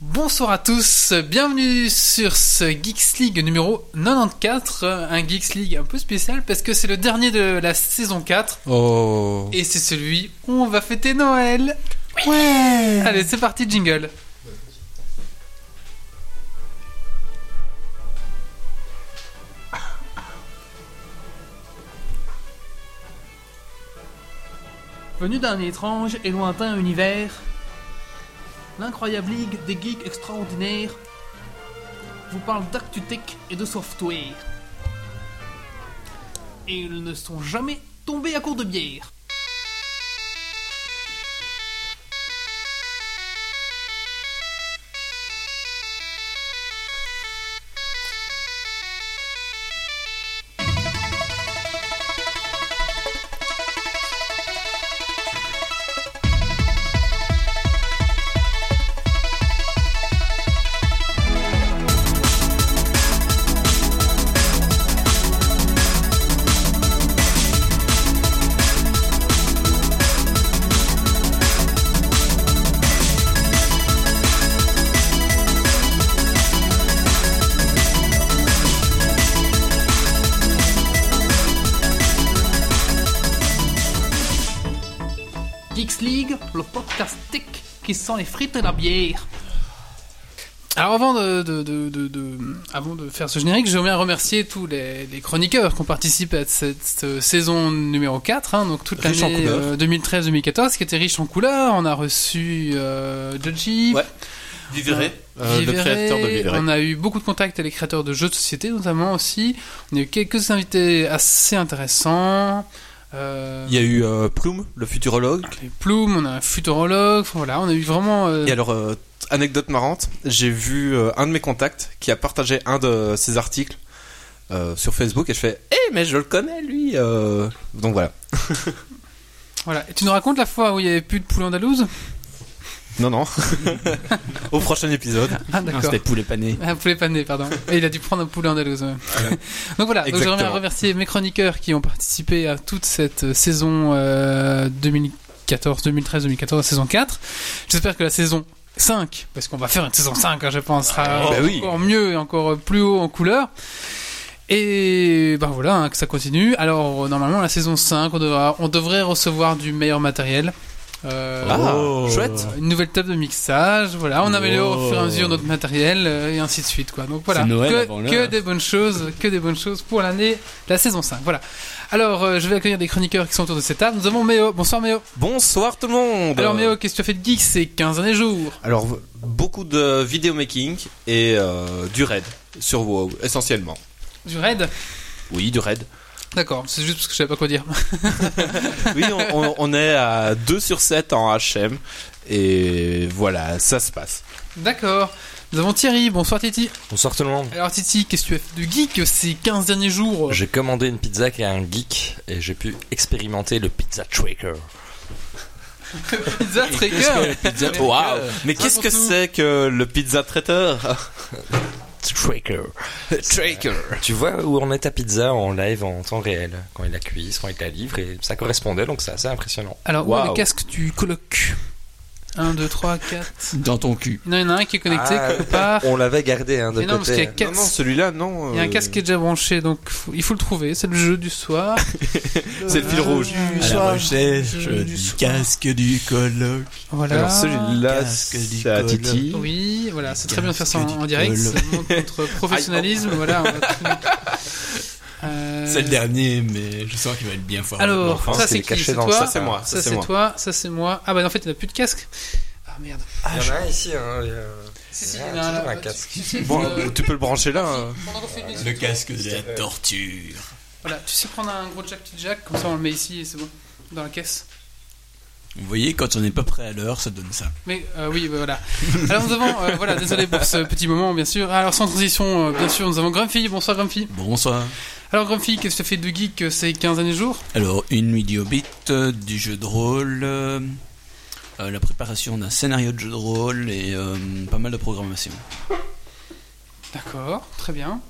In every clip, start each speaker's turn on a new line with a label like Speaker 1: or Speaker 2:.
Speaker 1: Bonsoir à tous, bienvenue sur ce Geeks League numéro 94, un Geeks League un peu spécial parce que c'est le dernier de la saison 4
Speaker 2: Oh.
Speaker 1: et c'est celui où on va fêter Noël.
Speaker 2: Ouais.
Speaker 1: Allez, c'est parti, jingle. Venu d'un étrange et lointain univers, l'incroyable ligue des geeks extraordinaires vous parle d'actu tech et de software. Et ils ne sont jamais tombés à court de bière. Geeks League, le podcast tech qui sent les frites et la bière. Alors avant de, de- de- de- de- avant de faire ce générique, je bien remercier tous les, les chroniqueurs qui ont participé à cette, euh, saison numéro 4, hein, donc toute
Speaker 2: Riche en
Speaker 1: l'année
Speaker 2: couleurs.
Speaker 1: euh, 2013-2014, qui était riche en couleurs. On a reçu euh, Judgy,
Speaker 3: Ouais. Vivré.
Speaker 2: Euh, le
Speaker 1: Viveré,
Speaker 2: créateur de Vivere.
Speaker 1: On a eu beaucoup de contacts avec les créateurs de jeux de société notamment aussi. On a eu quelques invités assez intéressants. Euh,
Speaker 2: Il y a eu euh, Plume, le futurologue.
Speaker 1: les Plume, on a un futurologue, enfin, voilà, on a eu vraiment... euh,
Speaker 2: Et alors, euh, anecdote marrante, j'ai vu euh, un de mes contacts qui a partagé un de ses articles euh, sur Facebook et je fais Eh, mais je le connais lui euh. Donc voilà.
Speaker 1: Voilà. Et tu nous racontes la fois où il n'y avait plus de poulet andalouse
Speaker 2: Non, non. Au prochain épisode.
Speaker 1: Ah, d'accord.
Speaker 2: poulet pané.
Speaker 1: Un Ah, poulet pané, pardon. Et il a dû prendre un poulet andalouse. ouais. donc voilà, donc je
Speaker 2: Exactement.
Speaker 1: remercie remercier mes chroniqueurs qui ont participé à toute cette euh, saison euh, 2014, 2013, 2014, saison 4. J'espère que la saison 5, parce qu'on va faire une saison 5, hein, je pense, sera
Speaker 2: Oh, bah oui.
Speaker 1: encore mieux et encore euh, plus haut en couleur. Et ben voilà, hein, que ça continue. Alors euh, normalement la saison 5, on, devra, on devrait recevoir du meilleur matériel. Euh,
Speaker 2: Ah,
Speaker 3: Oh.
Speaker 2: chouette.
Speaker 1: une nouvelle table de mixage, voilà, on améliore au
Speaker 3: Wow.
Speaker 1: fur et à mesure notre matériel euh, et ainsi de suite quoi. Donc voilà,
Speaker 3: C'est Noël
Speaker 1: que,
Speaker 3: avant l'heure.
Speaker 1: que des bonnes choses, que des bonnes choses pour l'année, la saison 5. Voilà. Alors euh, je vais accueillir des chroniqueurs qui sont autour de cette table. Nous avons Méo. Bonsoir Méo.
Speaker 2: Bonsoir tout le monde.
Speaker 1: Alors Méo, qu'est-ce que tu as fait de geek ces 15 années jours
Speaker 2: Alors, v- beaucoup de vidéomaking et euh, du raid sur WoW, essentiellement.
Speaker 1: Du raid
Speaker 2: Oui, du raid.
Speaker 1: D'accord, c'est juste parce que je savais pas quoi dire.
Speaker 2: Oui, on, on- on est à 2 sur 7 en HM. Et voilà, ça se passe.
Speaker 1: D'accord. Nous avons Thierry. Bonsoir Titi.
Speaker 4: Bonsoir tout le monde.
Speaker 1: Alors Titi, qu'est-ce que tu as fait de geek ces 15 derniers jours
Speaker 4: J'ai commandé une pizza qui est un geek et j'ai pu expérimenter le pizza tracker.
Speaker 1: Pizza Tracker.
Speaker 2: Waouh Mais
Speaker 1: Ça
Speaker 2: qu'est-ce que
Speaker 1: raconte-nous.
Speaker 2: c'est que le pizza traiteur
Speaker 4: Tracker.
Speaker 2: Tracker
Speaker 4: Tu vois où on met ta pizza en live en temps réel, quand il la cuise, quand il la livre et ça correspondait donc c'est assez impressionnant.
Speaker 1: Alors, où est le
Speaker 2: Waouh.
Speaker 1: casque tu colloques 1, 2, 3, 4.
Speaker 5: Dans ton cul.
Speaker 1: Non, il y en a un qui est connecté
Speaker 4: Ah,
Speaker 1: quelque part.
Speaker 4: On l'avait gardé hein, de
Speaker 1: Mais non, parce qu'il y
Speaker 4: côté.
Speaker 1: a quatre-
Speaker 2: Non, non, celui-là, non.
Speaker 1: Il y a un
Speaker 2: euh,
Speaker 1: casque qui est déjà branché, donc faut- il faut le trouver. C'est le jeu du soir.
Speaker 2: C'est le fil rouge.
Speaker 1: du
Speaker 5: À
Speaker 1: soir.
Speaker 5: la recherche
Speaker 1: du
Speaker 5: du
Speaker 1: soir. Euh.
Speaker 5: casque du coloc.
Speaker 1: Voilà.
Speaker 2: Alors celui-là,
Speaker 5: Casque du
Speaker 2: c'est à
Speaker 5: col.
Speaker 2: Titi.
Speaker 1: Oui, voilà, c'est très bien de faire ça en,
Speaker 5: Casque
Speaker 1: en
Speaker 5: du
Speaker 1: direct.
Speaker 5: col.
Speaker 1: Ça montre notre professionnalisme. voilà. on va tout- Euh,
Speaker 5: C'est le dernier, mais je sens qu'il va être bien fort.
Speaker 1: Alors,
Speaker 4: Enfin,
Speaker 1: ça
Speaker 4: c'est
Speaker 1: c'est qui
Speaker 4: caché
Speaker 1: C'est
Speaker 4: dans-
Speaker 1: toi
Speaker 2: Ça, c'est moi. Ça,
Speaker 1: Ça
Speaker 2: c'est
Speaker 1: c'est
Speaker 2: moi.
Speaker 1: toi, ça c'est moi. Ah bah en fait, il n'a plus de casque. Ah merde.
Speaker 4: Il y en a un ici. Hein, il y a-
Speaker 1: Si,
Speaker 4: si, il y en a un là. Un casque.
Speaker 1: Euh,
Speaker 2: Bon, tu peux le brancher là. hein.
Speaker 5: le casque de la torture.
Speaker 1: Voilà, tu sais prendre un gros jack, petit jack, comme ça on le met ici et c'est bon, dans la caisse.
Speaker 5: Vous voyez, quand on n'est pas prêt à l'heure, ça donne ça.
Speaker 1: Mais euh, oui, bah, voilà. Alors nous avons, euh, voilà, désolé pour ce petit moment, bien sûr. Alors sans transition, euh, bien sûr, nous avons Grumpy. Bonsoir Grumpy.
Speaker 5: Bonsoir.
Speaker 1: Alors Grumpy, qu'est-ce que tu fais de geek euh, ces 15 derniers jours
Speaker 5: Alors, une nuit du Hobbit, euh, du jeu de rôle, euh, euh, la préparation d'un scénario de jeu de rôle et euh, pas mal de programmation.
Speaker 1: D'accord, très bien.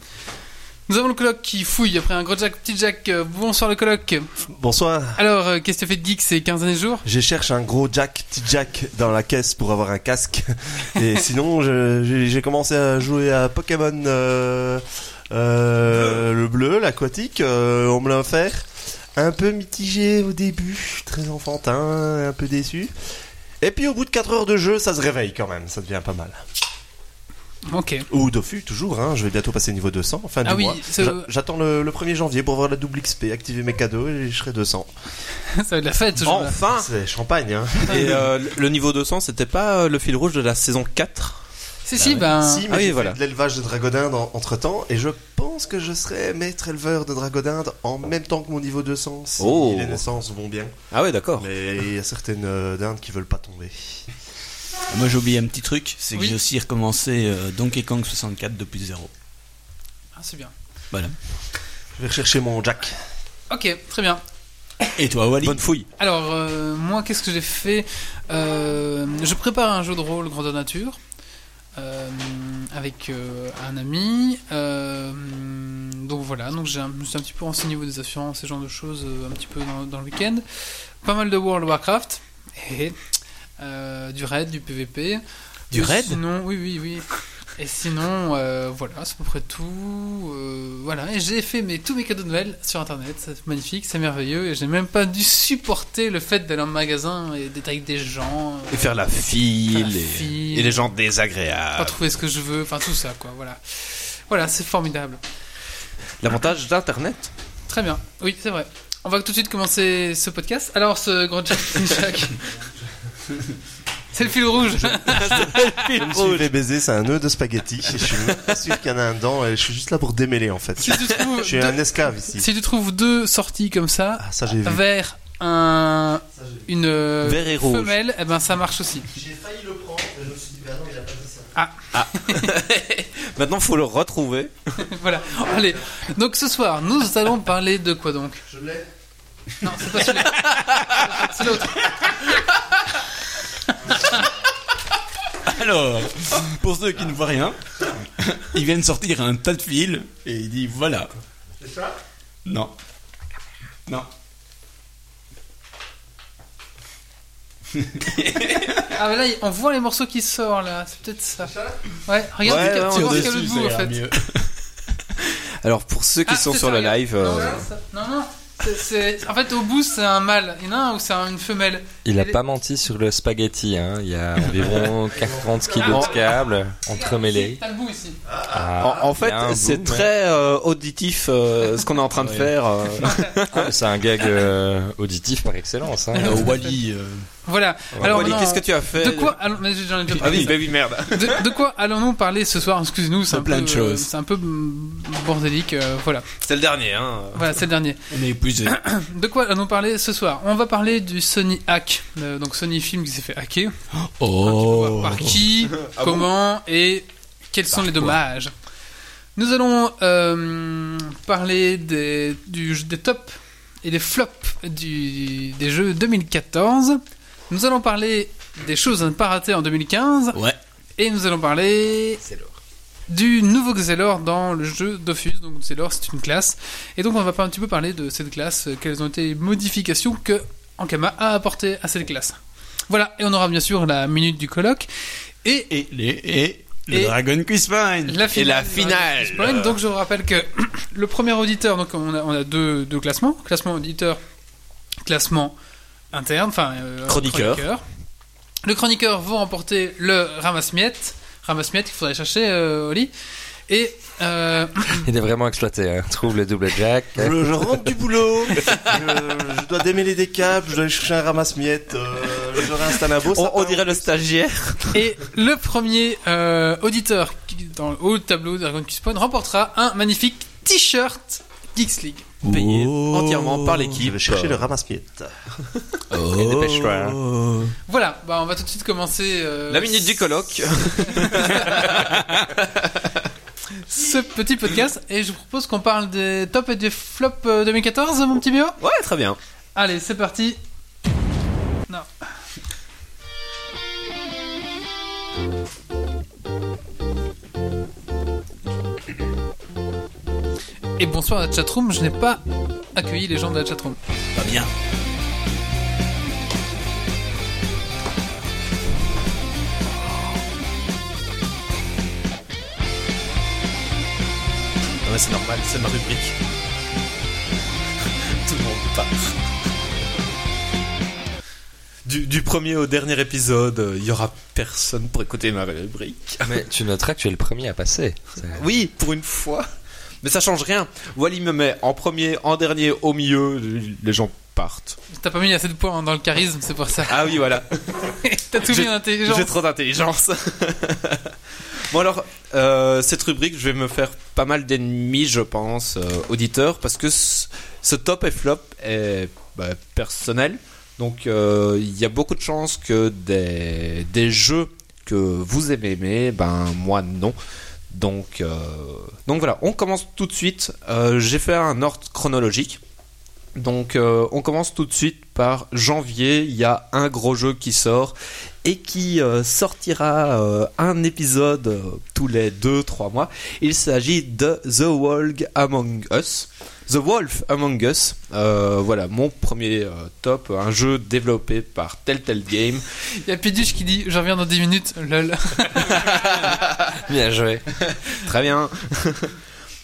Speaker 1: Nous avons le coloc qui fouille après un gros Jack, petit Jack. Euh, Bonsoir le coloc.
Speaker 3: Bonsoir.
Speaker 1: Alors, euh, qu'est-ce que t'as fait de geek ces 15 derniers jours
Speaker 3: Je cherche un gros jack, petit jack dans la caisse pour avoir un casque. Et sinon, je- j'ai j'ai commencé à jouer à Pokémon euh, euh, le bleu, l'aquatique. euh, on me l'a offert. Un peu mitigé au début, très enfantin, un peu déçu. Et puis au bout de 4 heures de jeu, ça se réveille quand même, ça devient pas mal.
Speaker 1: Ok.
Speaker 3: Ou Dofu, toujours, hein, je vais bientôt passer niveau 200, fin
Speaker 1: Ah
Speaker 3: du
Speaker 1: oui,
Speaker 3: mois.
Speaker 1: ce-
Speaker 3: J'a- J'attends le, le 1er janvier pour avoir la double XP, activer mes cadeaux et je serai 200.
Speaker 1: Ça va être la fête ce jour-là.
Speaker 2: Enfin
Speaker 3: C'est champagne, hein.
Speaker 2: Et euh, le niveau 200, c'était pas euh, le fil rouge de la saison 4
Speaker 1: Si, si, ben.
Speaker 3: Si, mais
Speaker 2: Ah oui,
Speaker 3: j'ai fait
Speaker 2: voilà.
Speaker 3: de l'élevage de dragodins entre temps, et je pense que je serai maître éleveur de dragodins en même temps que mon niveau 200 si
Speaker 2: Oh.
Speaker 3: les naissances vont bien.
Speaker 2: Ah ouais, d'accord.
Speaker 3: Mais il y a certaines euh, dindes qui veulent pas tomber.
Speaker 5: Moi j'ai oublié un petit truc, c'est que
Speaker 1: Oui.
Speaker 5: j'ai aussi recommencé euh, Donkey Kong 64 depuis zéro.
Speaker 1: Ah, c'est bien.
Speaker 5: Voilà.
Speaker 3: Je vais rechercher mon Jack.
Speaker 1: Ok, très bien.
Speaker 5: Et toi Wally
Speaker 2: Bonne fouille.
Speaker 1: Alors, euh, moi, qu'est-ce que j'ai fait Euh, Je prépare un jeu de rôle grandeur nature euh, avec euh, un ami. Euh, donc voilà, donc j'ai un- je me suis un petit peu renseigné au niveau des assurances, ce genre de choses, euh, un petit peu dans, dans le week-end. Pas mal de World of Warcraft. Et, euh, du raid, du PVP.
Speaker 5: Du
Speaker 1: Et
Speaker 5: raid
Speaker 1: Sinon, oui, oui, oui. Et sinon, euh, voilà, c'est à peu près tout. Euh, voilà, et j'ai fait mes, tous mes cadeaux de Noël sur internet. C'est magnifique, c'est merveilleux. Et j'ai même pas dû supporter le fait d'aller en magasin et d'être avec des gens.
Speaker 2: Et faire la file.
Speaker 1: Faire la
Speaker 2: et-
Speaker 1: file.
Speaker 2: Et les gens
Speaker 1: Pas
Speaker 2: désagréables.
Speaker 1: trouver ce que je veux, enfin tout ça, quoi. Voilà, voilà c'est formidable.
Speaker 2: L'avantage d'Internet
Speaker 1: Très bien, oui, c'est vrai. On va tout de suite commencer ce podcast. Alors, ce grand Jack, Jack. c'est le fil rouge.
Speaker 3: Je me suis fait baiser, c'est un nœud de spaghetti. et je suis même pas sûr qu'il y en a un dedans, et je suis juste là pour démêler en fait.
Speaker 1: si, tu trouves
Speaker 3: Je suis
Speaker 1: deux-
Speaker 3: un esclave ici.
Speaker 1: si tu trouves deux sorties comme ça,
Speaker 3: Ah, ça j'ai vu.
Speaker 1: vers un, une euh,
Speaker 2: Vert et rouge.
Speaker 1: femelle, eh ben ça marche aussi.
Speaker 3: J'ai failli le prendre, je me suis dit, bah non, il a pas dit ça.
Speaker 2: Maintenant, faut le retrouver.
Speaker 1: voilà. Allez. Donc ce soir, nous allons parler de quoi donc
Speaker 3: Je l'ai.
Speaker 1: Non, c'est pas celui-là. C'est l'autre.
Speaker 5: Alors, pour ceux qui ne voient rien, il vient de sortir un tas de fils et il dit voilà.
Speaker 3: C'est ça
Speaker 5: Non. Non.
Speaker 1: Ah mais là, on voit les morceaux qui sortent là. C'est peut-être ça. Ouais. Regarde.
Speaker 2: Ouais, ouais,
Speaker 1: tu
Speaker 2: on
Speaker 1: vois ce
Speaker 5: Tire
Speaker 1: qu'il y a l'autre
Speaker 5: dessus,
Speaker 1: bout en
Speaker 5: ça ira
Speaker 1: fait.
Speaker 5: mieux.
Speaker 2: Alors, pour ceux qui
Speaker 1: Ah,
Speaker 2: sont
Speaker 1: c'est
Speaker 2: sur
Speaker 1: ça,
Speaker 2: le
Speaker 1: regarde.
Speaker 2: live,
Speaker 1: Non,
Speaker 2: euh,
Speaker 1: regarde ça. non, non. C'est- c'est- En fait, au bout, c'est un mâle. Il y en a un où c'est une femelle.
Speaker 4: Il a
Speaker 1: Et les-
Speaker 4: pas menti sur le spaghetti, hein. Il y a environ 40 kilos de câbles entremêlés.
Speaker 1: T'as le bout ici.
Speaker 4: Ah,
Speaker 2: en, en
Speaker 4: il y a un
Speaker 2: fait,
Speaker 4: bout,
Speaker 2: c'est
Speaker 4: ouais.
Speaker 2: très euh, auditif euh, ce qu'on est en train de
Speaker 4: Ouais.
Speaker 2: faire. euh.
Speaker 4: Ah, c'est un gag euh, auditif par excellence.
Speaker 2: Ah
Speaker 4: hein.
Speaker 5: Euh, Wally. euh,
Speaker 1: Voilà. Alors,
Speaker 2: Wally,
Speaker 1: maintenant,
Speaker 2: qu'est-ce que tu as fait
Speaker 1: de quoi allons- mais j'en ai déjà
Speaker 2: Ah
Speaker 1: parlé,
Speaker 2: oui,
Speaker 1: ça.
Speaker 2: bah oui, merde.
Speaker 1: De, de quoi allons-nous parler ce soir Excusez-nous, c'est
Speaker 5: De
Speaker 1: un
Speaker 5: plein
Speaker 1: peu,
Speaker 5: de choses.
Speaker 1: c'est un peu mm, bordélique. euh, voilà,
Speaker 2: C'est le dernier, hein.
Speaker 1: voilà, c'est le dernier.
Speaker 5: On est épuisé.
Speaker 1: De quoi allons-nous parler ce soir On va parler du Sony Hack, euh, donc Sony Film qui s'est fait hacker.
Speaker 5: Oh.
Speaker 1: Par qui, comment et quels sont les dommages Nous allons euh, parler des, du, des tops et des flops du, des jeux 2014. Nous allons parler des choses à ne pas rater en 2015.
Speaker 5: Ouais.
Speaker 1: Et nous allons parler du nouveau Xelor dans le jeu Dofus. Donc Xelor, c'est une classe. Et donc on va pas un petit peu parler de cette classe, euh, quelles ont été les modifications que Ankama a apportées à cette classe. Voilà, et on aura bien sûr la minute du colloque et
Speaker 5: Et les et le
Speaker 1: Et-
Speaker 5: Dragon Quest Mine.
Speaker 1: la finale.
Speaker 2: la finale.
Speaker 1: du Spawn. Donc je vous rappelle que le premier auditeur, donc on a, on a deux, deux classements, classement auditeur, classement interne, enfin euh,
Speaker 2: Chroniqueur.
Speaker 1: Le chroniqueur va remporter le ramasse-miettes, ramasse-miettes qu'il faudrait chercher euh, au lit. Et euh,
Speaker 4: Il est vraiment exploité. hein. Trouve le double jack.
Speaker 3: Je, je rentre du boulot, je, je dois démêler des câbles, je dois aller chercher un ramasse-miettes, euh, je réinstalle un beau
Speaker 2: On,
Speaker 3: sapin.
Speaker 2: on dirait le stagiaire.
Speaker 1: Et le premier euh, auditeur qui, dans le haut de tableau d'Argon qui spawn remportera un magnifique t-shirt Geeks League.
Speaker 2: Payé
Speaker 5: Oh.
Speaker 2: entièrement par
Speaker 3: Je
Speaker 2: l'équipe.
Speaker 3: vais chercher le ramasse-miettes.
Speaker 5: Oh.
Speaker 2: dépêche-toi,
Speaker 1: Voilà, bah on va tout de suite commencer euh,
Speaker 2: La minute du colloque.
Speaker 1: ce petit podcast et je vous propose qu'on parle des tops et des flops euh, 2014, mon petit bio.
Speaker 2: Ouais, très bien.
Speaker 1: Allez, c'est parti. Non. Et bonsoir à la chatroom, je n'ai pas accueilli les gens de la chatroom.
Speaker 5: Pas bien.
Speaker 2: Non, mais Ah c'est normal, c'est ma rubrique. Tout le monde part. Du, du premier au dernier épisode, euh, il y aura personne pour écouter ma rubrique.
Speaker 4: Mais tu noteras que tu es le premier à passer. C'est-
Speaker 2: Oui, pour une fois. Mais ça change rien. Wally me met en premier, en dernier, au milieu. Les gens partent.
Speaker 1: T'as pas mis assez de points dans le charisme, c'est pour ça.
Speaker 2: Ah oui, voilà.
Speaker 1: T'as tout
Speaker 2: J'ai-
Speaker 1: mis en intelligence.
Speaker 2: J'ai trop d'intelligence. bon alors, euh, cette rubrique, je vais me faire pas mal d'ennemis, je pense, euh, auditeurs, parce que ce ce top et flop est bah, personnel. Donc euh, il y a beaucoup de chances que des, des jeux que vous aimez, aimer, ben moi non. Donc, euh, donc voilà, on commence tout de suite. Euh, J'ai fait un ordre chronologique. Donc euh, on commence tout de suite par janvier. Il y a un gros jeu qui sort et qui euh, sortira euh, un épisode euh, tous les 2-3 mois. Il s'agit de The Wolf Among Us. The Wolf Among Us, euh, voilà mon premier euh, top, un jeu développé par Telltale Game.
Speaker 1: Il y a Piduche qui dit Je reviens dans 10 minutes, lol.
Speaker 4: Bien joué.
Speaker 2: Très bien.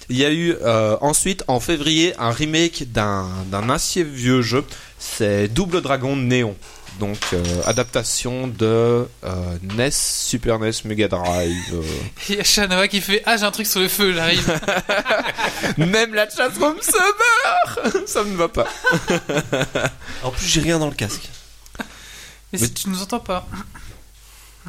Speaker 2: Il y a eu euh, ensuite en février un remake d'un d'un assez vieux jeu, c'est Double Dragon Néon. Donc euh, adaptation de euh, NES, Super NES, Mega Drive. euh,
Speaker 1: Il y a Shanawa qui fait Ah, j'ai un truc sur le feu, j'arrive.
Speaker 2: Même la chatroom se meurt Ça ne va pas.
Speaker 3: En plus, j'ai rien dans le casque.
Speaker 1: Mais
Speaker 2: Mais-
Speaker 1: si tu nous entends pas.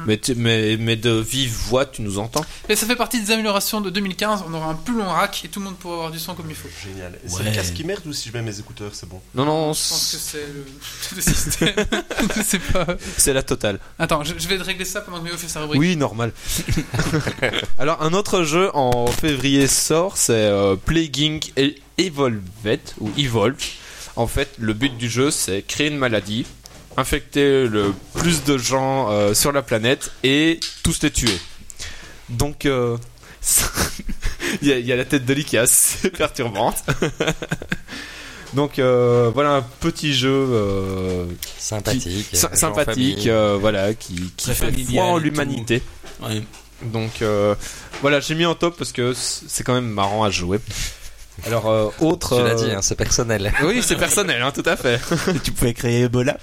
Speaker 2: Mais, tu- mais, mais de vive voix, tu nous entends
Speaker 1: Et ça fait partie des améliorations de 2015. On aura un plus long rack et tout le monde pourra avoir du son comme il faut.
Speaker 3: Génial. Et
Speaker 5: Ouais.
Speaker 3: C'est le casque qui merde ou si je mets mes écouteurs, c'est bon
Speaker 2: Non, non,
Speaker 1: Je pense que
Speaker 2: c'est
Speaker 1: c'est le, le système. je sais pas.
Speaker 2: c'est la totale.
Speaker 1: Attends, je, je vais régler ça pendant que Méo fait sa rubrique.
Speaker 2: Oui, normal. Alors, un autre jeu en février sort, c'est euh, Plaguing E- Evolved, ou Evolve. En fait, le but du jeu, c'est créer une maladie, infecter le plus de gens euh, sur la planète et tous les tuer. Donc, euh, il y, a- il y a la tête de Lee qui est assez perturbante. Donc, euh, voilà un petit jeu euh,
Speaker 4: Sympathique.
Speaker 2: sy-
Speaker 4: euh, jeu en
Speaker 2: sympathique,
Speaker 4: famille.
Speaker 2: euh, voilà, qui, qui
Speaker 5: Très
Speaker 2: fait foi
Speaker 5: familial
Speaker 2: en
Speaker 5: et tout.
Speaker 2: l'humanité.
Speaker 5: Ouais.
Speaker 2: Donc euh, voilà, j'ai mis en top parce que c- c'est quand même marrant à jouer. Alors euh, autre.
Speaker 4: Tu l'as
Speaker 2: euh,
Speaker 4: dit, hein, c'est personnel.
Speaker 2: Oui, c'est personnel, hein, tout à fait.
Speaker 3: Tu pouvais créer Ebola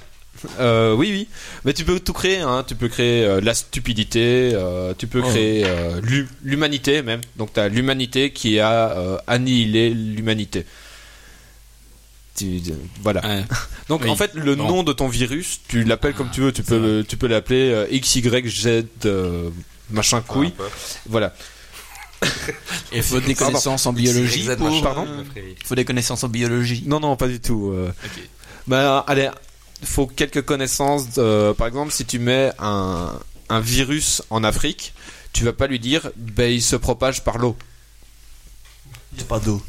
Speaker 2: Euh, oui, oui. Mais tu peux tout créer. Hein. Tu peux créer euh, la stupidité. euh, tu peux
Speaker 5: Oh.
Speaker 2: créer euh, l'hu- l'humanité même. Donc t'as l'humanité qui a euh, annihilé l'humanité. Tu- euh, Voilà.
Speaker 4: Ah,
Speaker 5: Ouais.
Speaker 2: Donc
Speaker 5: Oui.
Speaker 2: en fait, le
Speaker 5: Bon.
Speaker 2: nom de ton virus, tu l'appelles comme tu veux.
Speaker 4: Ah,
Speaker 2: Tu peux, tu peux l'appeler euh, X Y Z euh, machin couille. Voilà.
Speaker 5: Il faut des
Speaker 2: Pardon.
Speaker 5: connaissances en biologie.
Speaker 4: XYZ,
Speaker 5: pour-
Speaker 4: machin.
Speaker 2: pardon
Speaker 5: Il faut des connaissances en biologie.
Speaker 2: Non, non, pas du tout. euh.
Speaker 5: Ok.
Speaker 2: Bah, allez, faut quelques connaissances. euh, par exemple, si tu mets un, un virus en Afrique, tu vas pas lui dire, ben il se propage par l'eau.
Speaker 3: Y'a pas d'eau.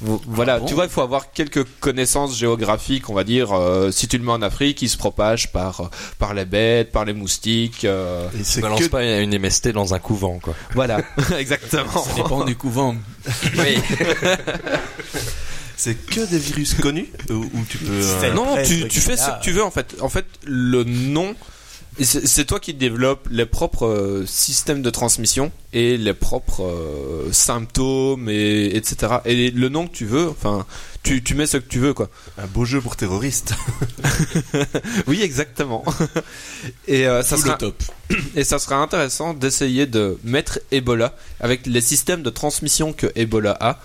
Speaker 2: Vo- Voilà,
Speaker 5: Ah bon
Speaker 2: tu vois, il faut avoir quelques connaissances géographiques, on va dire. euh, si tu le mets en Afrique, il se propage par, par les bêtes, par les moustiques. euh,
Speaker 3: Et c'est
Speaker 4: Balance
Speaker 3: que.
Speaker 4: pas une MST dans un couvent, quoi.
Speaker 2: voilà, exactement.
Speaker 5: Ça dépend du couvent.
Speaker 4: Oui.
Speaker 3: C'est que des virus connus euh, où tu peux. euh,
Speaker 2: Non, non,
Speaker 3: après,
Speaker 2: tu,
Speaker 3: c'est
Speaker 2: tu fais
Speaker 3: là,
Speaker 2: ce que tu veux en fait. En fait, le nom, et c'est c'est toi qui développes les propres euh, systèmes de transmission et les propres euh, symptômes, et, etc. Et le nom que tu veux, enfin, tu, tu mets ce que tu veux quoi.
Speaker 3: Un beau jeu pour terroristes.
Speaker 2: Oui, exactement. et, euh, ça
Speaker 5: Tout
Speaker 2: sera,
Speaker 5: le top.
Speaker 2: et ça sera intéressant d'essayer de mettre Ebola avec les systèmes de transmission que Ebola a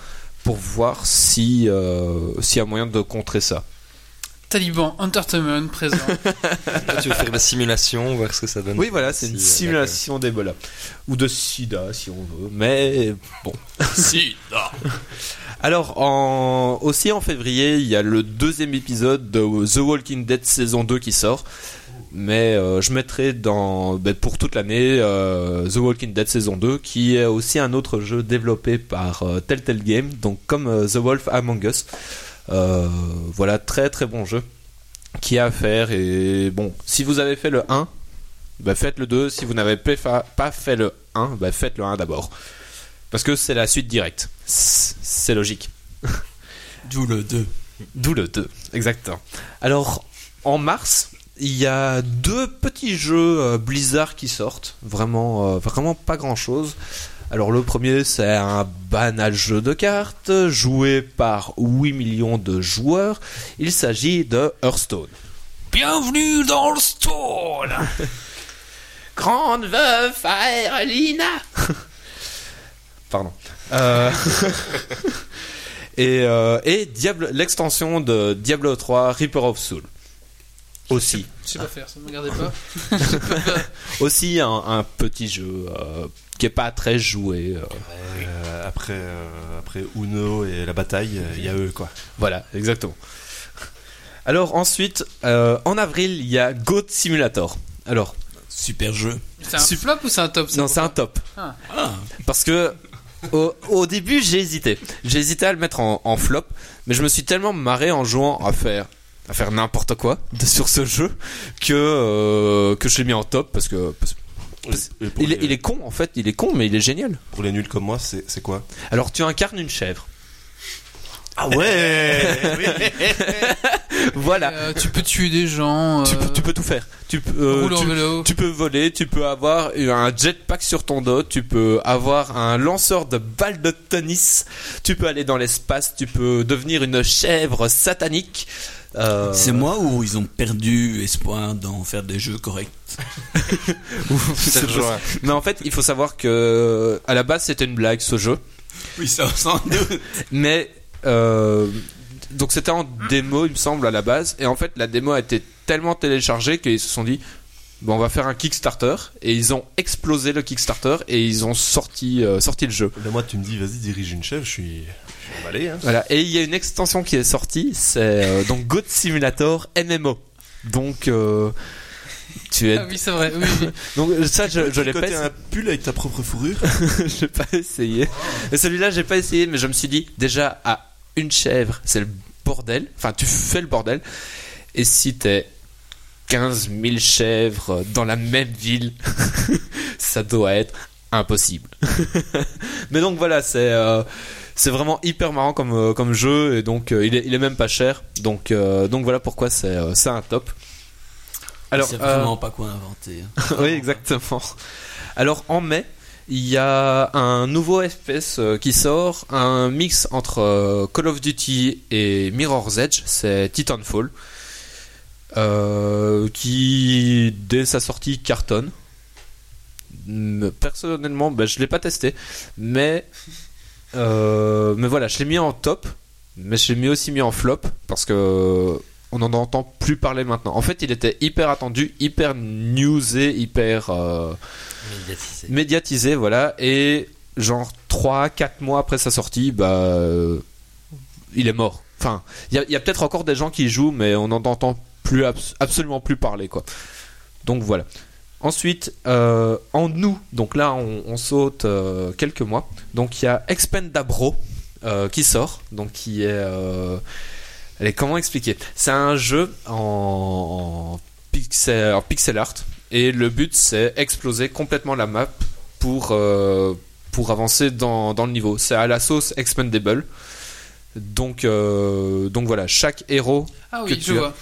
Speaker 2: pour voir si euh, s'il y a moyen de contrer ça.
Speaker 1: Taliban Entertainment présent.
Speaker 4: Toi, tu veux faire la simulation, voir ce que ça donne.
Speaker 2: Oui, voilà, c'est
Speaker 4: Si,
Speaker 2: une
Speaker 4: euh,
Speaker 2: simulation d'Ebola. Ou de sida, si on veut. Mais bon.
Speaker 5: si.
Speaker 2: Alors, en... aussi en février, il y a le deuxième épisode de The Walking Dead saison 2 qui sort. Mais euh, je mettrai dans, ben, pour toute l'année euh, The Walking Dead saison 2, qui est aussi un autre jeu développé par euh, Telltale Game, donc comme euh, The Wolf Among Us. Euh, voilà, très très bon jeu qui a à faire. Et bon, si vous avez fait le 1, Bah, ben, faites le 2. Si vous n'avez pas fa- pas fait le 1, ben, faites le 1 d'abord. Parce que c'est la suite directe. C'est logique.
Speaker 5: D'où le 2.
Speaker 2: D'où le 2, exactement. Alors, en mars, il y a deux petits jeux euh, Blizzard qui sortent. Vraiment, euh, vraiment pas grand chose. Alors, le premier, c'est un banal jeu de cartes joué par 8 millions de joueurs. Il s'agit de Hearthstone.
Speaker 1: Bienvenue dans le store
Speaker 2: Grande veuve Aerlina Pardon. Euh, et euh, et Diablo- l'extension de Diablo 3 Reaper of Soul. Aussi.
Speaker 1: Je sais pas faire, ça ne me regardez pas.
Speaker 2: Aussi un, un petit jeu euh, qui est pas très joué. euh,
Speaker 3: Euh, après, euh, après Uno et la bataille, euh, il y a eux quoi.
Speaker 2: voilà, exactement. Alors ensuite, euh, en avril, il y a Goat Simulator. Alors,
Speaker 5: Super jeu.
Speaker 1: C'est un
Speaker 2: Sup-
Speaker 1: flop ou c'est un top ça
Speaker 2: non, c'est un top.
Speaker 5: Ah,
Speaker 2: Parce que au, au début, j'ai hésité. J'ai hésité à le mettre en, en flop, mais je me suis tellement marré en jouant à faire à faire n'importe quoi de- sur ce jeu que euh, que je l'ai mis en top parce que parce-
Speaker 3: Et pour,
Speaker 2: il, est-
Speaker 3: les,
Speaker 2: il est con en fait, il est con mais il est génial.
Speaker 3: pour les nuls comme moi, c'est c'est quoi
Speaker 2: Alors tu incarnes une chèvre.
Speaker 3: Ah ouais
Speaker 2: Voilà.
Speaker 1: Euh, tu peux tuer des gens.
Speaker 2: Tu,
Speaker 1: euh,
Speaker 2: peux- tu peux tout faire. Tu peux euh,
Speaker 1: rouler en
Speaker 2: tu-
Speaker 1: vélo.
Speaker 2: Tu peux voler, tu peux avoir un jetpack sur ton dos, tu peux avoir un lanceur de balles de tennis, tu peux aller dans l'espace, tu peux devenir une chèvre satanique. Euh,
Speaker 5: C'est moi ou ils ont perdu espoir d'en faire des jeux corrects
Speaker 2: c'est le jeu. Mais en fait, il faut savoir que euh, à la base c'était une blague ce jeu,
Speaker 5: Oui, ça, sans doute.
Speaker 2: mais euh, donc c'était en démo il me semble à la base et en fait la démo a été tellement téléchargée qu'ils se sont dit bon on va faire un Kickstarter et ils ont explosé le Kickstarter et ils ont sorti euh, sorti le jeu.
Speaker 3: Là, moi, tu me dis, vas-y, dirige une chèvre, je suis, je suis emballé. Hein.
Speaker 2: Voilà, et il y a une extension qui est sortie, c'est euh, donc Goat Simulator MMO. Donc euh, tu es
Speaker 1: Ah oui, c'est vrai. Oui, oui.
Speaker 2: donc ça je, je l'ai pas
Speaker 3: Tricoter
Speaker 2: essayé,
Speaker 3: un pull avec ta propre fourrure.
Speaker 2: j'ai pas essayé. Et celui-là, j'ai pas essayé mais je me suis dit déjà à une chèvre, c'est le bordel. Enfin, tu fais le bordel. Et si t'es 15 000 chèvres dans la même ville, ça doit être impossible. Mais donc voilà, c'est euh, c'est vraiment hyper marrant comme, euh, comme jeu et donc euh, il, est, il est même pas cher. Donc, euh, donc voilà pourquoi c'est euh, c'est un top. Alors,
Speaker 5: Alors, c'est
Speaker 2: euh,
Speaker 5: vraiment pas quoi inventer. hein.
Speaker 2: oui, exactement. Alors en mai, il y a un nouveau FPS euh, qui sort, un mix entre euh, Call of Duty et Mirror's Edge, c'est Titanfall, euh, qui dès sa sortie cartonne. Mm, Personnellement, ben, je l'ai pas testé, mais euh, mais voilà, je l'ai mis en top, mais je l'ai mis aussi mis en flop parce que on n'en entend plus parler maintenant. En fait, il était hyper attendu, hyper newsé, hyper euh,
Speaker 4: Médiatisé.
Speaker 2: médiatisé, voilà. Et genre 3-4 mois après sa sortie, bah, euh, il est mort. Enfin, il y a, il y a peut-être encore des gens qui y jouent, mais on n'en entend plus abs- absolument plus parler, quoi. Donc voilà. Ensuite, euh, en nous, donc là on, on saute euh, quelques mois, donc il y a Expendabro euh, qui sort, donc qui est... euh, allez, comment expliquer C'est un jeu en, en pixel, en pixel art, et le but c'est exploser complètement la map pour, euh, pour avancer dans, dans le niveau. C'est à la sauce Expendable. Donc, euh, donc voilà, chaque héros
Speaker 1: Ah
Speaker 2: Que
Speaker 1: oui, je
Speaker 2: tu as.
Speaker 1: vois.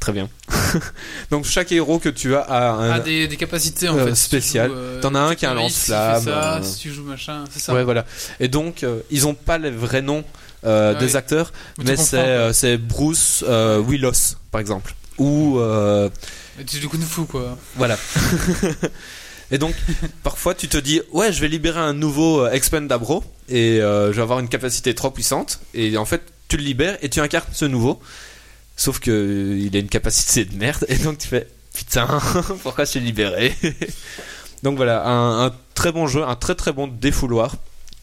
Speaker 2: Très bien. Donc chaque héros que tu as a un,
Speaker 1: Ah, des, des capacités en
Speaker 2: Euh,
Speaker 1: fait.
Speaker 2: spéciales.
Speaker 1: Tu joues, euh,
Speaker 2: T'en as un
Speaker 1: tu
Speaker 2: qui a un
Speaker 1: fais
Speaker 2: lance-flamme,
Speaker 1: Si tu fais ça,
Speaker 2: euh,
Speaker 1: si tu joues machin, c'est ça.
Speaker 2: Ouais, voilà. Et donc, euh, ils ont pas les vrais noms euh,
Speaker 1: Ah
Speaker 2: des
Speaker 1: oui.
Speaker 2: acteurs,
Speaker 1: Mais tu
Speaker 2: mais
Speaker 1: comprends.
Speaker 2: c'est euh, c'est Bruce euh, Willis, par exemple. Ou. euh,
Speaker 1: Et tu- du coup, nous fou quoi.
Speaker 2: voilà. et donc, parfois, tu te dis Ouais, je vais libérer un nouveau euh, Expendabro et euh, je vais avoir une capacité trop puissante. Et en fait, tu le libères et tu incarnes ce nouveau. Sauf que euh, il a une capacité de merde. Et donc, tu fais Putain, pourquoi je l'ai libéré Donc voilà, un, un très bon jeu, un très très bon défouloir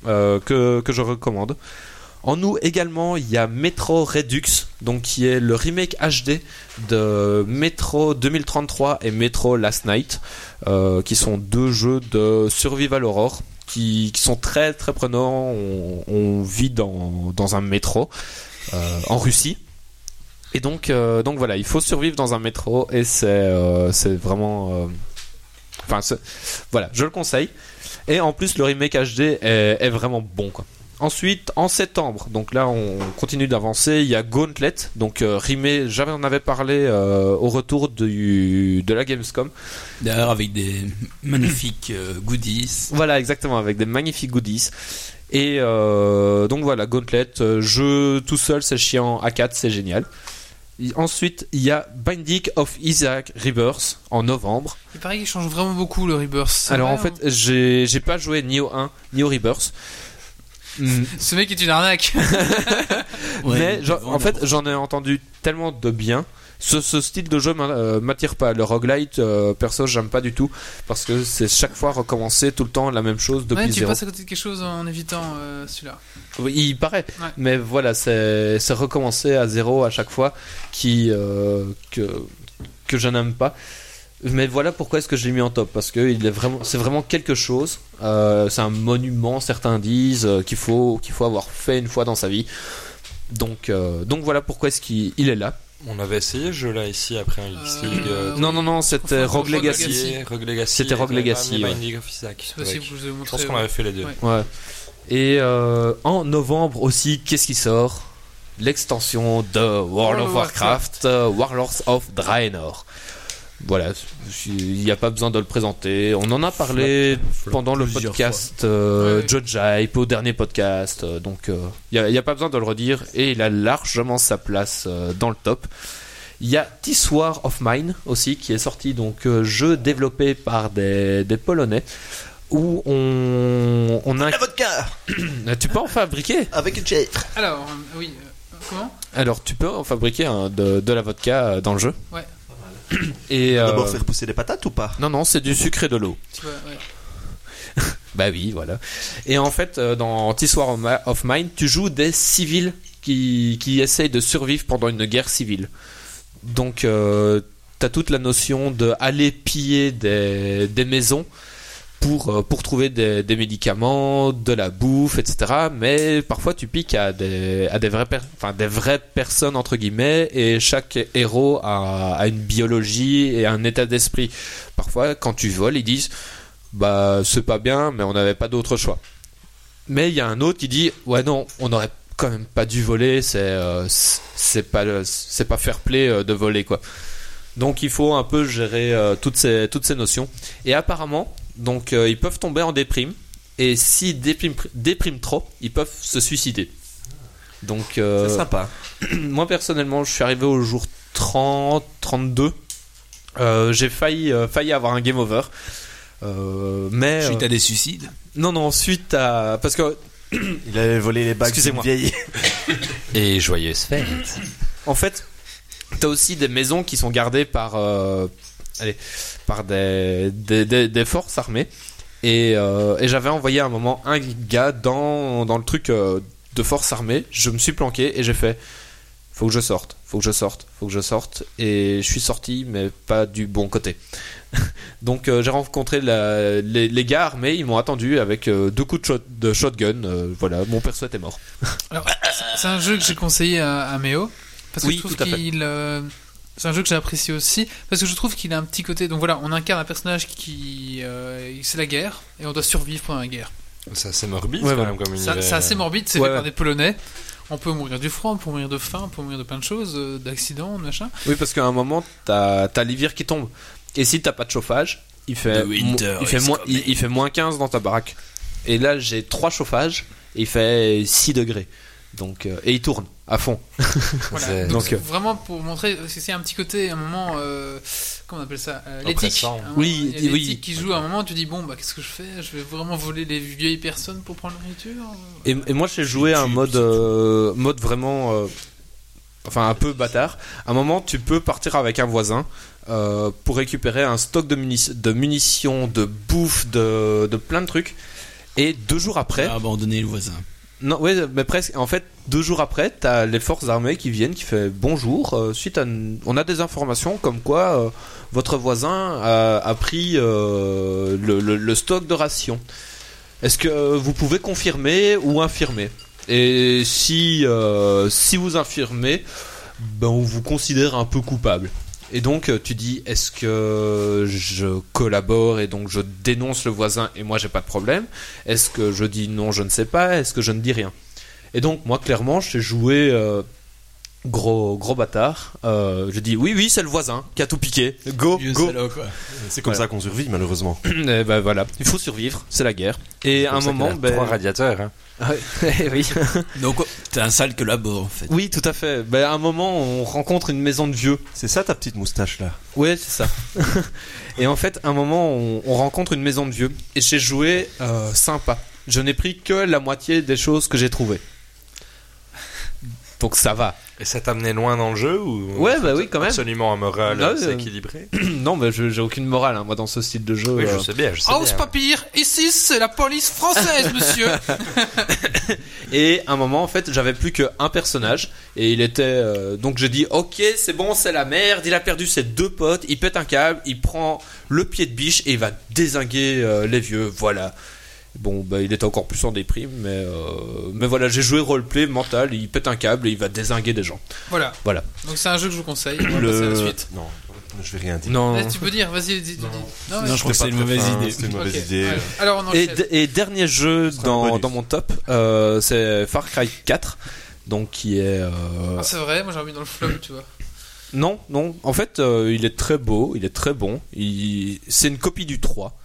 Speaker 2: euh, que, que je recommande. En nous également, il y a Metro Redux, donc qui est le remake HD de Metro 2033 et Metro Last Night, euh, qui sont deux jeux de survival horror qui, qui sont très très prenants. On, on vit dans, dans un métro euh, en Russie. Et donc, euh, donc voilà, il faut survivre dans un métro et c'est euh, c'est vraiment, euh, Enfin, ce- voilà, je le conseille. Et en plus, le remake HD est, est vraiment bon. Quoi. Ensuite, en septembre, donc là on continue d'avancer, il y a Gauntlet, donc euh, remake- j'avais en avais parlé euh, au retour du- de la Gamescom.
Speaker 5: D'ailleurs, avec des magnifiques euh, goodies.
Speaker 2: Voilà, exactement, avec des magnifiques goodies. Et euh, donc voilà, Gauntlet, euh, jeu tout seul, c'est chiant, A4, c'est génial. Et ensuite, il y a Binding of Isaac Rebirth en novembre.
Speaker 1: Il paraît qu'il change vraiment beaucoup le Rebirth. C'est
Speaker 2: Alors
Speaker 1: vrai, hein.
Speaker 2: en fait, j'ai j'ai pas joué ni au 1 ni au Rebirth. Mm.
Speaker 1: hein. ce mec est une arnaque.
Speaker 5: Ouais,
Speaker 2: mais
Speaker 5: ils
Speaker 2: j'en-
Speaker 5: vendent
Speaker 2: en fait, j'en ai entendu tellement de bien. Ce, ce style de jeu m'a- euh, m'attire pas. Le roguelite, euh, perso, j'aime pas du tout parce que c'est chaque fois recommencer tout le temps la même chose depuis
Speaker 1: Ouais, tu
Speaker 2: zéro.
Speaker 1: passes à côté de quelque chose en évitant euh, celui-là.
Speaker 2: Oui, il paraît,
Speaker 1: Ouais.
Speaker 2: mais voilà, c'est c'est recommencer à zéro à chaque fois qui euh, que que je n'aime pas. Mais voilà pourquoi est-ce que je l'ai mis en top parce que il est vraiment, c'est vraiment quelque chose. euh, c'est un monument, certains disent euh, qu'il faut qu'il faut avoir fait une fois dans sa vie. Donc euh, donc voilà pourquoi est-ce qu'il il est là.
Speaker 4: On avait essayé ce jeu-là ici après un Geeks League.
Speaker 1: Euh,
Speaker 2: non non non, c'était
Speaker 1: Enfin,
Speaker 2: Rogue
Speaker 1: Rogue
Speaker 2: Legacy.
Speaker 1: Legacy.
Speaker 4: Rogue Legacy.
Speaker 2: C'était Rogue
Speaker 4: et Binding
Speaker 2: Legacy, ouais.
Speaker 4: Binding of Isaac,
Speaker 1: C'est possible que
Speaker 4: avec-
Speaker 1: je vous ai
Speaker 4: Je
Speaker 1: montré.
Speaker 4: pense qu'on avait fait les deux.
Speaker 1: Ouais.
Speaker 2: Ouais. Et euh, en novembre aussi, qu'est-ce qui sort L'extension de World of
Speaker 1: of
Speaker 2: Warcraft, euh, Warlords of Draenor. Voilà, il n'y a pas besoin de le présenter. On en a parlé pendant le
Speaker 5: plusieurs
Speaker 2: podcast euh,
Speaker 1: Ouais, ouais.
Speaker 2: Judge Hype, au dernier podcast. euh, donc, euh, il n'y a, pas besoin de le redire. Et il a largement sa place euh, dans le top. Il y a This War of Mine aussi, qui est sorti, donc euh, jeu développé par des, des Polonais, où on, on a
Speaker 3: La vodka
Speaker 2: tu peux en fabriquer
Speaker 3: avec une chaître.
Speaker 1: Alors, euh, oui. euh, Comment
Speaker 2: Alors, tu peux en fabriquer hein, de, de la vodka euh, dans le jeu.
Speaker 1: Ouais.
Speaker 2: Et. euh,
Speaker 3: D'abord faire pousser des patates ou pas
Speaker 2: Non, non, c'est du sucre et de l'eau.
Speaker 1: Tu vois, ouais.
Speaker 2: Bah oui, voilà. Et en fait, euh, dans Tissoir of Mine, tu joues des civils qui, qui essayent de survivre pendant une guerre civile. Donc, euh, t'as toute la notion de aller piller des, des maisons pour, euh, pour trouver des, des médicaments, de la bouffe, etc. Mais parfois, tu piques à des, à des, vraies, per- enfin, des vraies personnes, entre guillemets, et chaque héros a, a une biologie et un état d'esprit. Parfois, quand tu voles, ils disent bah c'est pas bien, mais on n'avait pas d'autre choix. Mais il y a un autre qui dit ouais non, on n'aurait quand même pas dû voler, c'est euh, c'est- c'est pas le- c'est pas fair play euh, de voler quoi. Donc il faut un peu gérer euh, toutes ces toutes ces notions. Et apparemment, donc euh, ils peuvent tomber en déprime et si déprime déprime trop, ils peuvent se suicider. Donc euh,
Speaker 3: C'est sympa.
Speaker 2: moi personnellement, je suis arrivé au jour 30, 32. Euh, j'ai failli, euh, failli avoir un game over. Euh, mais
Speaker 5: Suite
Speaker 2: euh,
Speaker 5: à des suicides.
Speaker 2: non non suite à parce que
Speaker 3: Il avait volé les bagues d'une
Speaker 2: Excusez-moi.
Speaker 3: vieille.
Speaker 4: Et joyeuse fête.
Speaker 2: en fait t'as aussi des maisons qui sont gardées par euh, allez, par des des, des- des forces armées et, euh, et j'avais envoyé à un moment un gars dans dans le truc euh, de forces armées je me suis planqué et j'ai fait faut que je sorte faut que je sorte faut que je sorte et je suis sorti mais pas du bon côté donc euh, j'ai rencontré la- les, les gars armés ils m'ont attendu avec euh, deux coups de, shot- de shotgun euh, voilà mon perso était mort
Speaker 1: C'est un jeu que j'ai conseillé à, à Méo. Parce que
Speaker 2: Oui,
Speaker 1: je trouve
Speaker 2: tout à fait.
Speaker 1: qu'il. euh, c'est un jeu que j'apprécie aussi. Parce que je trouve qu'il a un petit côté. Donc voilà, on incarne un personnage qui. euh, c'est la guerre. Et on doit survivre pendant la guerre.
Speaker 4: Ça, c'est morbide
Speaker 2: Ouais,
Speaker 4: quand
Speaker 2: voilà.
Speaker 4: même comme
Speaker 1: Ça-
Speaker 4: univers.
Speaker 1: C'est assez morbide, c'est
Speaker 2: Ouais,
Speaker 1: fait par
Speaker 2: ouais.
Speaker 1: des Polonais. On peut mourir du froid, on peut mourir de faim, on peut mourir de plein de choses, euh, d'accidents, de machin.
Speaker 2: Oui, parce qu'à un moment, t'as as, l'hiver qui tombe. Et si t'as pas de chauffage, il fait,
Speaker 5: The winter
Speaker 2: il, fait
Speaker 5: is
Speaker 2: moins, il,
Speaker 5: coming.
Speaker 2: il fait moins 15 dans ta baraque. Et là, j'ai trois chauffages, et il fait 6 degrés. Donc, euh, et il tourne à fond.
Speaker 1: Voilà.
Speaker 4: C'est-
Speaker 1: Donc,
Speaker 2: donc, euh,
Speaker 1: vraiment pour montrer, parce que c'est un petit côté, un moment, euh, comment on appelle ça euh, L'éthique.
Speaker 4: Oppressant.
Speaker 1: Un
Speaker 2: Oui,
Speaker 1: moment, il y a
Speaker 2: oui.
Speaker 1: l'éthique qui joue à un moment, tu dis, bon, bah qu'est-ce que je fais Je vais vraiment voler les vieilles personnes pour prendre la nourriture
Speaker 2: Et, et moi, j'ai joué à un mode, euh, mode vraiment. euh, enfin, un peu bâtard. À un moment, tu peux partir avec un voisin euh, pour récupérer un stock de, munis- de munitions, de bouffe, de, de plein de trucs. Et deux jours après,
Speaker 5: À abandonner le voisin.
Speaker 2: Non, ouais, mais presque. En fait, deux jours après, t'as les forces armées qui viennent, qui fait bonjour. euh, suite à, une- on a des informations comme quoi euh, votre voisin a, a pris euh, le, le- le stock de rations. Est-ce que vous pouvez confirmer ou infirmer Et si euh, si vous infirmez, ben on vous considère un peu coupable. Et donc euh, tu dis est-ce que je collabore et donc je dénonce le voisin et moi j'ai pas de problème Est-ce que je dis non je ne sais pas Est-ce que je ne dis rien Et donc moi clairement je suis joué euh, gros gros bâtard. Euh, je dis oui oui c'est le voisin qui a tout piqué. Go
Speaker 6: Vieux
Speaker 2: go.
Speaker 6: salaud, quoi.
Speaker 3: C'est comme
Speaker 2: Voilà.
Speaker 3: ça qu'on survit malheureusement.
Speaker 2: Et ben voilà il faut survivre c'est la guerre. Et à un moment ben
Speaker 4: Trois radiateurs. hein.
Speaker 2: Eh oui.
Speaker 5: Donc, t'es un sale collabore en fait.
Speaker 2: Oui, tout à fait. Ben, à un moment, on rencontre une maison de vieux.
Speaker 3: C'est ça ta petite moustache là.
Speaker 2: Ouais, c'est ça. et en fait, à un moment, on, on rencontre une maison de vieux. Et j'ai joué euh, sympa. Je n'ai pris que la moitié des choses que j'ai trouvées. Donc ça va.
Speaker 4: Et ça t'a amené loin dans le jeu ou
Speaker 2: Ouais, bah oui, quand même.
Speaker 4: Absolument un moral
Speaker 2: Non,
Speaker 4: euh, c'est
Speaker 2: euh,
Speaker 4: équilibré.
Speaker 2: non, mais je- j'ai aucune morale, hein, moi, dans ce style de jeu.
Speaker 4: Oui, je
Speaker 2: euh.
Speaker 4: sais bien. Je sais
Speaker 1: House
Speaker 4: bien.
Speaker 1: Papir, ici c'est la police française, monsieur.
Speaker 2: Et à un moment, en fait, j'avais plus qu'un personnage. Et il était. euh, donc j'ai dit, ok, c'est bon, c'est la merde. Il a perdu ses deux potes. Il pète un câble. Il prend le pied de biche et il va désinguer euh, les vieux. Voilà. Bon, bah, il était encore plus en déprime. Mais, euh, mais voilà, j'ai joué roleplay mental. Il pète un câble et il va désinguer des gens.
Speaker 1: voilà.
Speaker 2: Voilà.
Speaker 1: Donc c'est un jeu que je vous conseille. On va passer à la suite.
Speaker 3: Non, je vais rien dire.
Speaker 2: Non.
Speaker 1: Vas-y, tu peux dire, vas-y, dis, dis, dis. Non, vas-y.
Speaker 6: Non, je crois que c'est une mauvaise idée.
Speaker 3: C'est une mauvaise
Speaker 1: Ok,
Speaker 3: idée.
Speaker 1: ouais. Alors on
Speaker 2: Et,
Speaker 1: enchaîne.
Speaker 2: d- et dernier jeu
Speaker 3: sera un
Speaker 2: dans,
Speaker 3: bonus.
Speaker 2: dans mon top, euh, c'est Far Cry 4. Donc qui est. euh,
Speaker 1: Ah, c'est vrai, moi j'ai mis dans le flop, tu vois.
Speaker 2: Non, non. En fait, euh, il est très beau, il est très bon. Il... C'est une copie du 3.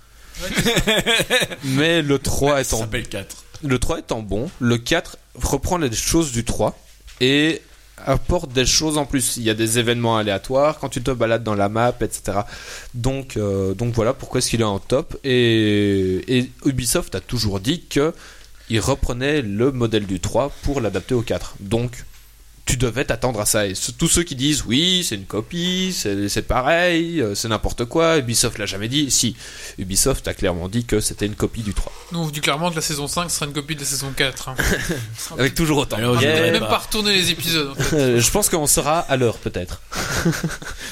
Speaker 1: Ouais,
Speaker 2: Mais le 3
Speaker 6: Ça
Speaker 2: étant
Speaker 6: s'appelle 4.
Speaker 2: le 3 étant bon, le 4 reprend les choses du 3 et apporte des choses en plus. Il y a des événements aléatoires quand tu te balades dans la map, etc. Donc, euh, donc voilà pourquoi est-ce qu'il est en top. Et, et Ubisoft a toujours dit que il reprenait le modèle du 3 pour l'adapter au 4. Donc tu devais t'attendre à ça. Et ce- tous ceux qui disent oui, c'est une copie, c'est c'est pareil, euh, c'est n'importe quoi, Ubisoft l'a jamais dit. Si, Ubisoft a clairement dit que c'était une copie du 3.
Speaker 1: Nous on vous dit clairement que la saison 5 sera une copie de la saison 4. hein.
Speaker 2: Avec toujours autant.
Speaker 6: Alors,
Speaker 1: On
Speaker 6: je
Speaker 1: ne
Speaker 6: dirais
Speaker 1: même
Speaker 6: pas.
Speaker 1: pas retourner les épisodes. en fait.
Speaker 2: Euh, je pense qu'on sera à l'heure peut-être.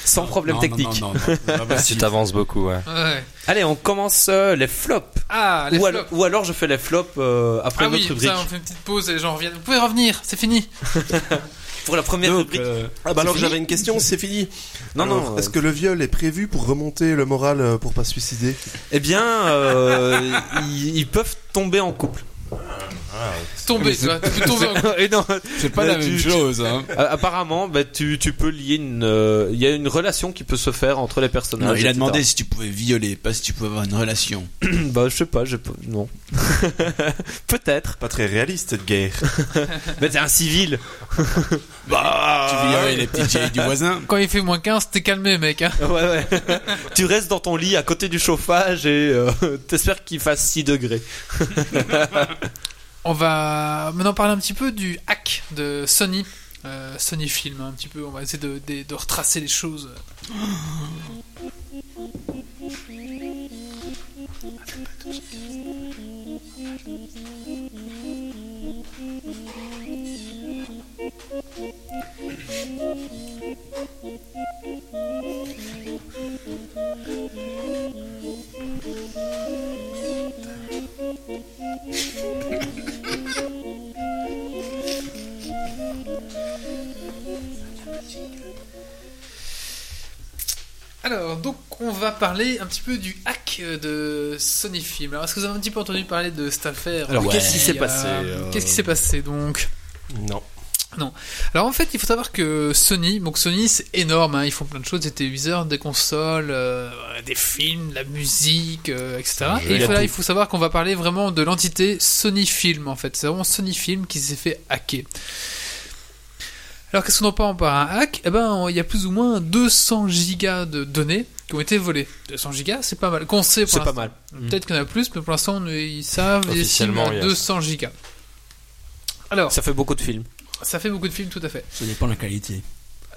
Speaker 2: Sans problème
Speaker 6: Non, non,
Speaker 2: technique.
Speaker 6: non, non, non. Ah, bah, si.
Speaker 4: Tu t'avances beaucoup. ouais.
Speaker 1: Ouais.
Speaker 2: Allez, on commence euh, les flops.
Speaker 1: Ah, les
Speaker 2: ou, al-
Speaker 1: flops.
Speaker 2: ou alors je fais les flops euh, après
Speaker 1: Ah
Speaker 2: notre
Speaker 1: oui,
Speaker 2: rubrique.
Speaker 1: ça, on fait une petite pause et les gens reviennent. Vous pouvez revenir, c'est fini.
Speaker 2: Pour la première
Speaker 6: Donc,
Speaker 2: rubrique.
Speaker 6: euh,
Speaker 3: Ah bah alors
Speaker 2: fini
Speaker 3: j'avais une question, c'est fini.
Speaker 2: Non,
Speaker 3: Alors,
Speaker 2: non.
Speaker 3: Est-ce que le viol est prévu pour remonter le moral euh, pour pas se suicider
Speaker 2: Eh bien, euh, ils, ils peuvent tomber en couple.
Speaker 1: Tomber, tu vois. Tu peux tomber en
Speaker 2: Et non,
Speaker 6: c'est pas la
Speaker 2: Bah, tu-
Speaker 6: même chose. Hein.
Speaker 2: euh, apparemment, bah, tu, tu peux lier une. euh, Il y a une relation qui peut se faire entre les personnages.
Speaker 5: Non, il a
Speaker 2: etc.
Speaker 5: demandé si tu pouvais violer, pas si tu pouvais avoir une relation.
Speaker 2: Bah, je sais pas, je non. Peut-être.
Speaker 3: Pas très réaliste cette guerre.
Speaker 2: Mais t'es un civil.
Speaker 5: tu violer les petites filles du voisin.
Speaker 1: Quand il fait moins 15, t'es calmé, mec. hein.
Speaker 2: Ouais, ouais. tu restes dans ton lit à côté du chauffage et euh, t'espères qu'il fasse 6 degrés.
Speaker 1: On va maintenant parler un petit peu du hack de Sony. Euh, Sony Film, un petit peu. On va essayer de, de- de retracer les choses. Alors, donc, on va parler un petit peu du hack euh, de Sony Film. Alors, est-ce que vous avez un petit peu entendu parler de cette affaire
Speaker 2: Alors,
Speaker 1: Ouais.
Speaker 2: qu'est-ce qui s'est
Speaker 1: Euh,
Speaker 2: passé, euh
Speaker 1: Qu'est-ce qui s'est passé donc
Speaker 3: Non.
Speaker 1: Alors en fait, il faut savoir que Sony, donc Sony c'est énorme, hein, ils font plein de choses, des téléviseurs, des consoles, euh, des films, de la musique, euh, etc. Et il faut, là, il faut savoir qu'on va parler vraiment de l'entité Sony Film en fait. C'est vraiment Sony Film qui s'est fait hacker. Alors qu'est-ce qu'on entend par un hack Eh ben, on- il y a plus ou moins 200 gigas de données qui ont été volées. 200 gigas, c'est pas mal. Qu'on sait, pour
Speaker 2: C'est pas
Speaker 1: l'instant.
Speaker 2: mal.
Speaker 1: Peut-être qu'il y en a plus, mais pour l'instant, on- ils savent, ils estiment
Speaker 4: Officiellement,
Speaker 1: à
Speaker 4: il y a
Speaker 1: 200 gigas. Alors,
Speaker 2: Ça fait beaucoup de films.
Speaker 1: ça fait beaucoup de films, tout à fait.
Speaker 5: Ça dépend de la qualité.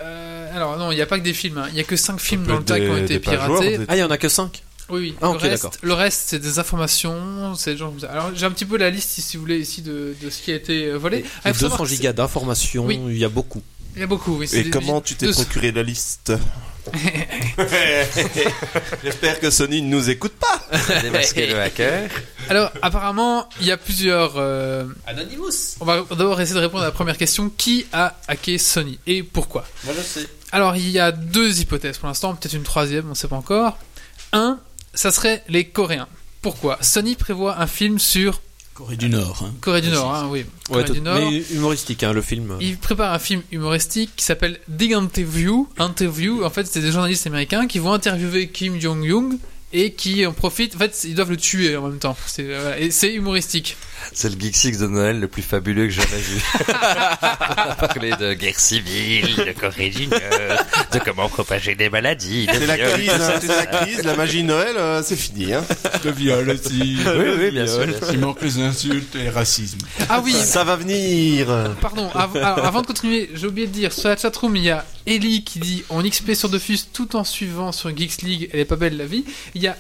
Speaker 1: Euh, alors non, il n'y a pas que des films. hein. Il n'y a que 5 films
Speaker 3: peut
Speaker 1: dans le
Speaker 3: être
Speaker 1: tas qui ont
Speaker 3: des-
Speaker 1: été
Speaker 3: des pages Word,
Speaker 1: piratés.
Speaker 3: des-
Speaker 2: Ah, il y en a que 5
Speaker 1: Oui, oui.
Speaker 2: Ah,
Speaker 1: le,
Speaker 2: ok, d'accord.
Speaker 1: reste, le reste, c'est des informations, c'est des gens comme ça. Alors j'ai un petit peu la liste, si- si vous voulez, ici de, de ce qui a été euh, volé. Ah, il faut savoir
Speaker 2: 200
Speaker 1: que
Speaker 2: gigas d'informations,
Speaker 1: Oui.
Speaker 2: il y a beaucoup.
Speaker 1: c'est- Il y a beaucoup. Oui, c'est
Speaker 3: Et
Speaker 1: des-
Speaker 3: comment tu t'es
Speaker 1: de-
Speaker 3: procuré la liste J'espère que Sony ne nous écoute pas.
Speaker 4: Démasquer
Speaker 2: Eh,
Speaker 4: le hacker.
Speaker 1: Alors apparemment, il y a plusieurs. euh,
Speaker 2: Anonymous
Speaker 1: On va d'abord essayer de répondre à la première question qui a hacké Sony et pourquoi
Speaker 2: Moi je sais.
Speaker 1: Alors, il y a deux hypothèses pour l'instant, peut-être une troisième, on ne sait pas encore. Un, ça serait les Coréens. Pourquoi Sony prévoit un film sur
Speaker 5: Corée du Nord. hein.
Speaker 1: Corée du Nord, hein, oui. Corée
Speaker 2: Ouais, tout-
Speaker 1: du Nord.
Speaker 2: mais humoristique, hein, le film.
Speaker 1: Il prépare un film humoristique qui s'appelle Dig Interview. Interview, en fait, c'est des journalistes américains qui vont interviewer Kim Jong-un et qui en profitent. En fait, ils doivent le tuer en même temps. C'est euh, voilà. Et c'est humoristique.
Speaker 4: C'est le Geek Six de Noël le plus fabuleux que j'ai jamais vu. On a parlé de guerre civile, de Corée du Nord, de comment propager des maladies. de
Speaker 3: C'est la
Speaker 4: viol.
Speaker 3: crise, hein, c'est la crise, la magie de Noël, euh, c'est fini. Hein.
Speaker 6: Le viol aussi.
Speaker 2: euh,
Speaker 4: Oui, oui, bien sûr. bien sûr.
Speaker 6: Il manque les insultes et le racisme.
Speaker 1: Ah oui,
Speaker 3: Ça va venir.
Speaker 1: pardon, av- alors, avant de continuer, j'ai oublié de dire, sur la chatroom, il y a Ellie qui dit en XP sur Dofus tout en suivant sur Geeks League, elle est pas belle la vie. Il y a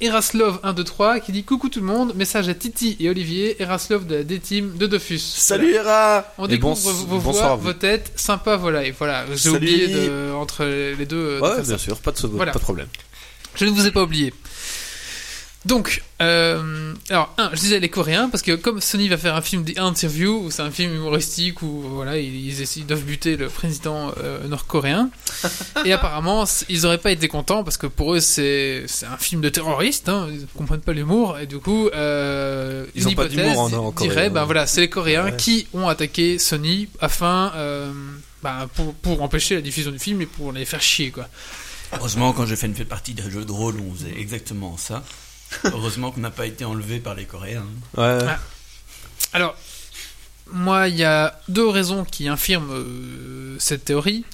Speaker 1: Eraslov123 qui dit coucou tout le monde, message à Titi et Olivier, Eraslov de la D-Team de Dofus.
Speaker 3: Salut Hera
Speaker 1: On
Speaker 2: Et
Speaker 1: découvre
Speaker 2: bons-
Speaker 1: vos, vos
Speaker 2: bonsoir à
Speaker 1: voix,
Speaker 2: vous.
Speaker 1: vos têtes, sympa, voilà. Et voilà, j'ai
Speaker 3: Salut.
Speaker 1: oublié de, entre les deux. euh, de
Speaker 2: Ouais,
Speaker 1: faire ça.
Speaker 2: bien sûr, pas de,
Speaker 1: Voilà.
Speaker 2: pas de problème.
Speaker 1: Je ne vous ai pas oublié. Donc, euh, alors, un, je disais les Coréens, parce que comme Sony va faire un film d'interview, ou c'est un film humoristique, où voilà, ils, ils essaient- ils doivent buter le président euh, nord-coréen, et apparemment, c- ils n'auraient pas été contents, parce que pour eux, c'est c'est un film de terroriste, hein, ils ne comprennent pas l'humour, et du coup, euh,
Speaker 2: Ils
Speaker 1: une
Speaker 2: ont pas
Speaker 1: hypothèse
Speaker 2: d'humour en- en Corée,
Speaker 1: dirait,
Speaker 2: ouais.
Speaker 1: ben voilà, c'est les Coréens
Speaker 3: Ouais.
Speaker 1: qui ont attaqué Sony afin, euh, ben, pour, pour empêcher la diffusion du film et pour les faire chier, quoi.
Speaker 5: Heureusement, quand j'ai fait une fait partie d'un jeu de rôle, on faisait exactement ça. Heureusement qu'on n'a pas été enlevé par les Coréens.
Speaker 2: Ouais.
Speaker 1: Ah. Alors, moi, il y a deux raisons qui infirment euh, cette théorie.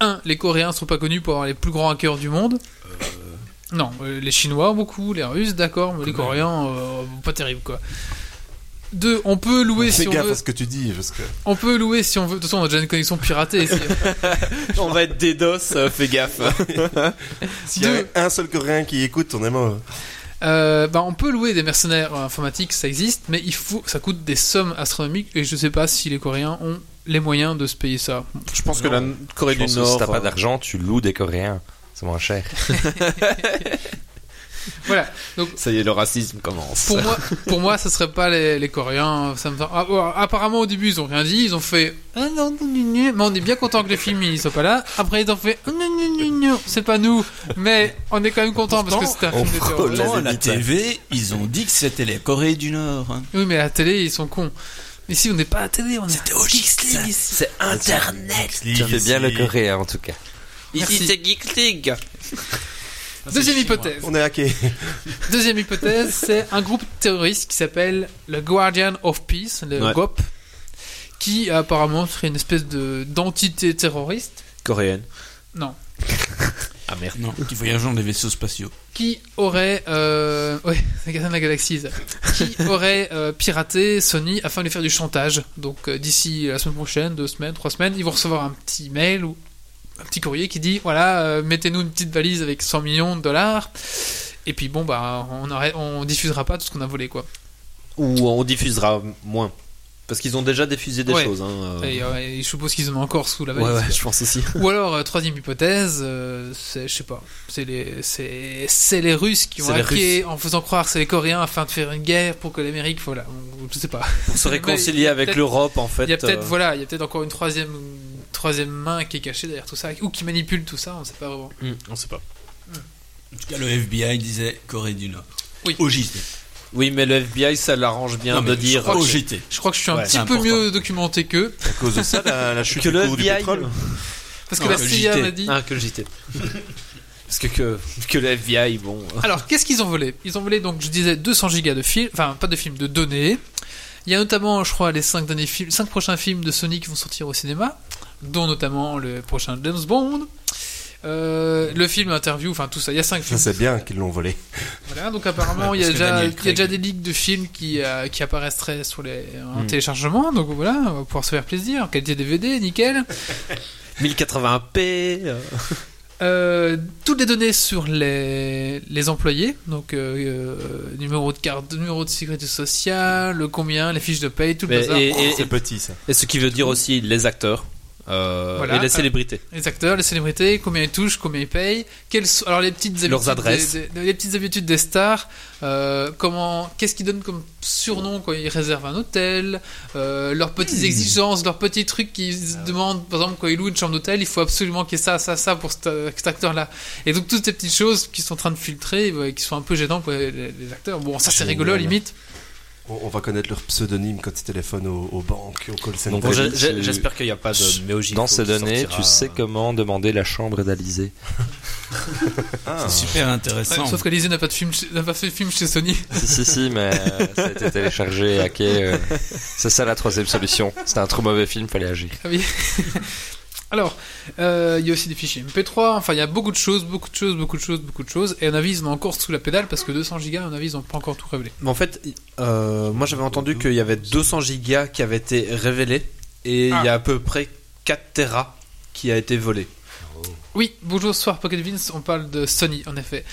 Speaker 1: Un, les Coréens sont pas connus pour avoir les plus grands hackers du monde. Non, euh, les Chinois beaucoup, les Russes, d'accord, mais les Coréens, euh, pas terrible quoi. Deux, on peut louer
Speaker 3: Fais
Speaker 1: si on
Speaker 3: gaffe
Speaker 1: veut.
Speaker 3: à ce que tu dis, parce que...
Speaker 1: On peut louer si on veut. De toute façon, on a déjà une connexion piratée. ici.
Speaker 2: On va être DDoS, euh, fais gaffe.
Speaker 3: S'il y
Speaker 1: Deux.
Speaker 3: avait un seul Coréen qui écoute, on est mort.
Speaker 1: Euh, bah, on peut louer des mercenaires euh, informatiques, ça existe, mais il faut, ça coûte des sommes astronomiques et je sais pas si les Coréens ont les moyens de se payer ça.
Speaker 2: Je pense que la Corée
Speaker 4: Je pense
Speaker 2: du
Speaker 4: que
Speaker 2: Nord.
Speaker 4: si t'as
Speaker 2: euh, Ah,
Speaker 4: pas d'argent, tu loues des Coréens. C'est moins cher.
Speaker 1: Voilà.
Speaker 2: Ça y est, le racisme commence.
Speaker 1: pour moi, pour moi, ça serait pas les, les Coréens. Ça me semble- Ah, bon, apparemment, au début, ils ont rien dit. Ils ont fait. Ah, non, non, non, non. Mais on est bien content que les films ils soient pas là. Après, ils ont fait. Ah, non, non, non, non. C'est pas nous, mais on est quand même content parce que c'était un film de terreur.
Speaker 5: Pourtant, à la TV, ils ont dit que c'était les Corées du Nord. hein.
Speaker 1: Oui, mais à la télé, ils sont cons. Ici, on n'est pas à la télé, on est.
Speaker 5: C'était au Geeks C'est Internet.
Speaker 4: Tu fais bien le Coréen, en tout cas.
Speaker 1: Merci.
Speaker 2: Geek League.
Speaker 1: Deuxième hypothèse.
Speaker 3: On est hacké.
Speaker 1: Deuxième hypothèse, c'est un groupe terroriste qui s'appelle le Guardian of Peace, le
Speaker 2: Ouais.
Speaker 1: GOP, qui apparemment serait une espèce de d'entité terroriste.
Speaker 2: Coréenne.
Speaker 1: Non.
Speaker 2: Ah merde.
Speaker 5: Non, qui voyagent dans des vaisseaux spatiaux.
Speaker 1: qui aurait euh, ouais c'est Gardien de la Galaxie ça. qui aurait euh, piraté Sony afin de lui faire du chantage donc euh, d'ici la semaine prochaine deux semaines trois semaines ils vont recevoir un petit mail ou un petit courrier qui dit voilà euh, mettez-nous une petite valise avec 100 millions de dollars et puis bon bah on aurait, on diffusera pas tout ce qu'on a volé quoi
Speaker 2: Ou on diffusera moins. Parce qu'ils ont déjà diffusé des
Speaker 1: Ouais.
Speaker 2: choses. Hein, euh.
Speaker 1: et, euh, et je suppose qu'ils en ont encore sous la
Speaker 2: Ouais,
Speaker 1: valise
Speaker 2: ouais, je pense aussi.
Speaker 1: ou alors euh, troisième hypothèse euh, c'est je sais pas c'est les c'est c'est les Russes qui ont
Speaker 2: C'est les
Speaker 1: hacké en faisant croire que c'est les Coréens afin de faire une guerre pour que l'Amérique voilà on- je sais pas
Speaker 2: Pour se
Speaker 1: Mais
Speaker 2: réconcilier avec
Speaker 1: peut-être-
Speaker 2: l'Europe, en fait.
Speaker 1: Il y a peut-être
Speaker 2: euh,
Speaker 1: voilà, il y a peut-être encore une troisième troisième main qui est cachée derrière tout ça ou qui manipule tout ça, on sait pas vraiment.
Speaker 2: hmm, on sait pas.
Speaker 5: En tout cas, le FBI disait Corée du Nord.
Speaker 1: Oui.
Speaker 5: Au JT.
Speaker 2: Oui, mais le FBI, ça l'arrange bien
Speaker 5: Non, mais
Speaker 2: de
Speaker 5: je
Speaker 2: dire.
Speaker 5: crois que
Speaker 2: euh,
Speaker 5: Au JT.
Speaker 1: Je crois que je suis un
Speaker 5: Ouais,
Speaker 1: petit
Speaker 5: c'est
Speaker 1: peu
Speaker 5: important.
Speaker 1: mieux documenté qu'eux
Speaker 3: À cause de ça, la, la chute
Speaker 2: que
Speaker 3: du
Speaker 2: le
Speaker 3: cours du
Speaker 2: FBI.
Speaker 3: pétrole.
Speaker 1: parce que
Speaker 5: Non,
Speaker 1: la
Speaker 5: que
Speaker 1: CIA
Speaker 5: JT.
Speaker 1: m'a dit.
Speaker 2: Ah, que le JT. Parce que, que, que le FBI, bon. euh,
Speaker 1: Alors, qu'est-ce qu'ils ont volé Ils ont volé donc je disais 200 gigas de films, enfin pas de films de données. Il y a notamment, je crois, les 5 derniers films, cinq prochains films de Sony qui vont sortir au cinéma, dont notamment le prochain James Bond. Euh, le film interview, enfin tout ça, il y a 5
Speaker 3: Ça,
Speaker 1: films.
Speaker 3: c'est bien qu'ils l'ont volé.
Speaker 1: Voilà, donc apparemment,
Speaker 5: Ouais,
Speaker 1: il, y a
Speaker 5: parce que
Speaker 1: déjà,
Speaker 5: Daniel
Speaker 1: il y a
Speaker 5: Craig-
Speaker 1: déjà des ligues de films qui, euh, qui apparaîtraient sur les,
Speaker 5: Hmm.
Speaker 1: en téléchargement, donc voilà, on va pouvoir se faire plaisir. Qualité DVD, nickel.
Speaker 2: 1080p. euh,
Speaker 1: Euh, toutes les données sur les, les employés, donc euh, euh, numéro de carte, numéro de sécurité sociale, le combien, les fiches de paye, tout le
Speaker 2: mais-
Speaker 1: bazar.
Speaker 2: et, et-
Speaker 3: C'est petit, ça.
Speaker 2: et ce qui veut dire aussi les acteurs. euh,
Speaker 1: Voilà.
Speaker 2: et les célébrités.
Speaker 1: Les acteurs, les célébrités, combien ils touchent, combien ils payent, quelles sont alors les petites habitudes
Speaker 2: Leurs adresses.
Speaker 1: des- des- les petites habitudes des stars, euh, comment, qu'est-ce qu'ils donnent comme surnom quand ils réservent un hôtel, euh, leurs
Speaker 2: Hmm.
Speaker 1: petites exigences, leurs petits trucs qu'ils
Speaker 2: Ah
Speaker 1: se demandent, par exemple quand ils louent une chambre d'hôtel, il faut absolument qu'il y ait ça, ça, ça pour cet, euh, cet acteur-là. Et donc toutes ces petites choses qui sont en train de filtrer, euh, qui sont un peu gênantes pour les, les- les acteurs. Bon,
Speaker 2: Ah,
Speaker 1: ça c'est
Speaker 3: Génial.
Speaker 1: rigolo limite.
Speaker 3: On, on va connaître leur pseudonyme quand ils téléphonent aux, aux banques, aux call centers.
Speaker 4: Donc,
Speaker 2: Bon,
Speaker 4: on-
Speaker 2: j'ai-
Speaker 4: c'est-
Speaker 2: j'ai- J'espère qu'il n'y a pas de méogito
Speaker 4: Dans ces
Speaker 2: qui
Speaker 4: données,
Speaker 2: sortira.
Speaker 4: tu sais comment demander la chambre d'Alizé.
Speaker 3: Ah.
Speaker 5: C'est super intéressant.
Speaker 1: Sauf qu'Alizé n'a pas de film, chez- n'a pas fait de film chez Sony.
Speaker 4: si, si, si, mais euh, ça a été téléchargé, hacké. euh, C'est ça la troisième solution. C'était un trop mauvais film, fallait agir.
Speaker 1: Ah oui. Alors, euh, il y a aussi des fichiers MP3, enfin il y a beaucoup de choses, beaucoup de choses, beaucoup de choses, beaucoup de choses, et à mon avis ils en ont encore sous la pédale parce que 200 gigas, à mon avis ils n'ont pas encore tout révélé.
Speaker 2: Mais en fait, euh, moi j'avais entendu qu'il y avait 200 gigas qui avaient été révélés et il y a à peu près 4 Tera qui a été volé.
Speaker 1: Oui, bonjour, soir Pocket Vince, on parle de Sony en effet.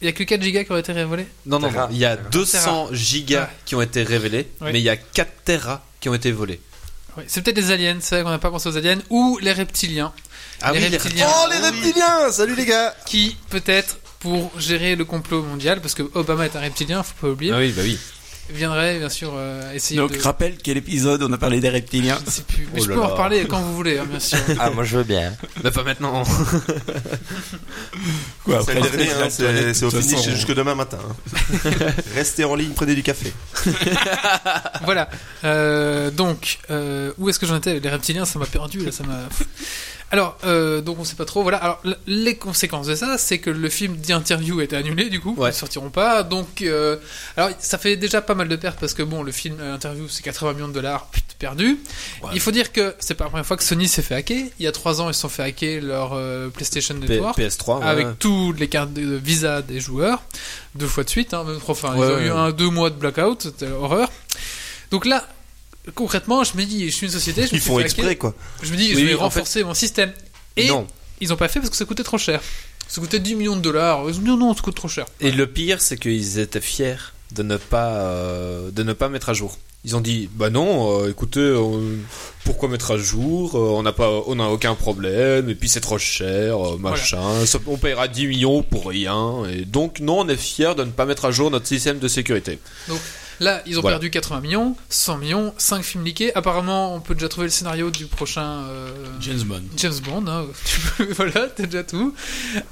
Speaker 1: Il y a que 4 gigas qui ont été révélés
Speaker 2: Non, non,
Speaker 4: Tera.
Speaker 2: non. Il y a 200 gigas
Speaker 1: Ouais.
Speaker 2: qui ont été révélés,
Speaker 1: Oui.
Speaker 2: mais il y a 4 Tera qui ont été volés.
Speaker 1: Oui, C'est peut-être les aliens, c'est vrai qu'on n'a pas pensé aux aliens, ou les reptiliens.
Speaker 2: Ah
Speaker 1: les
Speaker 2: oui, les
Speaker 1: reptiliens
Speaker 3: Oh les reptiliens Salut les gars
Speaker 1: qui peut-être pour gérer le complot mondial, parce que Obama est un reptilien, faut pas oublier,
Speaker 2: oui, bah oui.
Speaker 1: viendrait bien sûr euh, essayer
Speaker 5: Donc,
Speaker 1: de...
Speaker 5: rappelle quel épisode on a parlé des reptiliens.
Speaker 1: Je sais plus, mais
Speaker 2: Oh
Speaker 1: je
Speaker 2: là
Speaker 1: peux en
Speaker 2: là.
Speaker 1: reparler quand vous voulez, hein, bien sûr.
Speaker 4: Ah, moi je veux bien.
Speaker 2: Mais Bah, pas maintenant.
Speaker 5: Quoi,
Speaker 3: C'est le dernier, hein, c'est c'est au finish c'est
Speaker 5: jusque.
Speaker 3: jusque demain matin. hein. Restez en ligne, prenez du café.
Speaker 1: voilà. Euh, donc, euh, où est-ce que j'en étais Les reptiliens, ça m'a perdu. Là, ça m'a. Alors, euh, donc on sait pas trop. Voilà. Alors, l- les conséquences de ça, c'est que le film The Interview a été annulé. Du coup,
Speaker 2: Ouais.
Speaker 1: ils sortiront pas. Donc, euh, alors ça fait déjà pas mal de pertes parce que bon, le film euh, Interview, c'est 80 millions de dollars perdus. Il faut dire que c'est pas la première fois que Sony s'est fait hacker. Il y a trois ans, ils se sont fait hacker leur euh, PlayStation Network
Speaker 2: PS3, Oh, ouais.
Speaker 1: avec toutes les cartes de de visa des joueurs, deux fois de suite, hein, même trois fois.
Speaker 2: Ouais,
Speaker 1: ils ont
Speaker 2: ouais.
Speaker 1: eu un, deux mois de blackout, c'était horreur. Donc là, concrètement, je me dis, je suis une société, je me
Speaker 3: Ils
Speaker 1: suis
Speaker 3: font
Speaker 1: fait
Speaker 3: exprès
Speaker 1: hacker,
Speaker 3: quoi.
Speaker 1: je me dis,
Speaker 2: Oui,
Speaker 1: je vais
Speaker 2: en fait-
Speaker 1: renforcer mon système. Et
Speaker 2: Non.
Speaker 1: ils n'ont pas fait parce que ça coûtait trop cher. Ça coûtait 10 millions de dollars. Ils ont dit, Non, non, ça coûte trop cher.
Speaker 2: Et le pire, c'est qu'ils étaient fiers de ne pas euh, de ne pas mettre à jour. Ils ont dit bah non, euh, écoutez, euh, pourquoi mettre à jour Euh, On n'a pas, on n'a aucun problème. Et puis c'est trop cher, euh, machin. Ça- on paiera 10 millions pour rien. Et donc non, on est fiers de ne pas mettre à jour notre système de sécurité.
Speaker 1: Là, ils ont
Speaker 2: Voilà.
Speaker 1: perdu 80 millions, 100 millions, 5 films leakés. Apparemment, on peut déjà trouver le scénario du prochain. euh,
Speaker 5: James Bond.
Speaker 1: James Bond, hein. Tu peux- voilà, t'as déjà tout.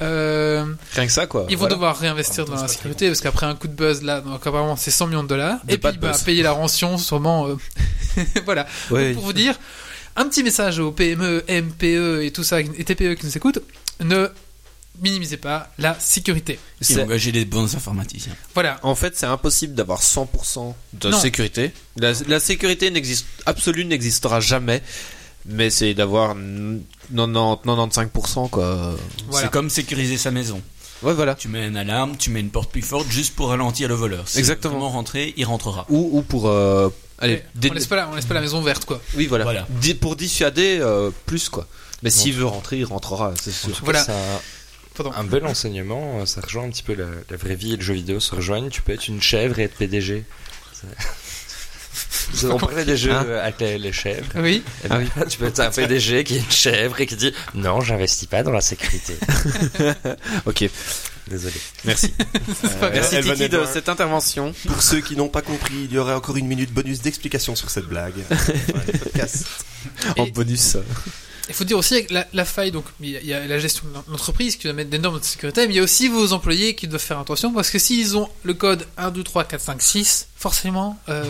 Speaker 1: Euh,
Speaker 2: Rien que ça quoi.
Speaker 1: Ils vont
Speaker 2: Bah, Voilà.
Speaker 1: devoir réinvestir dans la sécurité parce qu'après un coup de buzz là, donc apparemment c'est 100 millions de dollars.
Speaker 2: Des
Speaker 1: et
Speaker 2: pas
Speaker 1: puis
Speaker 2: de
Speaker 1: bah,
Speaker 2: buzz.
Speaker 1: payer la rançon, sûrement. euh, voilà.
Speaker 2: Ouais.
Speaker 1: Pour vous dire, un petit message aux E, PME, MPE et tout ça, et TPE qui nous écoutent, ne minimisez pas la sécurité.
Speaker 5: Ils ont
Speaker 2: C'est-
Speaker 5: engagé des bons informaticiens.
Speaker 1: Voilà.
Speaker 2: En fait, c'est impossible d'avoir 100% de
Speaker 1: Non.
Speaker 2: sécurité. La, la sécurité n'existe absolue n'existera jamais, mais c'est d'avoir 90 95% quoi.
Speaker 1: Voilà.
Speaker 5: C'est comme sécuriser sa maison.
Speaker 2: Ouais, voilà.
Speaker 5: Tu mets une alarme, tu mets une porte plus forte juste pour ralentir le voleur. C'est
Speaker 2: Exactement.
Speaker 5: vraiment rentrer, il rentrera.
Speaker 2: Ou, ou pour euh, allez,
Speaker 1: Ouais,
Speaker 2: dé-
Speaker 1: Eh, on, laisse pas la, on laisse pas la maison verte quoi.
Speaker 2: oui voilà,
Speaker 5: Voilà.
Speaker 2: Di- pour dissuader euh, plus quoi. Mais s'il veut rentrer, il rentrera, c'est sûr.
Speaker 1: Voilà.
Speaker 4: Ça
Speaker 2: Ah.
Speaker 1: Pardon.
Speaker 4: un bel enseignement. euh, Ça rejoint un petit peu la, la vraie vie et le jeu vidéo se rejoignent. Tu peux être une chèvre et être PDG. C'est- On parlait des jeux
Speaker 2: Hein
Speaker 4: euh, avec les, les chèvres.
Speaker 1: Oui.
Speaker 4: Eh ben, Tu peux être un PDG qui est une chèvre et qui dit non, j'investis pas dans la sécurité.
Speaker 2: Ok,
Speaker 4: Désolé.
Speaker 2: merci.
Speaker 1: C'est pas grave.
Speaker 2: merci
Speaker 3: elle va
Speaker 2: Titi
Speaker 3: nous
Speaker 2: de
Speaker 3: voir.
Speaker 2: cette intervention.
Speaker 3: Pour ceux qui n'ont pas compris, il y aurait encore une minute bonus d'explication sur cette blague. Ouais, le podcast.
Speaker 2: En
Speaker 1: Et-
Speaker 2: bonus.
Speaker 1: Il faut dire aussi que la, la faille, donc il y, a- il y a la gestion de l'entreprise qui doit mettre des normes de sécurité, mais il y a aussi vos employés qui doivent faire attention parce que s'ils ont le code 1, 2, 3, 4, 5, 6, forcément, euh,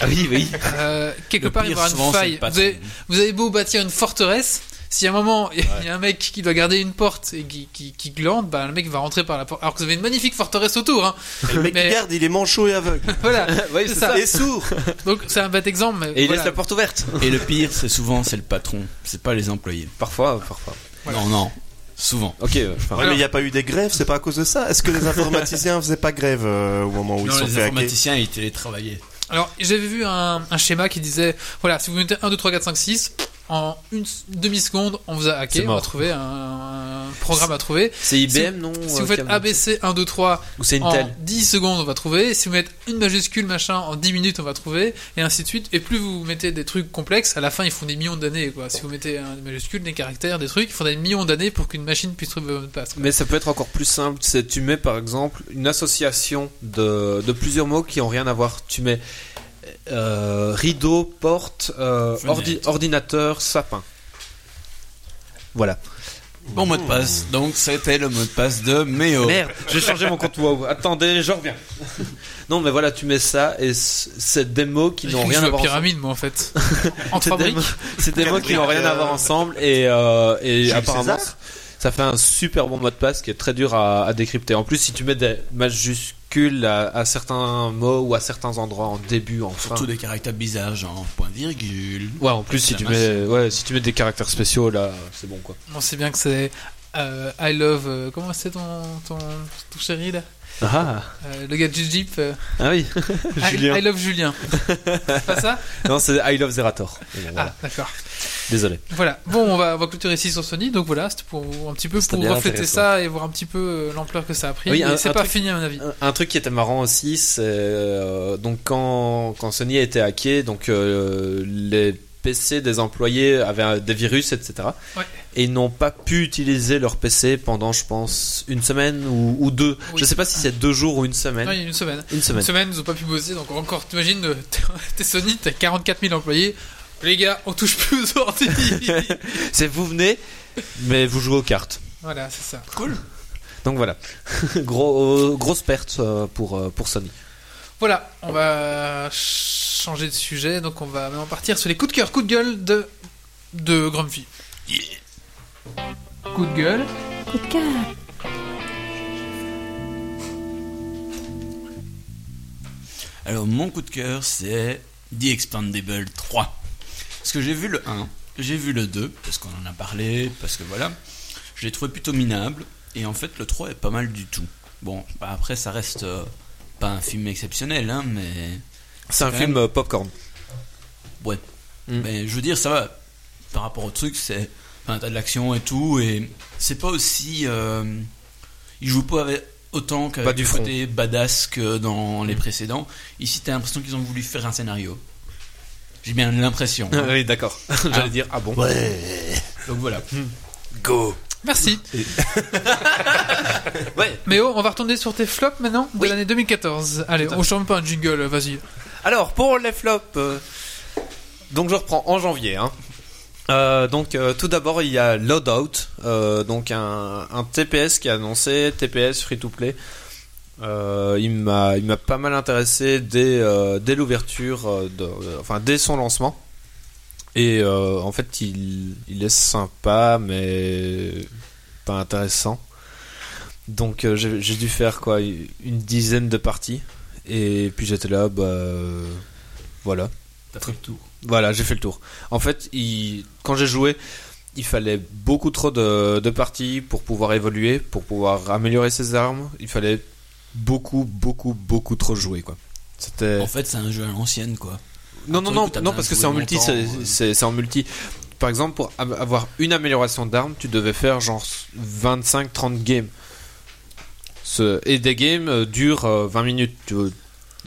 Speaker 2: Ah oui, oui.
Speaker 1: euh, quelque
Speaker 5: Le
Speaker 1: part il
Speaker 5: pire,
Speaker 1: y aura
Speaker 5: souvent,
Speaker 1: une
Speaker 5: c'est le
Speaker 1: faille. Vous
Speaker 5: patron.
Speaker 1: avez, vous avez beau bâtir une forteresse, si à un moment il y a- il y a un mec qui doit garder une porte et qui, qui, qui glande, bah, le mec va rentrer par la porte. Alors que vous avez une magnifique forteresse autour, hein.
Speaker 3: Et Le mec
Speaker 1: Mais-
Speaker 3: qui garde, il est manchot et aveugle.
Speaker 1: voilà.
Speaker 2: oui,
Speaker 1: C'est
Speaker 2: c'est
Speaker 1: ça.
Speaker 2: ça.
Speaker 3: Et sourd
Speaker 1: Donc c'est un bête exemple. Mais
Speaker 2: Et il
Speaker 1: voilà.
Speaker 2: laisse la porte ouverte.
Speaker 5: Et le pire, c'est souvent, c'est le patron. C'est pas les employés.
Speaker 2: Parfois, parfois.
Speaker 1: Voilà.
Speaker 5: Non, non. Souvent.
Speaker 2: Ok. euh, enfin,
Speaker 3: Ouais, mais il n'y a pas eu des grèves, c'est pas à cause de ça. Est-ce que les informaticiens faisaient pas grève euh, au moment où ils
Speaker 5: non,
Speaker 3: se sont
Speaker 5: les
Speaker 3: fait hacker
Speaker 5: informaticiens, ils télétravaillaient.
Speaker 1: Alors j'avais vu un, un schéma qui disait voilà, si vous mettez 1, 2, 3, 4, 5, 6, en une s- demi-seconde, on vous a hacké,
Speaker 2: C'est
Speaker 1: on va
Speaker 2: mort.
Speaker 1: trouver un, un programme à trouver.
Speaker 2: C'est IBM, non
Speaker 1: Si
Speaker 2: euh,
Speaker 1: vous faites
Speaker 2: Cameron
Speaker 1: ABC 1, 2, 3,
Speaker 2: Ou c'est
Speaker 1: en
Speaker 2: Intel
Speaker 1: 10 secondes, on va trouver. Si vous mettez une majuscule, machin, en 10 minutes, on va trouver. Et ainsi de suite. Et plus vous mettez des trucs complexes, à la fin, ils font des millions d'années. quoi. Si vous mettez un, des majuscules, des caractères, des trucs, il faudra des millions d'années pour qu'une machine puisse trouver votre mot de passe. quoi.
Speaker 2: Mais ça peut être encore plus simple. C'est tu mets par exemple une association de, de plusieurs mots qui ont rien à voir. Tu mets euh, rideau, porte, euh, ordi-
Speaker 5: Fenêtre.
Speaker 2: ordinateur, sapin. Voilà.
Speaker 5: Bon mot de passe. Donc c'était le mot de passe de Méo.
Speaker 2: Merde, j'ai changé mon compte Oh. WoW. Attendez, je reviens. non, mais voilà, tu mets ça et c- c'est des mots qui
Speaker 1: J'ai
Speaker 2: n'ont
Speaker 1: cru que
Speaker 2: rien
Speaker 1: je
Speaker 2: à
Speaker 1: jouais
Speaker 2: voir. ensemble.
Speaker 1: pyramide, moi, en fait. en
Speaker 2: C'est
Speaker 1: trois
Speaker 2: des,
Speaker 1: briques.
Speaker 2: mots- c'est des mots qui n'ont rien à voir ensemble et, euh, et
Speaker 3: Jules
Speaker 2: apparemment
Speaker 3: César
Speaker 2: ça fait un super bon mot de passe qui est très dur à, à décrypter. En plus, si tu mets des majuscules à, à certains mots ou à certains endroits en début, en fin.
Speaker 5: Surtout des caractères bizarres, genre point virgule.
Speaker 2: Ouais, en plus si tu mets, ouais, si tu mets des caractères spéciaux là, c'est bon quoi.
Speaker 1: On sait bien que c'est euh, I love. euh, comment c'est ton, ton, ton chéri là
Speaker 2: Ah,
Speaker 1: Euh, Le gars de Jeep. euh,
Speaker 2: oui.
Speaker 1: I-
Speaker 2: Julien.
Speaker 1: I, love Julien. c'est pas ça
Speaker 2: non, c'est I Love Zerator. Mais bon, voilà.
Speaker 1: Ah, d'accord.
Speaker 2: Désolé.
Speaker 1: Voilà. Bon, on va, on va clôturer ici sur Sony. Donc voilà, c'était pour vous- un petit peu
Speaker 2: C'était
Speaker 1: pour
Speaker 2: bien
Speaker 1: refléter
Speaker 2: intéressant.
Speaker 1: ça et voir un petit peu euh, l'ampleur que ça a pris.
Speaker 2: Oui,
Speaker 1: Mais
Speaker 2: un-
Speaker 1: c'est
Speaker 2: un
Speaker 1: pas
Speaker 2: truc-
Speaker 1: fini à mon avis.
Speaker 2: Un, un truc qui était marrant aussi, c'est euh, donc quand, quand Sony a été hacké, donc euh, les PC des employés avaient euh, des virus, etc.
Speaker 1: Ouais.
Speaker 2: Et ils n'ont pas pu utiliser leur PC pendant, je pense, une semaine ou, ou deux.
Speaker 1: Oui.
Speaker 2: Je sais pas si c'est deux jours ou une semaine.
Speaker 1: Non, il y a une semaine.
Speaker 2: Une
Speaker 1: Une
Speaker 2: semaine.
Speaker 1: semaine, ils ont pas pu bosser. Donc encore, t'imagines, euh, t'es Sony, t'as 44 000 employés. Les gars, on touche plus aux ordi.
Speaker 2: c'est vous venez, mais vous jouez aux cartes.
Speaker 1: voilà, c'est ça.
Speaker 2: Donc voilà, Gros, grosse perte euh, pour, euh, pour Sony.
Speaker 1: Voilà, on va ch- changer de sujet, donc on va maintenant partir sur les coups de cœur, coups de gueule de, de Grumpy. Coup de gueule.
Speaker 7: Coup de cœur.
Speaker 5: Alors mon coup de cœur c'est The Expandable 3. Parce que j'ai vu le 1, que j'ai vu le 2, parce qu'on en a parlé, parce que voilà. Je l'ai trouvé plutôt minable, et en fait le 3 est pas mal du tout. Bon, bah, après ça reste euh, pas un film exceptionnel, hein, mais...
Speaker 2: C'est un
Speaker 5: quand
Speaker 2: film
Speaker 5: même-
Speaker 2: euh, popcorn.
Speaker 5: Ouais.
Speaker 2: Mm.
Speaker 5: Mais je veux dire, ça va. Par rapport au truc, c'est. Enfin, t'as de l'action et tout, et c'est pas aussi. euh, il joue pas avec- autant qu'avec
Speaker 2: Pas du
Speaker 5: le
Speaker 2: front. Mm.
Speaker 5: côté badass que dans les précédents. Ici, t'as l'impression qu'ils ont voulu faire un scénario. J'ai bien l'impression. hein.
Speaker 2: oui, d'accord. J'allais
Speaker 5: Ah.
Speaker 2: dire, ah bon.
Speaker 5: Donc voilà.
Speaker 2: Mm.
Speaker 4: Go
Speaker 1: Merci.
Speaker 2: Ouais.
Speaker 1: Mais oh, on va retourner sur tes flops maintenant de l'année 2014. Allez, on change pas un jingle, vas-y.
Speaker 2: Alors, pour les flops, euh, donc je reprends en janvier. hein. Euh, donc, euh, tout d'abord, il y a Loadout, euh, donc un, un TPS qui a annoncé, TPS free to play. Euh, il m'a il m'a pas mal intéressé dès, euh, dès l'ouverture, euh, de- euh, enfin dès son lancement. Et euh, en fait, il, il est sympa, mais pas intéressant. Donc, euh, j'ai j'ai dû faire quoi Une dizaine de parties. Et puis j'étais là, bah. euh, Voilà.
Speaker 5: T'as fait le tour.
Speaker 2: Voilà, j'ai fait le tour. En fait, il- quand j'ai joué, il fallait beaucoup trop de, de parties pour pouvoir évoluer, pour pouvoir améliorer ses armes. Il fallait beaucoup, beaucoup, beaucoup trop jouer, quoi. C'était.
Speaker 5: En fait, c'est un jeu à l'ancienne, quoi.
Speaker 2: Non, non,
Speaker 5: un truc
Speaker 2: non,
Speaker 5: où t'as
Speaker 2: non,
Speaker 5: bien
Speaker 2: parce que
Speaker 5: joué
Speaker 2: c'est en multi,
Speaker 5: longtemps,
Speaker 2: c'est
Speaker 5: euh.
Speaker 2: c'est- c'est en multi. Par exemple, pour av- avoir une amélioration d'arme, tu devais faire genre 25-30 games. Ce- et des games euh, durent euh, 20 minutes. tu vois.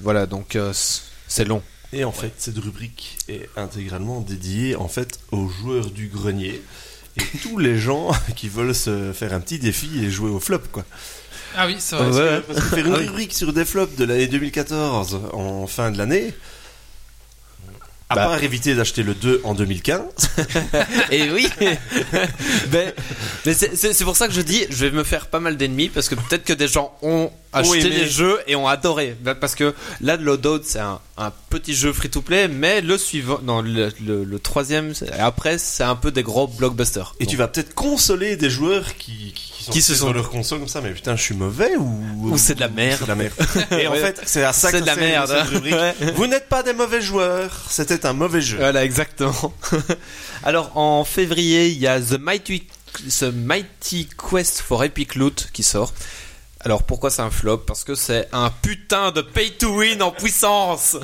Speaker 2: Voilà, donc euh, c- c'est long.
Speaker 3: Et en fait, cette rubrique est intégralement dédiée en fait aux joueurs du grenier et tous les gens qui veulent se faire un petit défi et jouer au flop quoi.
Speaker 1: Ah oui, c'est vrai.
Speaker 3: Parce que- parce que faire
Speaker 5: Ah
Speaker 3: une rubrique sur des flops de l'année 2014 en fin de l'année. À
Speaker 2: Bah.
Speaker 3: part éviter d'acheter le 2 en 2015,
Speaker 2: Et Eh oui Ben, Mais c'est- c'est c'est pour ça que je dis, je vais me faire pas mal d'ennemis, parce que peut-être que des gens ont acheté
Speaker 3: aimé.
Speaker 2: les jeux et ont adoré. Ben, Parce que là, de Loadout, c'est un, un petit jeu free-to-play, mais le suivant, non, le, le- le troisième, c'est- après, c'est un peu des gros blockbusters.
Speaker 3: et tu vas peut-être consoler des joueurs qui, qui, sont,
Speaker 2: Qui se
Speaker 3: sur
Speaker 2: sont-
Speaker 3: leur console comme ça, mais putain, je suis mauvais ou.
Speaker 2: Ou c'est de la merde.
Speaker 3: C'est de la merde. Et en
Speaker 2: Ouais.
Speaker 3: fait, c'est à ça
Speaker 2: C'est
Speaker 3: que
Speaker 2: de la
Speaker 3: sert
Speaker 2: merde,
Speaker 3: cette
Speaker 2: hein.
Speaker 3: rubrique.
Speaker 2: Ouais.
Speaker 3: Vous n'êtes pas des mauvais joueurs, c'était un mauvais jeu.
Speaker 2: Voilà, exactement. Alors, en février, il y a The Mighty, The Mighty Quest for Epic Loot qui sort. Alors, pourquoi c'est un flop Parce que c'est un putain de pay to win en puissance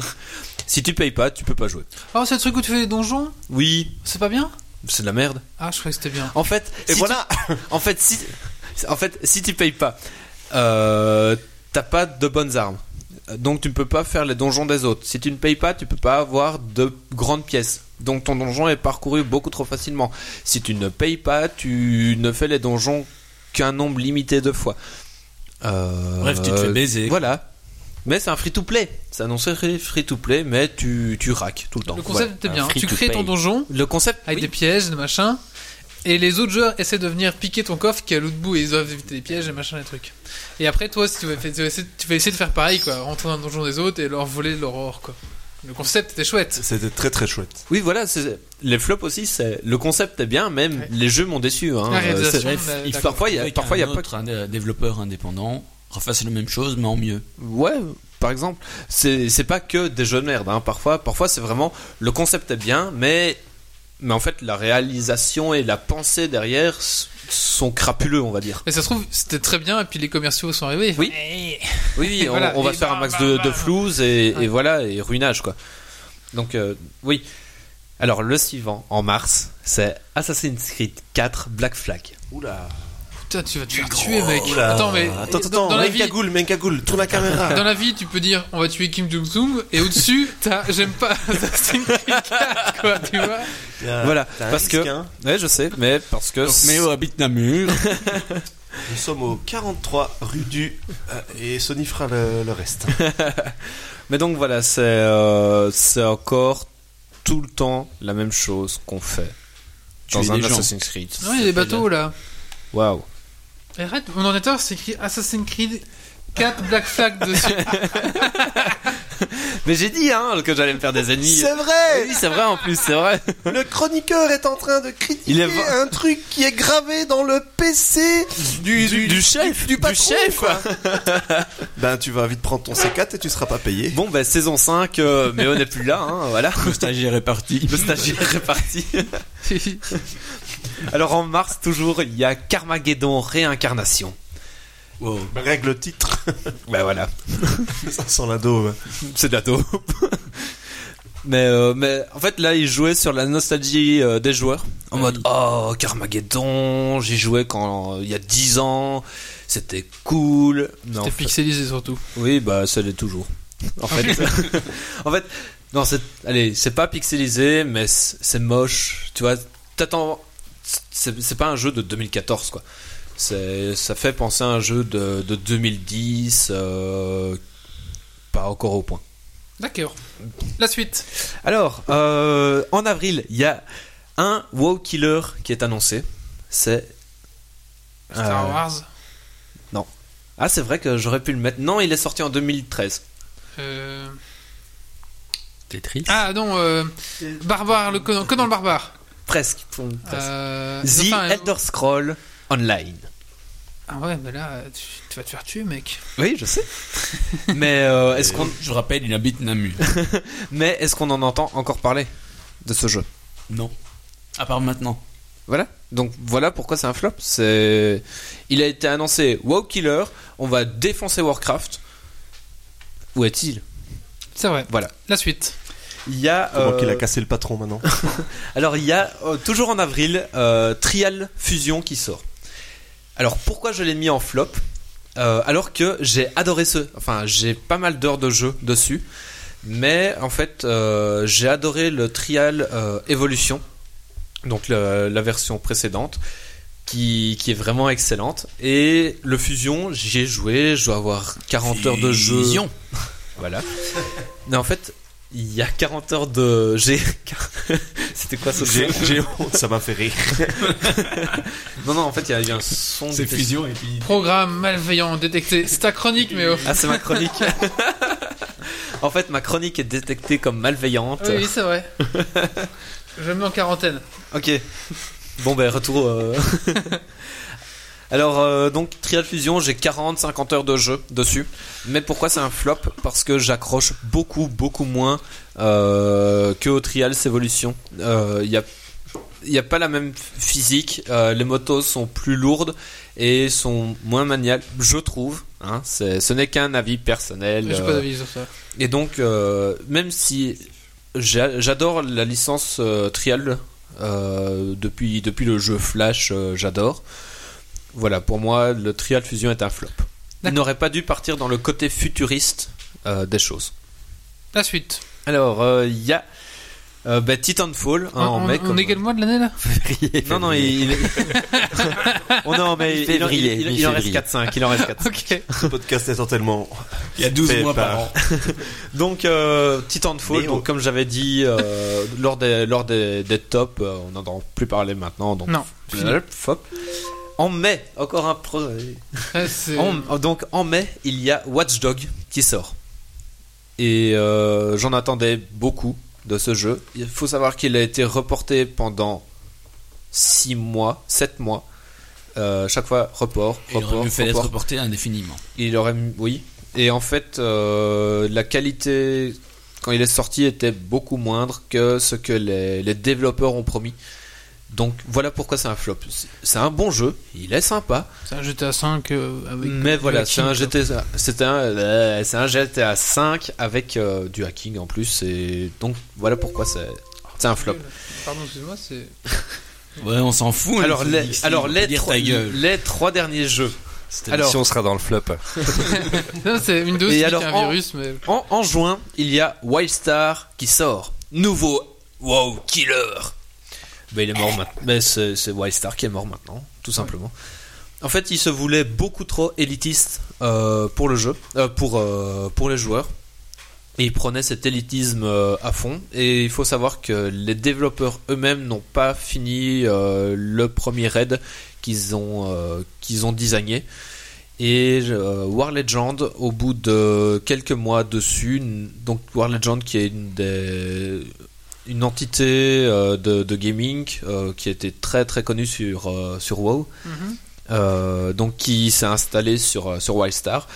Speaker 2: Si tu payes pas, tu peux pas jouer.
Speaker 1: Oh, c'est le truc où tu fais les donjons
Speaker 2: Oui,
Speaker 1: C'est pas bien
Speaker 2: C'est de la merde.
Speaker 1: Ah, je croyais que c'était bien.
Speaker 2: En fait,
Speaker 3: Et
Speaker 2: si
Speaker 3: voilà.
Speaker 2: tu- en fait, si, en fait, si tu payes pas, euh, t'as pas de bonnes armes. Donc tu ne peux pas faire les donjons des autres. Si tu ne payes pas, tu peux pas avoir de grandes pièces. Donc ton donjon est parcouru beaucoup trop facilement. Si tu ne payes pas, tu ne fais les donjons qu'un nombre limité de fois. Euh,
Speaker 5: Bref, tu te fais baiser.
Speaker 2: Voilà. Mais c'est un free-to-play. C'est annoncé free-to-play, mais tu, tu raques tout le temps.
Speaker 1: Le concept était
Speaker 4: Oh, un
Speaker 1: bien.
Speaker 4: free
Speaker 1: Tu
Speaker 4: to
Speaker 1: crées ton
Speaker 4: pay.
Speaker 1: donjon
Speaker 2: Le concept,
Speaker 1: avec
Speaker 2: oui.
Speaker 1: des pièges, des machins. Et les autres joueurs essaient de venir piquer ton coffre qui est à l'autre bout et ils doivent éviter les pièges et machin les trucs. Et après toi, si tu, vas, tu, vas essayer, tu vas essayer de faire pareil quoi, rentrer dans le donjon des autres et leur voler leur or quoi. Le concept était chouette.
Speaker 3: C'était très très chouette.
Speaker 2: Oui, voilà, c'est- les flops aussi, c'est le concept est bien, même
Speaker 1: Ouais.
Speaker 2: les jeux m'ont déçu. Hein.
Speaker 1: La réalisation,
Speaker 2: C'est-
Speaker 1: mais
Speaker 2: bref, il-
Speaker 1: d'accord.
Speaker 2: parfois, il y a,
Speaker 5: Avec
Speaker 2: parfois, il y a
Speaker 5: un
Speaker 2: pas.
Speaker 5: autre, un développeur indépendant refasse la même chose, mais en mieux.
Speaker 2: Ouais, par exemple, c'est c'est pas que des jeux de merde. Hein. Parfois, parfois, c'est vraiment le concept est bien, mais mais en fait, la réalisation et la pensée derrière s- sont crapuleux, on va dire.
Speaker 1: Mais ça se trouve, c'était très bien et puis les commerciaux sont arrivés. ils font,
Speaker 2: Oui.
Speaker 1: Eh,
Speaker 2: Oui, oui, on,
Speaker 1: Voilà,
Speaker 2: on va
Speaker 1: et
Speaker 2: faire
Speaker 1: bah,
Speaker 2: un max
Speaker 1: bah,
Speaker 2: de,
Speaker 1: bah.
Speaker 2: de flouze et, et
Speaker 1: Ouais.
Speaker 2: voilà, et ruinage, quoi. Donc, euh, oui. Alors, le suivant, en mars, c'est Assassin's Creed 4 Black Flag.
Speaker 3: Oula.
Speaker 1: Putain, tu vas te faire tuer mec.
Speaker 3: Oula.
Speaker 1: Attends mais
Speaker 3: Oh Attends,
Speaker 1: dans-
Speaker 3: attends,
Speaker 1: dans la
Speaker 3: mets
Speaker 1: vie,
Speaker 3: cagoule, mets une cagoule, tourne la caméra.
Speaker 1: Dans la vie, tu peux dire on va tuer Kim Jong Zoom et au-dessus, t'as j'aime pas Assassin's Creed 4, quoi, tu vois.
Speaker 3: Il y a-
Speaker 2: Voilà,
Speaker 3: t'as un
Speaker 2: parce
Speaker 3: risque,
Speaker 2: que-
Speaker 3: hein.
Speaker 2: Ouais, je sais, mais parce que.
Speaker 5: Donc Méo habite Namur.
Speaker 3: Nous sommes au 43 rue du. euh, et Sony fera le, le reste.
Speaker 2: Mais donc voilà, c'est euh, c'est encore tout le temps la même chose qu'on fait
Speaker 5: Tuer
Speaker 2: dans un
Speaker 5: des gens.
Speaker 2: Assassin's Creed.
Speaker 1: Non, il y a des bateaux là.
Speaker 2: Waouh.
Speaker 1: Et arrête, mon ordinateur c'est écrit Assassin's Creed 4 Black Flag dessus.
Speaker 2: Mais j'ai dit hein que j'allais me faire des ennemis.
Speaker 3: C'est vrai
Speaker 2: Oui, c'est vrai en plus, c'est vrai.
Speaker 3: Le chroniqueur est en train de critiquer
Speaker 2: Il est va-
Speaker 3: un truc qui est gravé dans le PC du, du,
Speaker 2: chef,
Speaker 3: du patron,
Speaker 2: chef.
Speaker 3: quoi. ben, tu vas vite prendre ton C4 et tu seras pas payé.
Speaker 2: Bon, bah saison 5, euh, mais on n'est plus là, hein, voilà.
Speaker 5: Le stagiaire est parti.
Speaker 2: Le stagiaire est parti. Alors en mars, toujours, il y a Carmageddon Réincarnation.
Speaker 5: Wow.
Speaker 3: ben, Règle le titre.
Speaker 2: Bah voilà.
Speaker 3: Ça sent la daube.
Speaker 2: c'est de la taupe. mais, euh, mais en fait, là, il jouait sur la nostalgie euh, des joueurs. En
Speaker 5: Ah
Speaker 2: mode,
Speaker 5: oui.
Speaker 2: oh, Carmageddon, j'y jouais quand euh, il y a 10 ans, c'était cool. Non,
Speaker 1: T'es pixelisé surtout.
Speaker 2: oui, bah, ça l'est toujours. En fait, en fait, non, c'est, allez, c'est pas pixelisé, mais c'est c'est moche. Tu vois, t'attends, c'est c'est pas un jeu de 2014, quoi. C'est, ça fait penser à un jeu de, de 2010, euh, pas encore au point.
Speaker 1: D'accord. La suite.
Speaker 2: Alors, euh, en avril, il y a un WoW Killer qui est annoncé. C'est.
Speaker 1: Star
Speaker 2: Euh,
Speaker 1: Wars.
Speaker 2: Ah, c'est vrai que j'aurais pu le mettre. Non, il est sorti en 2013.
Speaker 1: Euh,
Speaker 4: T'es triste
Speaker 1: Ah non, euh, Barbare, le Conan, Conan le Barbare.
Speaker 2: Presque. Presque. Ah,
Speaker 1: Euh,
Speaker 2: The
Speaker 1: enfin,
Speaker 2: Elder Scroll Online.
Speaker 1: Ah ouais, mais là, tu, tu vas te faire tuer, mec.
Speaker 2: Oui, je sais. mais euh, est-ce qu'on
Speaker 5: Je rappelle, il habite Namur.
Speaker 2: mais est-ce qu'on en entend encore parler de ce jeu
Speaker 5: non. À part maintenant.
Speaker 2: Voilà. Donc voilà pourquoi c'est un flop. C'est il a été annoncé WoW Killer. On va défoncer Warcraft. Où est-il
Speaker 1: C'est vrai.
Speaker 2: Voilà.
Speaker 1: La suite.
Speaker 2: Il y a.
Speaker 3: Comment
Speaker 2: euh,
Speaker 3: qu'il a cassé le patron maintenant
Speaker 2: Alors il y a euh, toujours en avril euh, Trial Fusion qui sort. Alors pourquoi je l'ai mis en flop Euh, Alors que j'ai adoré ce, enfin j'ai pas mal d'heures de jeu dessus, mais en fait euh, j'ai adoré le Trial euh, Evolution, donc le- la version précédente. Qui, qui est vraiment excellente. Et le Fusion, j'y ai joué, je dois avoir 40 heures de jeu.
Speaker 5: Vision.
Speaker 2: Voilà. Mais en fait, il y a 40 heures de. J'ai. C'était quoi ce jeu
Speaker 3: J'ai honte, ça m'a fait rire.
Speaker 2: Non, non, en fait, il y a eu un son. de-
Speaker 6: et puis.
Speaker 1: Programme malveillant détecté. C'est ta chronique, mais oh.
Speaker 2: Ah, c'est ma chronique. en fait, ma chronique est détectée comme malveillante.
Speaker 1: Ah Oui, oui, c'est vrai. Je me mets en quarantaine.
Speaker 2: Ok. Bon, ben, retour. euh. Alors, euh, donc, Trial Fusion, j'ai 40-50 heures de jeu dessus. Mais pourquoi c'est un flop Parce que j'accroche beaucoup, beaucoup moins euh, que au Trials Evolution. Euh, Il n'y a, il y a pas la même physique. euh, les motos sont plus lourdes et sont moins maniables, je trouve. Hein, c'est- ce n'est qu'un avis personnel.
Speaker 1: J'ai pas
Speaker 2: euh,
Speaker 1: d'avis sur ça.
Speaker 2: et donc, euh, même si j'a- j'adore la licence euh, Trial Euh, depuis, depuis le jeu Flash, euh, j'adore. Voilà, pour moi, le Trial Fusion est un flop. Il
Speaker 1: D'accord.
Speaker 2: n'aurait pas dû partir dans le côté futuriste euh, des choses.
Speaker 1: La suite.
Speaker 2: Alors, euh, il y a euh, bah, Titanfall, hein, en
Speaker 1: on
Speaker 2: mai,
Speaker 1: on
Speaker 2: comme-
Speaker 1: est quel mois de l'année là
Speaker 4: Février,
Speaker 2: Non, non,
Speaker 4: février.
Speaker 2: il, il- Oh non, mais il, en- il-
Speaker 4: Mi-février,
Speaker 2: il- il en reste
Speaker 4: mi-février.
Speaker 2: 4-5. Il en reste 4
Speaker 1: Ok.
Speaker 3: Ce podcast étant tellement.
Speaker 5: Il y a 12
Speaker 3: Fait
Speaker 5: mois par
Speaker 3: par-
Speaker 5: an.
Speaker 2: Donc euh, Titanfall,
Speaker 3: Mais
Speaker 2: donc,
Speaker 5: oh.
Speaker 3: on-
Speaker 2: comme j'avais dit euh, lors des lors des, des tops, euh, on n'en entend plus parler maintenant. Donc
Speaker 1: Non.
Speaker 2: flop, flop. En mai, encore un pro.
Speaker 5: Euh.
Speaker 1: Ouais, c'est-
Speaker 2: En- oh, donc en mai, il y a Watch Dog qui sort. Et euh, j'en attendais beaucoup de ce jeu. Il faut savoir qu'il a été reporté pendant 6 mois, 7 mois. Euh, chaque fois report,
Speaker 5: Il aurait
Speaker 2: report,
Speaker 5: mieux fait d'être
Speaker 2: report.
Speaker 5: reporté indéfiniment.
Speaker 2: Il aurait. Oui. Et en fait, euh, la qualité, quand il est sorti, était beaucoup moindre que ce que les, les développeurs ont promis. Donc voilà pourquoi c'est un flop. C'est- C'est un bon jeu, il est sympa,
Speaker 1: C'est un GTA 5 euh, avec.
Speaker 2: mais
Speaker 1: du
Speaker 2: voilà,
Speaker 1: hacking,
Speaker 2: c'est un
Speaker 1: quoi.
Speaker 2: GTA, c'est un, euh, c'est un GTA 5 avec euh, du hacking en plus, et donc voilà pourquoi c'est, c'est un flop.
Speaker 1: Pardon, excuse-moi, c'est.
Speaker 5: Ouais, on s'en fout. hein,
Speaker 2: Alors
Speaker 5: ils
Speaker 2: les,
Speaker 5: disent,
Speaker 2: alors
Speaker 5: ils
Speaker 2: les
Speaker 5: vont dire
Speaker 2: trois,
Speaker 5: ta gueule.
Speaker 2: les trois derniers jeux.
Speaker 4: Cette
Speaker 2: Alors-
Speaker 4: émission sera dans le flop.
Speaker 1: Non, c'est Windows
Speaker 2: Et
Speaker 1: qui
Speaker 2: alors,
Speaker 1: est un
Speaker 2: en-
Speaker 1: virus, mais.
Speaker 2: En, en juin, il y a Wildstar qui sort. Nouveau Wow Killer. Mais il est mort maintenant. Mais c'est c'est Wildstar qui est mort maintenant, tout simplement. En fait, il se voulait beaucoup trop élitiste euh, pour le jeu, euh, pour, euh, pour les joueurs. Et il prenait cet élitisme euh, à fond. Et il faut savoir que les développeurs eux-mêmes n'ont pas fini euh, le premier raid qu'ils ont, euh, qu'ils ont designé. Et euh, War Legend, au bout de quelques mois dessus, n- donc War Legend qui est une des- une entité euh, de, de gaming euh, qui était très très connue sur, euh, sur WoW,
Speaker 1: Mhm.
Speaker 2: euh, donc qui s'est installée sur, euh, sur Wildstar,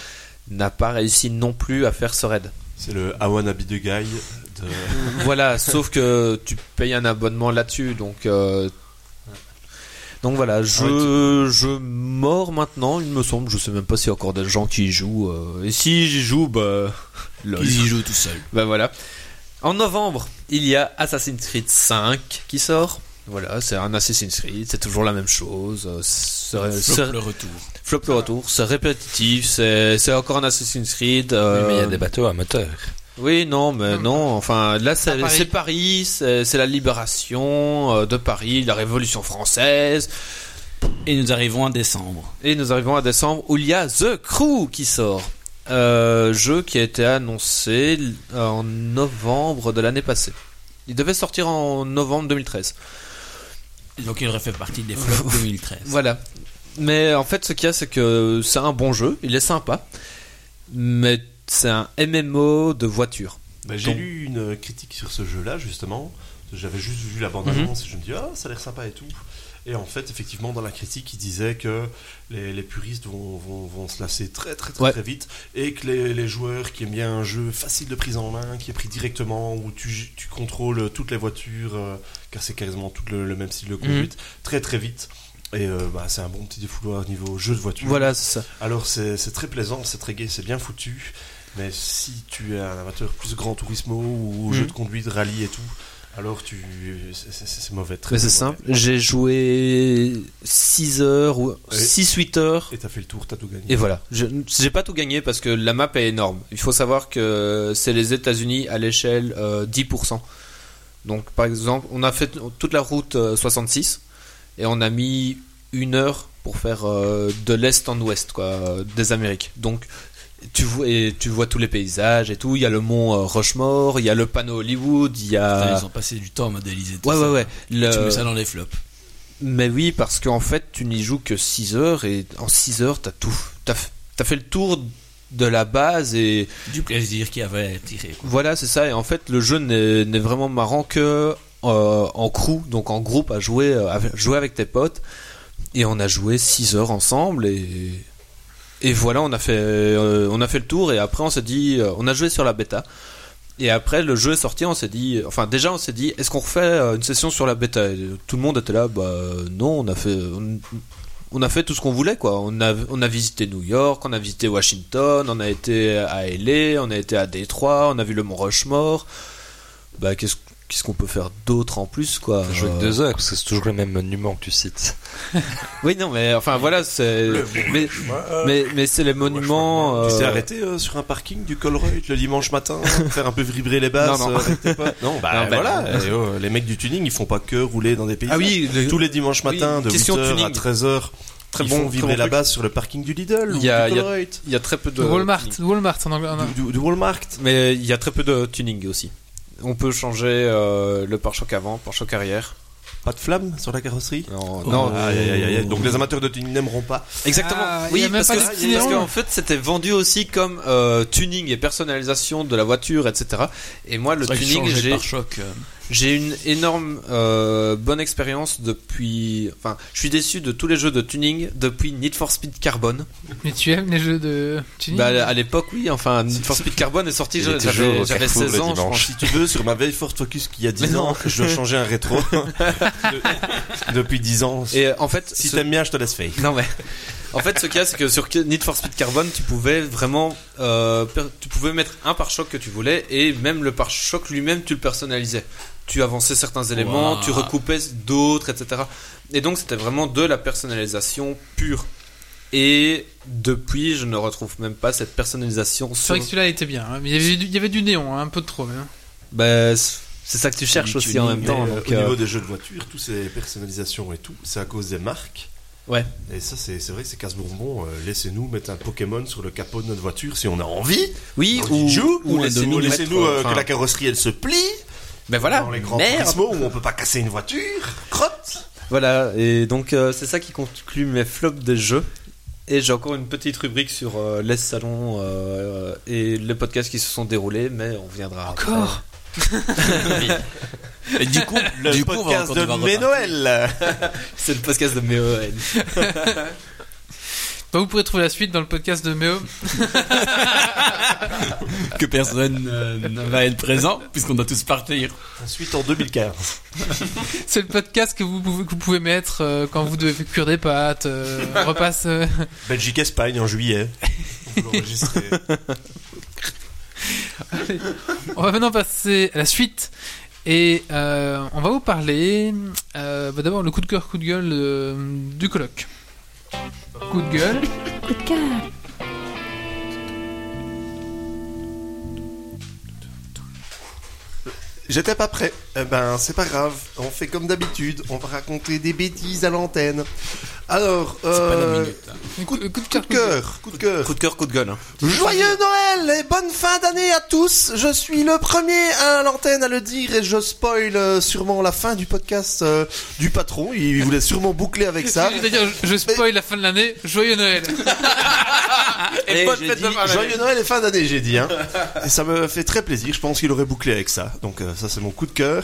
Speaker 2: n'a pas réussi non plus à faire ce raid.
Speaker 3: C'est le Awanabi de Guy. De...
Speaker 2: voilà, sauf que tu payes un abonnement là-dessus, donc. euh, Donc voilà,
Speaker 4: Ah
Speaker 2: je, je mords maintenant, il me semble. Je sais même pas s'il y a encore des gens qui y jouent. euh, Et si j'y joue, bah. lol.
Speaker 5: Ils y jouent tout seuls.
Speaker 2: Bah voilà. En novembre, il y a Assassin's Creed 5 qui sort. Voilà, c'est un Assassin's Creed, c'est toujours la même chose. euh, c'est- c'est-
Speaker 5: Flop le retour.
Speaker 2: Flop le retour, c'est répétitif, c'est c'est encore un Assassin's Creed.
Speaker 4: Oui,
Speaker 2: euh,
Speaker 4: mais il y a des bateaux à moteur.
Speaker 2: oui, non, mais
Speaker 1: Hmm.
Speaker 2: non. Enfin, là,
Speaker 1: À
Speaker 2: c'est
Speaker 1: Paris.
Speaker 2: c'est Paris, c'est c'est la libération euh, de Paris, la Révolution française.
Speaker 5: Et nous arrivons en décembre.
Speaker 2: Et nous arrivons à décembre où il y a The Crew qui sort. Euh, jeu qui a été annoncé l- en novembre de l'année passée. Il devait sortir en novembre 2013.
Speaker 5: Donc il aurait fait partie des flops 2013.
Speaker 2: Voilà. Mais en fait, ce qu'il y a, c'est que c'est un bon jeu, il est sympa, mais c'est un MMO de voiture.
Speaker 3: Bah, j'ai
Speaker 2: Donc-
Speaker 3: lu une critique sur ce jeu-là, justement. J'avais juste vu la
Speaker 2: Mhm.
Speaker 3: bande-annonce et je me dis, ah, ça a l'air sympa et tout. Et en fait, effectivement, dans la critique, il disait que les, les puristes vont, vont, vont se lasser très, très, très,
Speaker 2: Ouais.
Speaker 3: très vite. Et que les, les joueurs qui aiment bien un jeu facile de prise en main, qui est pris directement, où tu, tu contrôles toutes les voitures, euh, car c'est quasiment tout le, le même style
Speaker 2: Mhm.
Speaker 3: de conduite, très, très vite. Et euh, bah, c'est un bon petit défouloir niveau jeu de voiture.
Speaker 2: Voilà, c'est ça.
Speaker 3: Alors c'est c'est très plaisant, c'est très gai, c'est bien foutu, mais si tu es un amateur plus Grand Turismo ou
Speaker 2: Mhm.
Speaker 3: jeu de conduite, rallye et tout, alors tu c'est- c'est c'est mauvais. Très
Speaker 2: Mais c'est
Speaker 3: mauvais.
Speaker 2: simple, j'ai joué 6 heures ou
Speaker 3: Et-
Speaker 2: 6-8 heures.
Speaker 3: Et t'as fait le tour, t'as tout gagné.
Speaker 2: Et voilà, Je- j'ai pas tout gagné parce que la map est énorme. Il faut savoir que c'est les États-Unis à l'échelle euh, 10%. Donc par exemple, on a fait toute la route euh, 66 et on a mis une heure pour faire euh, de l'est en ouest quoi, euh, des Amériques. Donc tu vois, et tu vois tous les paysages et tout. Il y a le mont euh, Rushmore, il y a le panneau Hollywood, il y
Speaker 5: Putain,
Speaker 2: a
Speaker 5: Ils ont passé du temps à modéliser tout
Speaker 2: ouais
Speaker 5: ça.
Speaker 2: ouais Euh, ouais.
Speaker 5: Tu
Speaker 2: Le-
Speaker 5: mets ça dans les flops.
Speaker 2: mais oui, parce qu'en fait, tu n'y joues que 6 heures et en 6 heures, t'as tout. T'as, f- t'as fait le tour de la base et
Speaker 5: Du plaisir qu'il y avait à tirer. quoi.
Speaker 2: voilà, c'est ça. Et en fait, le jeu n'est, n'est vraiment marrant que euh, en crew, donc en groupe, à jouer, euh, à jouer avec tes potes. Et on a joué 6 heures ensemble et. Et voilà, on a fait, euh, on a fait le tour et après on s'est dit, euh, on a joué sur la bêta. Et après le jeu est sorti, on s'est dit, enfin déjà on s'est dit, est-ce qu'on refait euh, une session sur la bêta Et Tout le monde était là, bah euh, non, on a fait, on, on a fait tout ce qu'on voulait quoi. On a, on a visité New York, on a visité Washington, on a été à LA, on a été à Détroit, on a vu le Mont Rushmore. bah, qu'est-ce qu'est-ce qu'on peut faire d'autre en plus quoi
Speaker 4: Jouer que
Speaker 2: Euh,
Speaker 4: deux heures, parce que c'est toujours le même monument que tu cites.
Speaker 2: Oui, non, mais enfin voilà, c'est. Mais,
Speaker 3: euh,
Speaker 2: mais, mais c'est les monuments.
Speaker 3: Tu t'es
Speaker 2: euh,
Speaker 3: arrêté euh, sur un parking du Colruyt le dimanche matin, faire un peu vibrer les basses
Speaker 2: Non, non.
Speaker 3: euh, avec tes potes Non, bah
Speaker 2: Non, bah,
Speaker 3: voilà,
Speaker 2: non.
Speaker 3: eh, oh, les mecs du tuning, ils font pas que rouler dans des pays.
Speaker 2: Ah oui, le-
Speaker 3: tous les dimanches
Speaker 2: oui,
Speaker 3: matins de
Speaker 2: question
Speaker 3: 8h à
Speaker 2: tuning.
Speaker 3: 13h,
Speaker 2: Très
Speaker 3: ils
Speaker 2: bon-
Speaker 3: font
Speaker 2: très
Speaker 3: vibrer
Speaker 2: bon
Speaker 3: la
Speaker 2: truc.
Speaker 3: basse sur le parking du Lidl ou
Speaker 2: Il y a-
Speaker 3: du
Speaker 2: il y a-
Speaker 3: Colruyt.
Speaker 2: Il y a très peu de.
Speaker 1: Walmart,
Speaker 2: tuning.
Speaker 1: Walmart en anglais. en anglais.
Speaker 3: Du, du- du Walmart.
Speaker 2: Mais il y a très peu de tuning aussi. On peut changer euh, le pare-choc avant, pare-choc arrière.
Speaker 3: Pas de flamme sur la carrosserie
Speaker 2: Non,
Speaker 1: Oh.
Speaker 3: Non,
Speaker 2: non.
Speaker 3: aïe, aïe, aïe, aïe. donc les amateurs de tuning n'aimeront pas.
Speaker 2: Exactement.
Speaker 1: Ah, il y a
Speaker 2: oui,
Speaker 1: même
Speaker 2: parce
Speaker 1: pas
Speaker 2: que
Speaker 1: de
Speaker 2: parce
Speaker 1: petit néon.
Speaker 2: qu'en fait, c'était vendu aussi comme euh, tuning et personnalisation de la voiture, etc. Et moi, le tuning, j'ai
Speaker 5: choc. euh.
Speaker 2: J'ai une énorme euh, bonne expérience depuis. Enfin, je suis déçu de tous les jeux de tuning depuis Need for Speed Carbone.
Speaker 1: Mais tu aimes les jeux de tuning
Speaker 2: Bah, à l'époque, oui. Enfin, Need for Speed Carbone est sorti.
Speaker 4: Il
Speaker 2: je-
Speaker 4: est toujours
Speaker 2: J'avais
Speaker 4: au
Speaker 2: j'avais
Speaker 4: Carrefour le
Speaker 2: 16 ans, je
Speaker 4: dimanche.
Speaker 2: pense.
Speaker 3: Si tu veux, sur ma vieille Ford Focus qui a 10
Speaker 2: Mais
Speaker 3: ans, je dois changer un rétro. De- Depuis 10 ans.
Speaker 2: Et euh, en fait,
Speaker 3: si
Speaker 2: ce-
Speaker 3: t'aimes bien, je te laisse faire.
Speaker 2: non mais. En fait, ce qu'il y a, c'est que sur Need for Speed Carbone, tu pouvais vraiment, euh, per- tu pouvais mettre un pare-choc que tu voulais et même le pare-choc lui-même, tu le personnalisais. Tu avançais certains éléments, tu recoupais d'autres, etc. Et donc, c'était vraiment de la personnalisation pure. Et depuis, je ne retrouve même pas cette personnalisation
Speaker 1: C'est
Speaker 2: sur.
Speaker 1: vrai que celui-là il était bien. hein. Mais il y avait du, il y avait du néon, hein, un peu de trop. hein.
Speaker 2: Bah, c'est c'est ça que tu cherches aussi en même
Speaker 3: Mais,
Speaker 2: temps.
Speaker 3: euh,
Speaker 2: donc,
Speaker 3: au
Speaker 2: euh,
Speaker 3: niveau des jeux de voitures, toutes ces personnalisations et tout, c'est à cause des marques.
Speaker 2: Ouais.
Speaker 3: Et ça, c'est c'est vrai que c'est casse-bourbon. euh, laissez-nous mettre un Pokémon sur le capot de notre voiture si on a envie.
Speaker 2: Oui,
Speaker 3: On
Speaker 2: ou,
Speaker 3: y joue.
Speaker 2: ou laissez-nous
Speaker 3: laissez-nous
Speaker 2: mettre,
Speaker 3: laissez-nous, euh,
Speaker 2: enfin,
Speaker 3: que la carrosserie elle se plie.
Speaker 2: Ben voilà.
Speaker 3: Dans les grands
Speaker 2: Merde.
Speaker 3: Prismo où on peut pas casser une voiture. Crotte.
Speaker 2: Voilà, et donc euh, c'est ça qui conclut mes flops des jeux. Et j'ai encore une petite rubrique sur euh, les salons euh, et les podcasts qui se sont déroulés, mais on viendra
Speaker 1: Encore
Speaker 5: Et du coup,
Speaker 3: Le
Speaker 5: du coup, on va
Speaker 2: Oh,
Speaker 3: podcast
Speaker 5: encore
Speaker 3: de
Speaker 5: devoir
Speaker 3: Mes
Speaker 5: repartir.
Speaker 3: Noël.
Speaker 2: après. C'est le podcast de Méoen.
Speaker 1: Bah, vous pourrez trouver la suite dans le podcast de Méo.
Speaker 5: que personne euh, ne va être présent puisqu'on doit tous partir.
Speaker 3: Ensuite en 2015.
Speaker 1: C'est le podcast que vous pouvez, que vous pouvez mettre euh, quand vous devez cuire des pâtes, euh, un repasse. euh,
Speaker 3: Belgique Espagne en juillet. On peut l'enregistrer.
Speaker 1: On va maintenant passer à la suite. Et euh, on va vous parler euh, bah, d'abord le coup de cœur, coup de gueule euh, du colloque. Coup de gueule.
Speaker 7: Coup de cœur.
Speaker 3: J'étais pas prêt. Eh ben, c'est pas grave. On fait comme d'habitude. On va raconter des bêtises à l'antenne. Alors, euh,
Speaker 1: Coup, coup de
Speaker 3: coup
Speaker 1: cœur.
Speaker 3: de cœur, coup de cœur.
Speaker 2: Coup de cœur, coup de gueule. hein.
Speaker 3: Joyeux Noël et bonne fin d'année à tous. Je suis le premier à l'antenne à le dire et je spoil euh, sûrement la fin du podcast euh, du patron. Il voulait sûrement boucler avec ça.
Speaker 1: C'est-à-dire, je, je spoil la fin de l'année. Joyeux Noël.
Speaker 2: Et, bonne
Speaker 3: j'ai
Speaker 2: fête de
Speaker 3: dit,
Speaker 2: fin d'année.
Speaker 3: joyeux Noël et fin d'année, j'ai dit. Hein. Et ça me fait très plaisir. Je pense qu'il aurait bouclé avec ça. Donc euh, ça, c'est mon coup de cœur.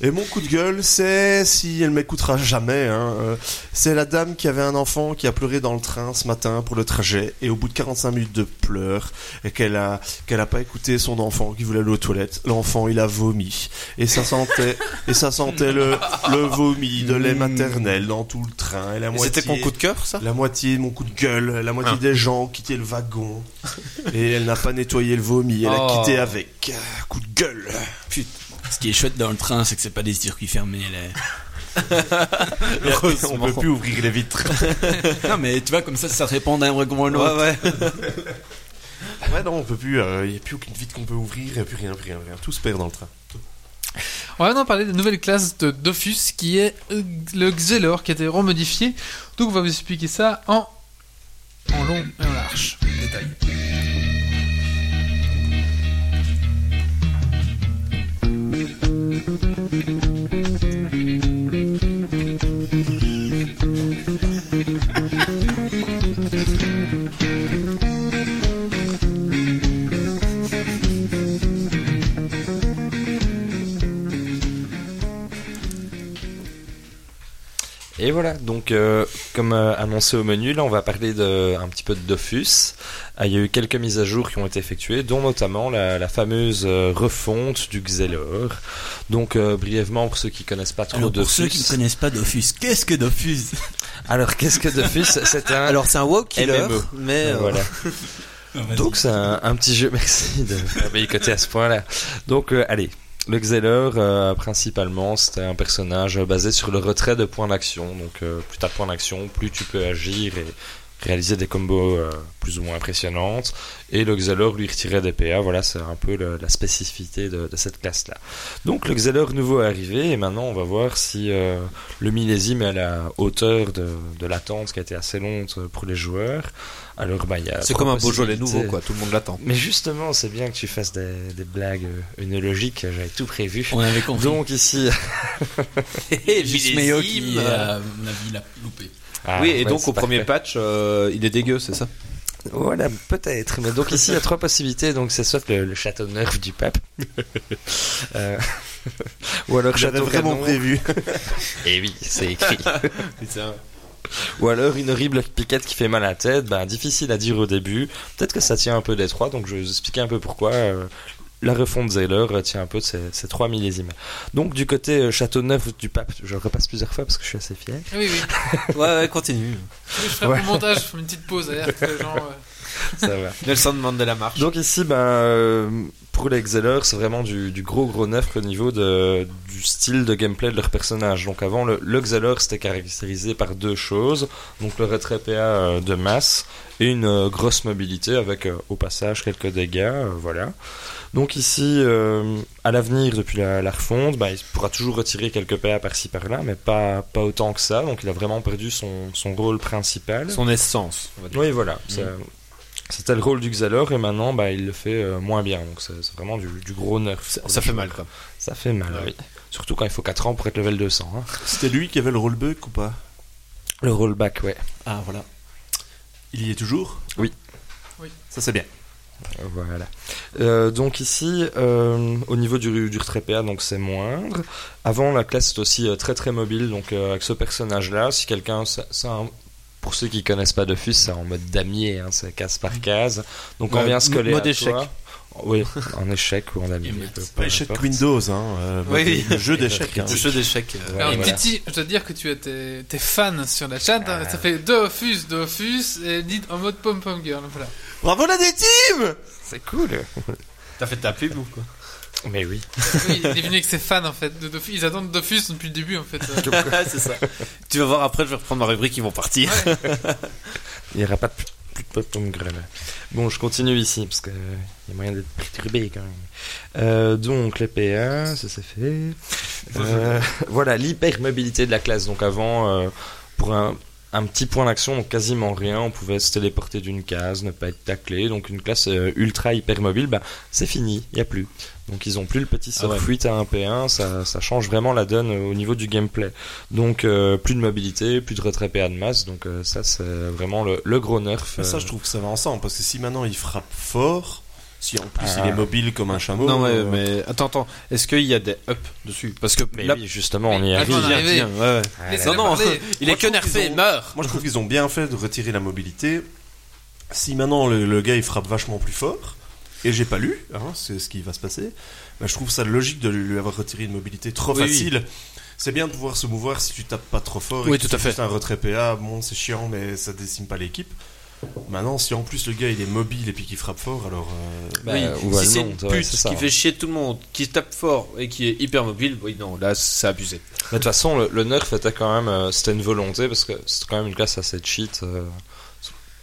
Speaker 3: Et mon coup de gueule, c'est si elle m'écoutera jamais. Hein, euh, c'est la dame qui avait un enfant qui a pleuré dans le train ce matin pour le trajet et au bout de 45 minutes de pleurs et qu'elle a qu'elle a pas écouté son enfant qui voulait aller aux toilettes. L'enfant, il a vomi et ça sentait et ça sentait le le vomi de lait maternel dans tout le train. Et la
Speaker 2: Et
Speaker 3: moitié.
Speaker 2: C'était ton coup de cœur, ça
Speaker 3: La moitié, mon coup de gueule, la moitié des gens ont quitté le wagon. Et elle n'a pas nettoyé le vomi, elle a
Speaker 2: Oh.
Speaker 3: quitté avec. Ah, Coup de gueule.
Speaker 5: Ce qui est chouette dans le train, c'est que c'est pas des circuits fermés. là.
Speaker 3: On peut plus ouvrir les vitres.
Speaker 5: non mais tu vois comme ça, ça répond d'un wagon à l'autre.
Speaker 2: Ouais, ouais.
Speaker 3: Ouais, non, on peut plus. Il n'y a plus aucune vitre qu'on peut ouvrir, il a plus rien, plus rien, plus rien. Tout se perd dans le train.
Speaker 1: On va maintenant parler de la nouvelle classe de Dofus qui est euh, le Xelor qui a été remodifié. Donc on va vous expliquer ça en, en long et en large. Détail.
Speaker 4: Et voilà, donc euh, comme euh, annoncé au menu, là on va parler de, un petit peu de Dofus. Ah, il y a eu quelques mises à jour qui ont été effectuées, dont notamment la, la fameuse euh, refonte du Xelor. Donc euh, brièvement, pour ceux qui connaissent pas trop
Speaker 5: Alors, pour
Speaker 4: Dofus...
Speaker 5: ceux qui ne connaissent pas Dofus, qu'est-ce que Dofus
Speaker 4: Alors qu'est-ce que Dofus C'est un...
Speaker 2: Alors, c'est un wow killer,
Speaker 3: E.
Speaker 4: MMO.
Speaker 2: mais. euh,
Speaker 4: Voilà. Donc c'est un, un petit jeu, merci de m'avoir boycotté à ce point-là. Donc euh, allez, Le Xeller, euh, principalement, c'était un personnage basé sur le retrait de points d'action. Donc, euh, plus t'as de points d'action, plus tu peux agir et réaliser des combos euh, plus ou moins impressionnantes. Et le Xeller lui retirait des PA. Voilà, c'est un peu le- la spécificité de, de cette classe-là. Donc, le Xeller nouveau est arrivé. Et maintenant, on va voir si euh, le millésime est à la hauteur de, de l'attente qui a été assez longue pour les joueurs. Alors, bah, il y a
Speaker 2: C'est
Speaker 4: trois
Speaker 2: comme un Beaujolais
Speaker 4: possibilités.
Speaker 2: nouveau, quoi. Tout le monde l'attend.
Speaker 4: Mais justement, c'est bien que tu fasses des, des blagues euh, œnologiques, j'avais tout prévu.
Speaker 5: Ah, On avait compris.
Speaker 4: Donc ici...
Speaker 2: Et
Speaker 5: Juste Mayo qui, euh, à mon avis, l'a loupé.
Speaker 4: Ah,
Speaker 2: oui, et
Speaker 4: ouais,
Speaker 2: donc
Speaker 4: c'est
Speaker 2: au premier
Speaker 4: parfait.
Speaker 2: patch, euh, il est dégueu, c'est ça
Speaker 4: Voilà, peut-être. Mais donc ici, il y a trois possibilités. Donc c'est soit le, le château neuf du pape, Euh, ou alors
Speaker 3: Ah, J'avais
Speaker 4: château
Speaker 3: vraiment
Speaker 4: canon.
Speaker 3: prévu.
Speaker 4: Et oui, c'est écrit. Ou alors une horrible piquette qui fait mal à la tête, ben, difficile à dire au début. Peut-être que ça tient un peu des trois, donc je vais vous expliquer un peu pourquoi. euh, la refonte Zeller euh, tient un peu de ces, ces trois millésimes. Donc du côté euh, Château Neuf du Pape, je repasse plusieurs fois parce que je suis assez fier.
Speaker 1: Ah Oui, oui.
Speaker 2: Ouais, ouais, continue.
Speaker 1: Je ferai
Speaker 4: Ouais.
Speaker 1: mon montage, je ferai une petite pause, d'ailleurs, que les gens. euh,
Speaker 4: Ça va.
Speaker 2: Nelson Mandela marche.
Speaker 4: Donc ici, ben, euh, pour les Xeller, c'est vraiment du, du gros gros neuf au niveau de, du style de gameplay de leur personnage. Donc avant, le, le Xeller, c'était caractérisé par deux choses. Donc le retrait PA euh, de masse et une euh, grosse mobilité avec euh, au passage quelques dégâts. euh, voilà. Donc ici, euh, à l'avenir, depuis la, la refonte, ben, il pourra toujours retirer quelques PA par-ci par-là, mais pas, pas autant que ça. Donc il a vraiment perdu son, son rôle principal.
Speaker 2: Son essence. on va dire.
Speaker 4: Oui, voilà. Ça- C'était le rôle du Xalor et maintenant bah, il le fait euh, moins bien. Donc c'est c'est vraiment du, du gros nerf.
Speaker 2: Ça, ça fait mal, quoi.
Speaker 4: Ça fait mal,
Speaker 2: Ouais.
Speaker 4: oui. Surtout quand il faut 4 ans pour être level 200. hein.
Speaker 3: C'était lui qui avait le rollback ou pas
Speaker 4: Le rollback, ouais.
Speaker 3: Ah voilà. Il y est toujours
Speaker 4: Oui.
Speaker 1: Oui.
Speaker 3: Ça c'est bien.
Speaker 4: Voilà. Euh, donc ici, euh, au niveau du, du retrait PA, donc c'est moindre. Avant, la classe est aussi euh, très très mobile. Donc euh, avec ce personnage-là, si quelqu'un, ça- ça, hein, pour ceux qui connaissent pas Dofus, c'est en mode damier, hein, c'est case par case. Donc on
Speaker 2: Ouais,
Speaker 4: vient se coller
Speaker 2: mode
Speaker 4: à
Speaker 2: échec.
Speaker 4: toi. Oui, en échec ou en damier.
Speaker 5: Et
Speaker 4: peu-
Speaker 5: maths.
Speaker 4: peu
Speaker 3: Pas échec
Speaker 4: importe.
Speaker 3: Windows, hein. euh,
Speaker 2: Oui,
Speaker 3: le-
Speaker 2: oui.
Speaker 3: Le jeu d'échecs. hein.
Speaker 2: Le jeu d'échecs. euh,
Speaker 4: Ouais,
Speaker 1: Alors,
Speaker 4: voilà.
Speaker 1: Titi, je dois te dire que tu as tes, tes fans sur la chat. hein,
Speaker 4: Ah.
Speaker 1: Ça fait deux offus, deux offus, et dit en mode pom-pom girl. Voilà.
Speaker 3: Bravo la team
Speaker 4: C'est cool.
Speaker 2: T'as fait ta pub ou quoi
Speaker 4: Mais oui.
Speaker 1: Oui, il est venu avec ses fans en fait. De Dofus. Ils attendent Dofus depuis le début en fait. euh.
Speaker 2: C'est ça. Tu vas voir après, je vais reprendre ma rubrique, ils vont partir.
Speaker 4: Il n'y aura pas de plus- plus de pop-tom grêle. Bon, je continue ici parce que euh, il y a moyen d'être perturbé quand même. Euh, donc les PA, ça c'est fait. Euh, voilà l'hypermobilité de la classe. Donc avant, euh, pour un, un petit point d'action, donc quasiment rien, on pouvait se téléporter d'une case, ne pas être taclé. Donc une classe euh, ultra hypermobile, bah, c'est fini, il n'y a plus. Donc ils ont plus le petit
Speaker 2: Ah ouais.
Speaker 4: surfuite à 1p1, ça, ça change vraiment la donne euh, au niveau du gameplay. Donc euh, plus de mobilité, plus de retrait PA de masse, donc euh, ça c'est vraiment le, le gros nerf.
Speaker 3: Mais ça,
Speaker 4: euh,
Speaker 3: je trouve que ça va ensemble parce que si maintenant il frappe fort, si en plus
Speaker 4: Ah.
Speaker 3: il est mobile comme un chameau.
Speaker 2: Non, mais,
Speaker 3: euh,
Speaker 2: mais attends, attends. Est-ce qu'il y a des ups dessus Parce que
Speaker 4: Mais
Speaker 2: là,
Speaker 4: oui, justement, on y
Speaker 1: Mais
Speaker 2: Ah,
Speaker 4: arrive.
Speaker 1: attends,
Speaker 2: tiens,
Speaker 1: arrivé.
Speaker 2: tiens, ouais, ouais.
Speaker 1: Laissez-le
Speaker 2: Non, non,
Speaker 1: parler.
Speaker 2: il est
Speaker 3: Moi, je trouve
Speaker 2: que nerfé,
Speaker 3: qu'ils ont-
Speaker 2: meurt
Speaker 3: Moi, je trouve qu'ils ont bien fait de retirer la mobilité. Si maintenant le, le gars il frappe vachement plus fort, et j'ai pas lu, hein, c'est ce qui va se passer, bah, je trouve ça logique de lui avoir retiré une mobilité trop
Speaker 2: Oui, oui.
Speaker 3: facile. C'est bien de pouvoir se mouvoir si tu tapes pas trop fort. et
Speaker 2: Oui,
Speaker 3: que
Speaker 2: tout
Speaker 3: tu
Speaker 2: à
Speaker 3: fais
Speaker 2: fait.
Speaker 3: juste un retrait PA, bon, c'est chiant, mais ça décime pas l'équipe. Maintenant, si en plus le gars il est mobile et puis qu'il frappe fort, alors. euh,
Speaker 4: Bah,
Speaker 2: oui,
Speaker 4: ou
Speaker 2: si
Speaker 4: à le
Speaker 2: c'est une
Speaker 4: monde,
Speaker 2: pute
Speaker 4: ouais, c'est ça,
Speaker 2: qui
Speaker 4: hein.
Speaker 2: fait chier tout le monde, qui tape fort et qui est hyper mobile, oui, non, là, c'est abusé.
Speaker 4: Mais de toute façon, le, le nerf était quand même, euh, c'était une volonté parce que c'est quand même une classe assez cheat. euh,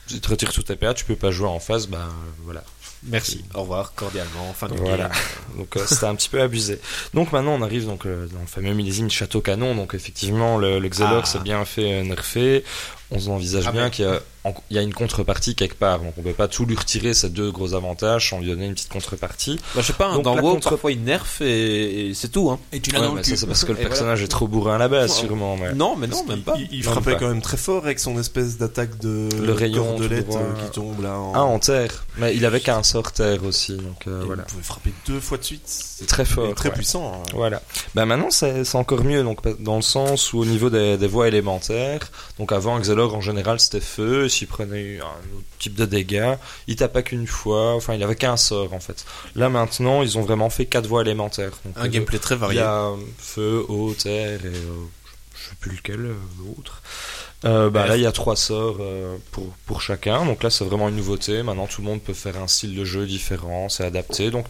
Speaker 4: tu te retires tout tes PA, tu peux pas jouer en face, ben euh, voilà.
Speaker 2: Merci, au revoir, cordialement, fin de
Speaker 4: Voilà.
Speaker 2: game.
Speaker 4: Donc euh, c'était un petit peu abusé. Donc maintenant on arrive donc euh, dans le fameux millésime Château Canon. Donc effectivement le, le Xelor
Speaker 2: Ah.
Speaker 4: s'est bien fait euh, nerfer. On envisage
Speaker 2: Ah
Speaker 4: bien
Speaker 2: ouais.
Speaker 4: qu'il y a, en- il y a une contrepartie quelque part. Donc on peut pas tout lui retirer ces deux gros avantages sans lui donner une petite contrepartie.
Speaker 2: Bah, je sais pas, hein,
Speaker 4: Donc,
Speaker 2: dans
Speaker 4: la
Speaker 2: WoW,
Speaker 4: contre-
Speaker 2: parfois, il nerf et, et c'est tout. Hein.
Speaker 5: Et tu l'as
Speaker 4: Ouais,
Speaker 5: dans le
Speaker 4: mais
Speaker 5: cul.
Speaker 4: ça c'est parce que le
Speaker 2: Et voilà.
Speaker 4: personnage est trop bourrin à la base
Speaker 2: Ouais.
Speaker 4: sûrement. mais-
Speaker 2: Non, mais
Speaker 3: parce
Speaker 2: non, même
Speaker 3: qu'il-
Speaker 2: pas.
Speaker 3: Il,
Speaker 4: Même
Speaker 3: il frappait
Speaker 4: pas.
Speaker 3: quand même très fort avec son espèce d'attaque de
Speaker 4: Le rayon
Speaker 3: cordelette
Speaker 4: tout droit.
Speaker 3: euh, qui tombe là. En...
Speaker 4: Ah en terre. Mais il avait qu'un sort terre aussi. Donc euh,
Speaker 3: Et
Speaker 4: voilà.
Speaker 3: Il pouvait frapper deux fois de suite. C'est
Speaker 4: Très fort.
Speaker 3: très
Speaker 4: ouais.
Speaker 3: puissant. hein.
Speaker 4: Voilà. Bah maintenant c'est c'est encore mieux donc pa- dans le sens où au niveau des, des voies élémentaires, donc avant Xelor en général c'était feu, s'il prenait un autre type de dégâts, il tapait qu'une fois, enfin il avait qu'un sort en fait. Là maintenant ils ont vraiment fait quatre voies élémentaires. Donc,
Speaker 2: Un
Speaker 4: euh,
Speaker 2: gameplay très
Speaker 4: il y
Speaker 2: varié.
Speaker 4: a euh, feu, eau, terre et euh, je je sais plus lequel euh, l'autre. Euh, bah, là, il y a trois sorts euh, pour, pour chacun. Donc là, c'est vraiment une nouveauté. Maintenant, tout le monde peut faire un style de jeu différent, c'est adapté. Donc,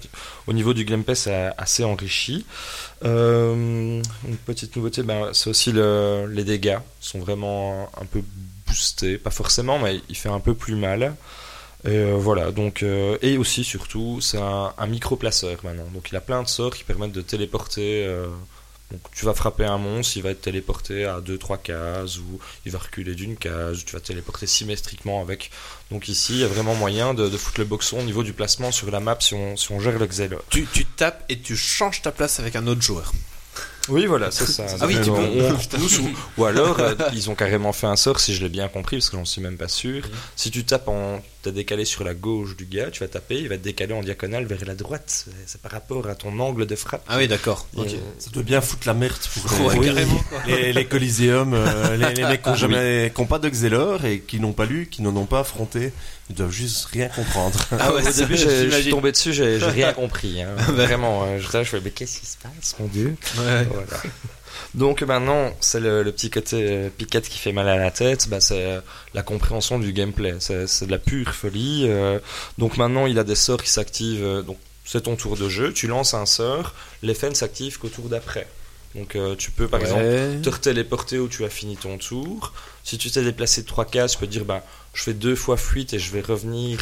Speaker 4: au niveau du gameplay, c'est assez enrichi. Euh, une petite nouveauté, ben, c'est aussi le- les dégâts sont vraiment un peu boostés. Pas forcément, mais il fait un peu plus mal. Et euh, voilà, donc, euh, et aussi, surtout, c'est un, un micro-placeur maintenant. Donc, il a plein de sorts qui permettent de téléporter. euh, donc, tu vas frapper un monstre, il va être téléporté à 2-3 cases, ou il va reculer d'une case, tu vas téléporter symétriquement avec. Donc, ici, il y a vraiment moyen de, de foutre le boxon au niveau du placement sur la map si on, si on gère le Xelor.
Speaker 2: Tu, tu tapes et tu changes ta place avec un autre joueur.
Speaker 4: Oui, voilà, c'est ça.
Speaker 2: Ah oui,
Speaker 4: Donc,
Speaker 2: tu
Speaker 4: on-
Speaker 2: peux-
Speaker 4: on repousse, ou, ou alors, euh, ils ont carrément fait un sort, si je l'ai bien compris, parce que j'en suis même pas sûr. Si tu tapes en. T'as décalé sur la gauche du gars, tu vas taper, il va te décaler en diagonale vers la droite. C'est- C'est par rapport à ton angle de frappe.
Speaker 2: Ah oui, d'accord.
Speaker 4: Et, euh,
Speaker 3: Ça doit bien foutre la merde pour
Speaker 2: Ouais,
Speaker 3: Oui.
Speaker 2: carrément, quoi.
Speaker 3: les, les Coliseum, euh, les, les mecs qui n'ont jamais, qui ont pas de Xelor et qui n'ont pas lu, qui n'en ont pas affronté, ils doivent juste rien comprendre.
Speaker 2: Ah ouais,
Speaker 4: au
Speaker 2: c'est-
Speaker 4: début, j'ai- je suis
Speaker 2: j'imagine.
Speaker 4: tombé dessus, j'ai j'ai rien compris. hein. Vraiment, euh, je, là, je fais, mais qu'est-ce qui se passe, mon dieu Voilà. Donc maintenant, c'est le, le petit côté euh, piquette qui fait mal à la tête, bah, c'est euh, la compréhension du gameplay, c'est c'est de la pure folie. euh. donc maintenant, il a des sorts qui s'activent, euh, donc c'est ton tour de jeu, tu lances un sort, l'effet ne s'active qu'au tour d'après. Donc euh, tu peux par exemple te téléporter où tu as fini ton tour. Si tu t'es déplacé de trois cases, tu peux dire bah, je fais deux fois fuite et je vais revenir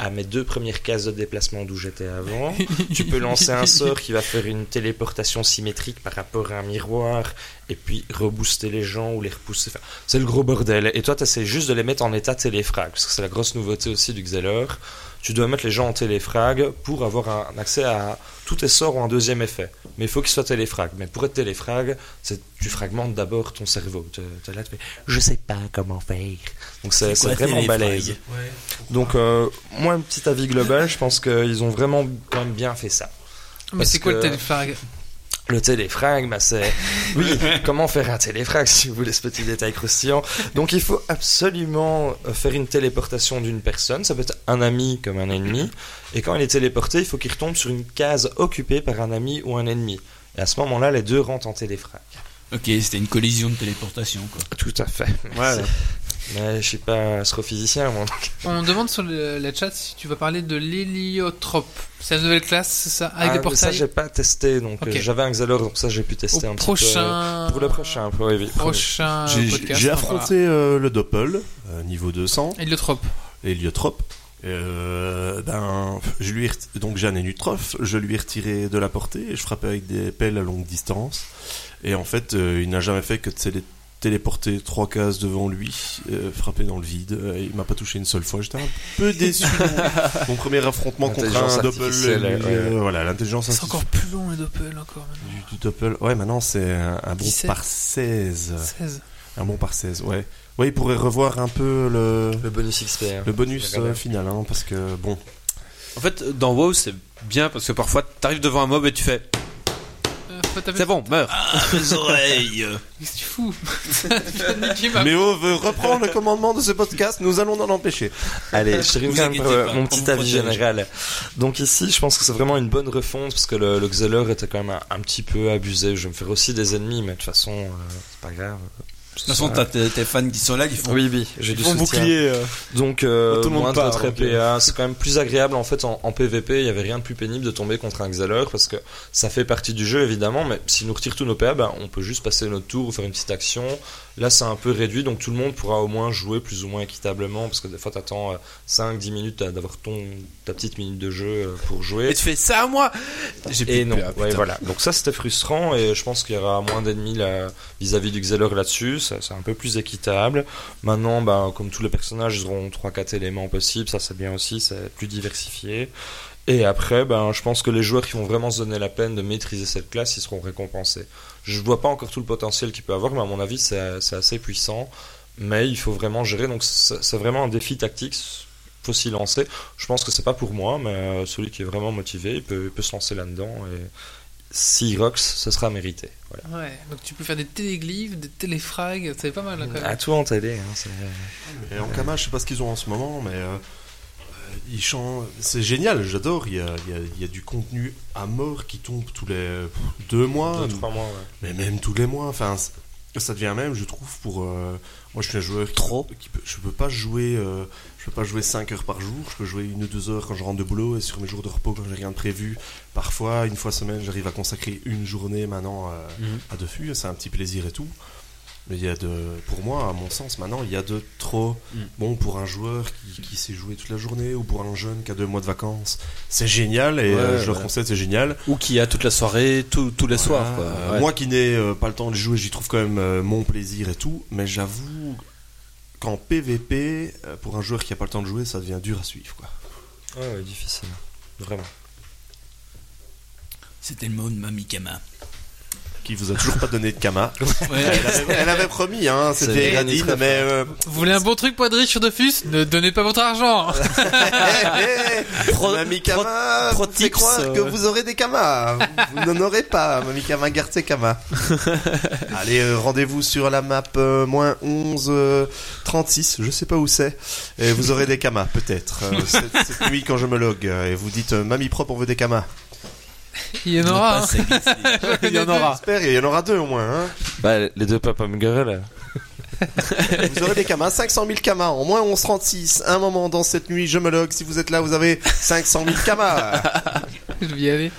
Speaker 4: à mes deux premières cases de déplacement d'où j'étais avant. tu peux lancer un sort qui va faire une téléportation symétrique par rapport à un miroir et puis rebooster les gens ou les repousser. Enfin, c'est le gros bordel. Et toi, tu essaies juste de les mettre en état téléfrag, parce que c'est la grosse nouveauté aussi du Xelor. Tu dois mettre les gens en téléfrag pour avoir un accès à tous tes sorts ou un deuxième effet. Mais il faut qu'ils soient téléfrag. Mais pour être téléfrag, c'est- tu fragmentes d'abord ton cerveau. Tu es là, tu fais, je sais pas comment faire. Donc c'est c'est
Speaker 5: quoi,
Speaker 4: vraiment
Speaker 5: téléfrag
Speaker 4: balèze. Donc euh, moi, un petit avis global, je pense qu'ils ont vraiment quand même bien fait ça.
Speaker 1: Mais
Speaker 4: Parce
Speaker 1: c'est quoi
Speaker 4: que-
Speaker 1: le téléphone
Speaker 4: Le téléfrag, bah c'est... Oui, comment faire un téléfrag, si vous voulez ce petit détail croustillant. Donc il faut absolument euh, faire une téléportation d'une personne, ça peut être un ami comme un ennemi, et quand il est téléporté, il faut qu'il retombe sur une case occupée par un ami ou un ennemi. Et à ce moment-là, les deux rentrent en téléfrag.
Speaker 5: Ok, c'était une collision de téléportation, quoi.
Speaker 4: Tout à fait.
Speaker 3: Voilà.
Speaker 4: Mais je suis pas astrophysicien, moi. donc.
Speaker 1: On me demande sur le, la chat si tu vas parler de l'héliotrope. C'est la nouvelle classe, c'est ça Avec
Speaker 4: Ah,
Speaker 1: des
Speaker 4: mais ça,
Speaker 1: portails
Speaker 4: j'ai pas testé, donc euh,
Speaker 1: Ok.
Speaker 4: j'avais un Xalor, donc ça, j'ai pu
Speaker 1: au
Speaker 4: tester un petit peu. euh,
Speaker 1: prochain.
Speaker 4: Pour le prochain, pour oui, oui.
Speaker 1: prochain
Speaker 3: J'ai- J'ai
Speaker 1: podcast.
Speaker 3: j'ai
Speaker 1: on
Speaker 3: affronté euh, le Doppel, euh, niveau 200,
Speaker 1: parlera. Héliotrope.
Speaker 3: et l'Héliotrope. Euh, ben, je lui ai ret- donc j'ai un héliotrope, je lui ai retiré de la portée et je frappais avec des pelles à longue distance. Et en fait, euh, il n'a jamais fait que de télé- téléporter trois cases devant lui, euh, frapper dans le vide. Euh, il m'a pas touché une seule fois, j'étais un peu déçu. Mon premier affrontement contre
Speaker 4: Intelligence
Speaker 3: un Doppel,
Speaker 4: artificielle,
Speaker 3: euh,
Speaker 4: ouais.
Speaker 3: voilà, l'intelligence
Speaker 1: C'est
Speaker 3: artificielle.
Speaker 1: encore plus long les Doppel encore maintenant.
Speaker 3: Du, du Doppel. Ouais, maintenant c'est un, un bon
Speaker 1: 17.
Speaker 3: par 16.
Speaker 1: 16.
Speaker 3: Un bon par 16, ouais. Ouais, il pourrait revoir un peu le,
Speaker 4: Le bonus XP. hein.
Speaker 3: le bonus
Speaker 4: Regardez.
Speaker 3: euh, final, hein, parce que bon.
Speaker 2: En fait, dans WoW, c'est bien parce que parfois, t'arrives devant un mob et tu fais
Speaker 1: Euh, faut taper-
Speaker 2: C'est bon, meurs.
Speaker 4: Ah.
Speaker 5: Mes oreilles
Speaker 1: Qu'est-ce que tu fous Tu viens de niquer ma-
Speaker 3: Mais on veut reprendre le commandement de ce podcast, nous allons l'en empêcher.
Speaker 4: Allez, je termine
Speaker 5: Vous
Speaker 4: quand même
Speaker 5: inquiétez
Speaker 4: par,
Speaker 5: pas,
Speaker 4: mon
Speaker 5: on
Speaker 4: petit
Speaker 5: vous
Speaker 4: avis
Speaker 5: protège.
Speaker 4: général. Donc ici, je pense que c'est vraiment une bonne refonte parce que le, le Xelor était quand même un, un petit peu abusé. Je vais me faire aussi des ennemis, mais de toute façon, euh, c'est pas grave.
Speaker 5: De toute façon, t'as tes tes fans qui sont là, ils font.
Speaker 4: Oui, oui, j'ai du
Speaker 2: Mon
Speaker 4: soutien.
Speaker 2: bouclier.
Speaker 4: Donc, euh,
Speaker 2: Tout le monde
Speaker 4: moins de
Speaker 2: part,
Speaker 4: retrait
Speaker 2: donc, euh.
Speaker 4: PA. C'est quand même plus agréable en fait en, en PVP. Il y avait rien de plus pénible de tomber contre un Xalor parce que ça fait partie du jeu évidemment. Mais s'il nous retire tous nos PA, bah, on peut juste passer notre tour ou faire une petite action. Là, c'est un peu réduit donc tout le monde pourra au moins jouer plus ou moins équitablement parce que des fois t'attends 5-10 minutes à- d'avoir ton ta petite minute de jeu euh, pour jouer.
Speaker 2: Et tu fais ça à moi J'ai plus
Speaker 4: Et
Speaker 2: de
Speaker 4: non,
Speaker 2: PA, putain.
Speaker 4: ouais, voilà. Donc ça, c'était frustrant et je pense qu'il y aura moins d'ennemis là- vis-à-vis du Xelor là-dessus. Ça, C'est un peu plus équitable. Maintenant, bah, comme tous les personnages, ils auront 3-4 éléments possibles. Ça, c'est bien aussi. C'est plus diversifié. Et après, ben, je pense que les joueurs qui vont vraiment se donner la peine de maîtriser cette classe, ils seront récompensés. Je vois pas encore tout le potentiel qu'il peut avoir, mais à mon avis, c'est c'est assez puissant. Mais il faut vraiment gérer. Donc, c'est c'est vraiment un défi tactique. Faut s'y lancer. Je pense que c'est pas pour moi, mais euh, celui qui est vraiment motivé, il peut, il peut se lancer là-dedans. Et s'il rocks, ce sera mérité. Voilà.
Speaker 1: Ouais, donc tu peux faire des téléglyphes, des téléfrags, c'est pas mal là, quand même.
Speaker 4: À tout en télé. hein, c'est-
Speaker 3: Et en Kama, je sais pas ce qu'ils ont en ce moment, mais euh, euh, ils chantent. C'est génial, j'adore. Il y a, il y a- il y a du contenu à mort qui tombe tous les pff, deux mois,
Speaker 4: Ah, Deux, trois mois, ouais.
Speaker 3: mais même tous les mois. Enfin, c'est- ça devient même, je trouve, pour. euh, moi, je suis un joueur qui, Trop. Qui peut- je peux pas jouer. euh, je peux pas jouer 5 heures par jour. Je peux jouer une ou deux heures quand je rentre de boulot et sur mes jours de repos quand j'ai rien de prévu. Parfois, une fois semaine, j'arrive à consacrer une journée maintenant euh,
Speaker 2: Mhm.
Speaker 3: à Defus. C'est un petit plaisir et tout. Mais il y a de, pour moi, à mon sens, maintenant, il y a de trop.
Speaker 2: Mhm.
Speaker 3: Bon, pour un joueur qui, qui sait jouer toute la journée ou pour un jeune qui a deux mois de vacances, c'est génial et
Speaker 2: Ouais,
Speaker 3: euh, je leur
Speaker 2: ouais.
Speaker 3: conseille, c'est génial.
Speaker 2: Ou qui a toute la soirée, tout- tous les soirs. quoi.
Speaker 3: Euh,
Speaker 2: Ouais.
Speaker 3: Moi qui n'ai euh, pas le temps de jouer, j'y trouve quand même euh, mon plaisir et tout, mais j'avoue qu'en PVP, euh, pour un joueur qui a pas le temps de jouer, ça devient dur à suivre. Quoi.
Speaker 4: Ouais, ouais, difficile. Vraiment.
Speaker 5: C'était le mot de Mamikama.
Speaker 3: Qui vous a toujours pas donné de Kama.
Speaker 5: Ouais.
Speaker 3: Elle avait, elle avait promis, hein,
Speaker 4: C'est
Speaker 3: c'était
Speaker 4: vrai,
Speaker 3: Radine,
Speaker 4: très
Speaker 3: mais. euh,
Speaker 1: Vous voulez un bon truc pour être riche sur Dofus Ne donnez pas votre argent
Speaker 3: hé, hé,
Speaker 2: Pro-
Speaker 3: Eh, Mamie Kama,
Speaker 2: pro- pro
Speaker 3: vous
Speaker 2: tips,
Speaker 3: faites croire
Speaker 2: euh.
Speaker 3: que vous aurez des Kama. Vous n'en aurez pas, Mamie Kama, garde ses Kama. Allez, euh, rendez-vous sur la map euh, moins 11, euh, 36, je sais pas où c'est. Et vous aurez des Kama, peut-être. euh, cette, cette nuit, quand je me log, euh, et vous dites euh, Mamie propre, on veut des Kama.
Speaker 1: Il y en aura. hein.
Speaker 2: Il y en aura.
Speaker 3: J'espère, il y en aura deux au moins. hein.
Speaker 4: Bah, les deux papas Mugare, là.
Speaker 3: Vous aurez des Kama, 500 000 Kama, en moins 11, 36. Un moment dans cette nuit, je me log. Si vous êtes là, vous avez 500 000 Kama.
Speaker 1: Je vais y aller.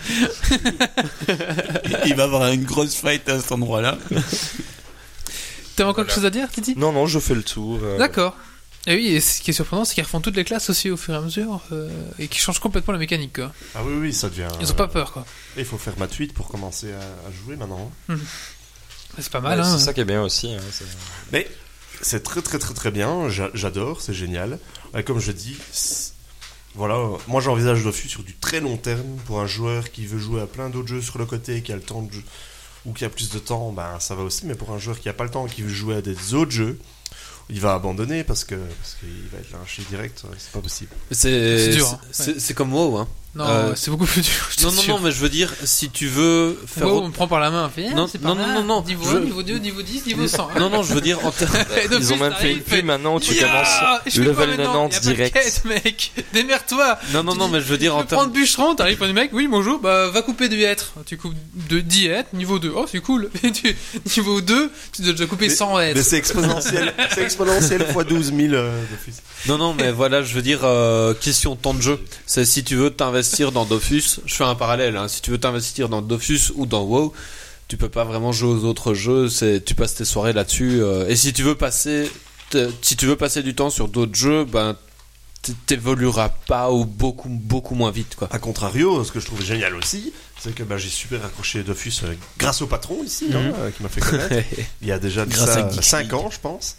Speaker 5: Il va y avoir une grosse fight à cet endroit-là.
Speaker 1: T'as encore quelque chose à dire, Titi
Speaker 4: Non, non, je fais le tour. euh,
Speaker 1: D'accord. Et oui, et ce qui est surprenant, c'est qu'ils refont toutes les classes aussi au fur et à mesure euh, et qu'ils changent complètement la mécanique. Quoi.
Speaker 3: Ah oui, oui, ça devient. euh,
Speaker 1: Ils ont pas peur, quoi.
Speaker 3: Il faut faire ma tweet pour commencer à, à jouer maintenant.
Speaker 1: C'est pas
Speaker 4: ouais,
Speaker 1: mal. hein.
Speaker 4: c'est ça qui est bien aussi. hein, c'est-
Speaker 3: Mais c'est très très très très bien, j'a- j'adore, c'est génial. Euh, Comme je dis, c'est- voilà, euh, moi j'envisage Dofus sur du très long terme pour un joueur qui veut jouer à plein d'autres jeux sur le côté et qui a le temps de jou- ou qui a plus de temps, ben ça va aussi, mais pour un joueur qui a pas le temps et qui veut jouer à des autres jeux, il va abandonner parce que parce qu'il va être lynché direct, euh, c'est pas possible.
Speaker 2: C'est
Speaker 1: dur, hein.
Speaker 2: c'est- c'est comme WoW. Hein.
Speaker 1: Non,
Speaker 2: Euh,
Speaker 1: c'est beaucoup plus dur.
Speaker 2: Non, non, non, mais je veux dire, si tu veux faire.
Speaker 1: Wow, on
Speaker 2: autre-
Speaker 1: me prend par la main. on fait, eh,
Speaker 2: Non,
Speaker 1: c'est pas
Speaker 2: non, non,
Speaker 1: mal.
Speaker 2: non, non,
Speaker 1: Niveau
Speaker 2: je-
Speaker 1: 1, niveau 2, niveau 10, niveau 100.
Speaker 2: Non, non, je veux dire en termes.
Speaker 4: Ils ont même fait une pub maintenant où tu commences level 90 direct.
Speaker 1: Quête, mec. Démerde-toi.
Speaker 2: Non, non, non, mais je veux dire
Speaker 1: Tu
Speaker 2: en
Speaker 1: veux prendre
Speaker 2: termes.
Speaker 1: bûcheron, t'arrives prendre du mec, oui, bonjour, bah va couper du hêtre. Tu coupes de 10 hêtres, niveau 2. Oh, c'est cool. Et tu- niveau 2, tu dois déjà couper
Speaker 3: Mais-
Speaker 1: 100
Speaker 3: Mais
Speaker 1: hêtres.
Speaker 3: c'est exponentiel, c'est exponentiel fois 12 000 euh, Dofus.
Speaker 2: Non, non, mais voilà, je veux dire euh, question temps de jeu. C'est si tu veux t'investir dans Dofus, je fais un parallèle. hein, si tu veux t'investir dans Dofus ou dans WoW, tu peux pas vraiment jouer aux autres jeux. C'est tu passes tes soirées là-dessus. euh, et si tu veux passer, te- si tu veux passer du temps sur d'autres jeux, ben t- t'évolueras pas ou beaucoup beaucoup moins vite quoi.
Speaker 3: A contrario, ce que je trouve génial aussi, c'est que bah, j'ai super accroché Dofus euh, grâce au patron ici, hein, euh, qui m'a fait connaître. Il y a déjà de
Speaker 5: Grâce
Speaker 3: ça,
Speaker 5: à Geek
Speaker 3: 5
Speaker 5: League.
Speaker 3: ans, je pense.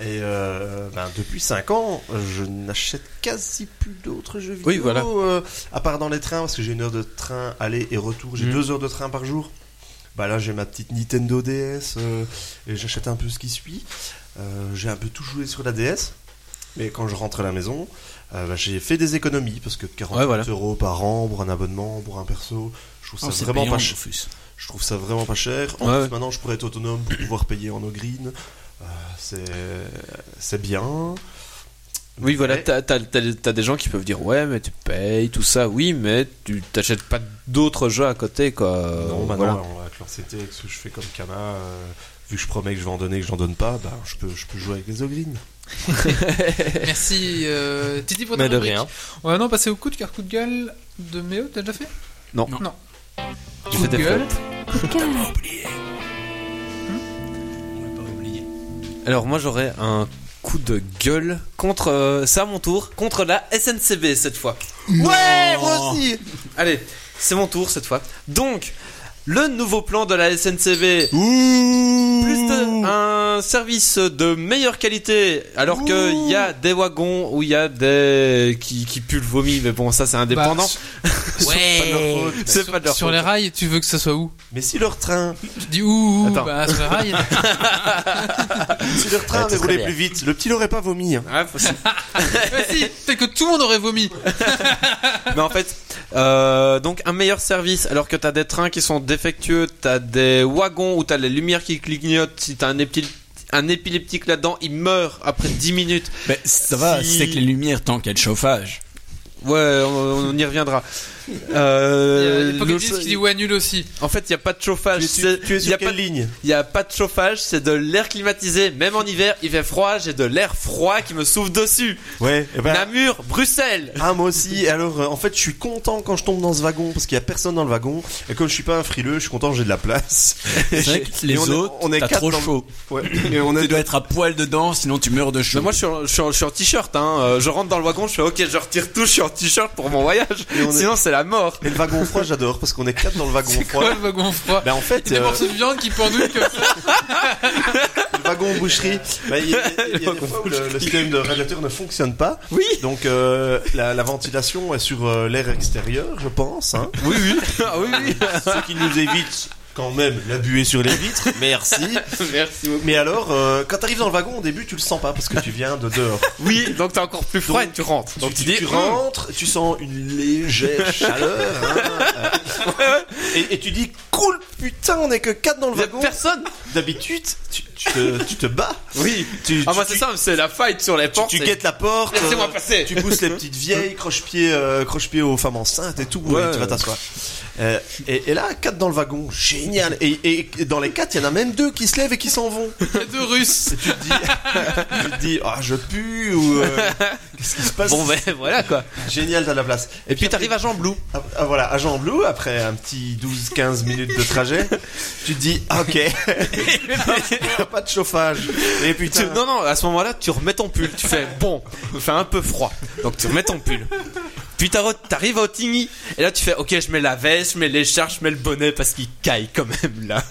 Speaker 3: Et euh, ben, depuis 5 ans, je n'achète quasi plus d'autres jeux vidéo.
Speaker 2: Oui, voilà.
Speaker 3: euh, à part dans les trains, parce que j'ai une heure de train aller et retour.
Speaker 5: Mm.
Speaker 3: J'ai
Speaker 2: Mhm.
Speaker 3: 2 heures de train par jour. Bah là, j'ai ma petite Nintendo DS euh, et j'achète un peu ce qui suit. Euh, j'ai un peu tout joué sur la DS. Mais quand je rentre à la maison, euh, bah, j'ai fait des économies parce que 40
Speaker 2: Ouais, voilà.
Speaker 3: euros par an pour un abonnement, pour un perso, je trouve ça
Speaker 5: Oh, c'est
Speaker 3: vraiment
Speaker 5: payant,
Speaker 3: pas cher.
Speaker 5: Dofus.
Speaker 3: Je trouve ça vraiment pas cher. En
Speaker 2: Ouais,
Speaker 3: plus,
Speaker 2: ouais.
Speaker 3: maintenant, je pourrais être autonome pour pouvoir payer en no-green. c'est c'est bien.
Speaker 2: Oui, voilà,
Speaker 3: Mais-
Speaker 2: t'as t'as- t'as- t'as des gens qui peuvent dire ouais, mais tu payes tout ça, oui, mais tu t'achètes pas d'autres jeux à côté quoi.
Speaker 3: non, maintenant,
Speaker 2: euh, Voilà.
Speaker 3: on va avec l'anxiété, avec ce que je fais comme Kama, euh, vu que je promets que je vais en donner, que j'en donne pas, bah, je peux, je peux jouer avec les no-green.
Speaker 1: Merci, euh, Titi, pour ta
Speaker 4: Mais de
Speaker 1: rubrique.
Speaker 4: rien.
Speaker 1: On va maintenant passer au coup de cœur, coup de gueule de Méo, t'as déjà fait
Speaker 2: Non.
Speaker 1: Non.
Speaker 2: J'ai
Speaker 1: Coup
Speaker 2: fait
Speaker 1: de
Speaker 2: des
Speaker 1: gueule.
Speaker 5: On l'a pas oublié.
Speaker 2: Alors moi j'aurais un coup de gueule contre, euh, c'est à mon tour, contre la SNCB cette fois. Ouais, moi aussi Allez, c'est mon tour cette fois. Donc, le nouveau plan de la SNCB, plus de, un service de meilleure qualité, alors qu'il y a des wagons où il y a des... qui, qui puent le vomi, mais bon ça c'est indépendant.
Speaker 1: Bah,
Speaker 2: C'est pas de leur faute. C'est pas de leur
Speaker 1: sur
Speaker 2: faute.
Speaker 1: les rails, tu veux que ça soit où
Speaker 3: Mais si leur train,
Speaker 1: Tu dis ouh, ouh,
Speaker 2: Attends.
Speaker 1: bah sur les rails.
Speaker 3: si leur train
Speaker 4: Ouais,
Speaker 3: avait
Speaker 4: ça serait
Speaker 3: roulé
Speaker 4: bien.
Speaker 3: plus vite, le petit l'aurait pas vomi. hein.
Speaker 2: Ah, faut-
Speaker 1: Mais si, peut-être que tout le monde aurait vomi.
Speaker 2: Mais en fait, euh, donc un meilleur service, alors que t'as des trains qui sont défectueux, t'as des wagons où t'as les lumières qui clignotent, si t'as un épileptique, un épileptique là-dedans, il meurt après 10 minutes.
Speaker 5: Mais ça va,
Speaker 2: Si-
Speaker 5: c'est que les lumières tant qu'il y a de chauffage.
Speaker 2: Ouais, on, on y reviendra.
Speaker 1: il y
Speaker 2: Euh,
Speaker 1: a
Speaker 2: le
Speaker 1: Pocket Disc
Speaker 2: cha-
Speaker 1: qui dit ouais, nul aussi.
Speaker 2: En fait, il n'y a pas de chauffage.
Speaker 3: Tu es
Speaker 2: c'est-
Speaker 3: sur, tu es
Speaker 2: y
Speaker 3: sur
Speaker 2: a pas
Speaker 3: quelle
Speaker 2: de-
Speaker 3: ligne
Speaker 2: Ah, Il n'y a pas de chauffage, c'est de l'air climatisé. Même en hiver, il fait froid, j'ai de l'air froid qui me souffle dessus.
Speaker 3: Ouais, eh ben,
Speaker 2: Namur, Bruxelles.
Speaker 3: Ah moi aussi. Alors euh, en fait, je suis content quand je tombe dans ce wagon parce qu'il y a personne dans le wagon. Et comme je suis pas un frileux, je suis content, j'ai de la place.
Speaker 5: C'est vrai que les
Speaker 3: Et on est-
Speaker 5: autres,
Speaker 3: on est
Speaker 5: t'as
Speaker 3: quatre
Speaker 5: trop
Speaker 3: dans-
Speaker 5: chaud.
Speaker 3: Ouais. Et on
Speaker 5: Tu
Speaker 3: est
Speaker 5: dois être à poil dedans, sinon tu meurs de chaud.
Speaker 2: Mais moi, je suis en, je suis en- je suis en t-shirt. Hein. Euh, Je rentre dans le wagon, je fais OK, je retire tout, je suis en t-shirt pour mon voyage.
Speaker 3: Et on est-
Speaker 2: Sinon, c'est la mort.
Speaker 3: Et le wagon froid, j'adore parce qu'on est quatre dans le wagon
Speaker 1: C'est
Speaker 3: froid.
Speaker 1: quoi le wagon froid
Speaker 3: Bah en fait,
Speaker 1: Des
Speaker 3: euh,
Speaker 1: morceaux de viande qui pendouillent comme ça.
Speaker 3: le wagon boucherie, bah, il y a, il y a des fois où le, le système de radiateur ne fonctionne pas.
Speaker 2: Oui.
Speaker 3: Donc euh, la, la ventilation est sur euh, l'air extérieur, je pense. Hein.
Speaker 2: Oui, oui. Ah, oui, oui.
Speaker 3: Ce qui nous évite quand même la buée sur les vitres. Merci.
Speaker 2: Merci beaucoup.
Speaker 3: Mais alors, euh, quand t'arrives dans le wagon, au début, tu le sens pas parce que tu viens de dehors.
Speaker 2: Oui, donc t'es encore plus froid
Speaker 3: Donc,
Speaker 2: et tu rentres. Donc tu, dis
Speaker 3: tu hmm.
Speaker 2: hum,
Speaker 3: rentres, tu sens une légère chaleur. hein, euh, et, et tu dis, cool, putain, on est que 4 dans le
Speaker 2: y a
Speaker 3: wagon.
Speaker 2: personne.
Speaker 3: D'habitude, tu, tu te, tu te bats.
Speaker 2: Oui.
Speaker 3: Tu,
Speaker 2: Ah
Speaker 3: tu-
Speaker 2: moi c'est
Speaker 3: tu-
Speaker 2: ça, c'est la fight sur les portes.
Speaker 3: tu
Speaker 2: et-
Speaker 3: guettes la porte.
Speaker 2: Laissez-moi
Speaker 3: euh,
Speaker 2: passer.
Speaker 3: Tu pousses les petites vieilles, croche-pied euh, croche-pied aux femmes enceintes et tout.
Speaker 2: Ouais.
Speaker 3: et tu vas t'asseoir. Euh, et, et là, 4 dans le wagon, génial. Et, et- et dans les 4, il y en a même deux qui se lèvent et qui s'en vont.
Speaker 1: Il y a deux Russes.
Speaker 3: Et tu te dis, tu te dis, ah, je pue ou euh, qu'est-ce qui se passe
Speaker 2: Bon ben voilà quoi.
Speaker 3: Génial, t'as de la place.
Speaker 2: Et puis t'arrives à Jean Blou.
Speaker 3: Ah, ah, voilà, à Jean Blou, après un petit 12-15 minutes de trajet, tu te dis, ah, ok, y a pas de chauffage. Et
Speaker 2: Tu-
Speaker 3: putain,
Speaker 2: Non non, à ce moment-là, tu remets ton pull. Tu fais bon, il fait un peu froid, donc tu remets ton pull. Puis t'arri- t'arrives au Tigny et là tu fais ok, je mets la veste, je mets l'écharpe, je mets le bonnet parce qu'il caille quand même là.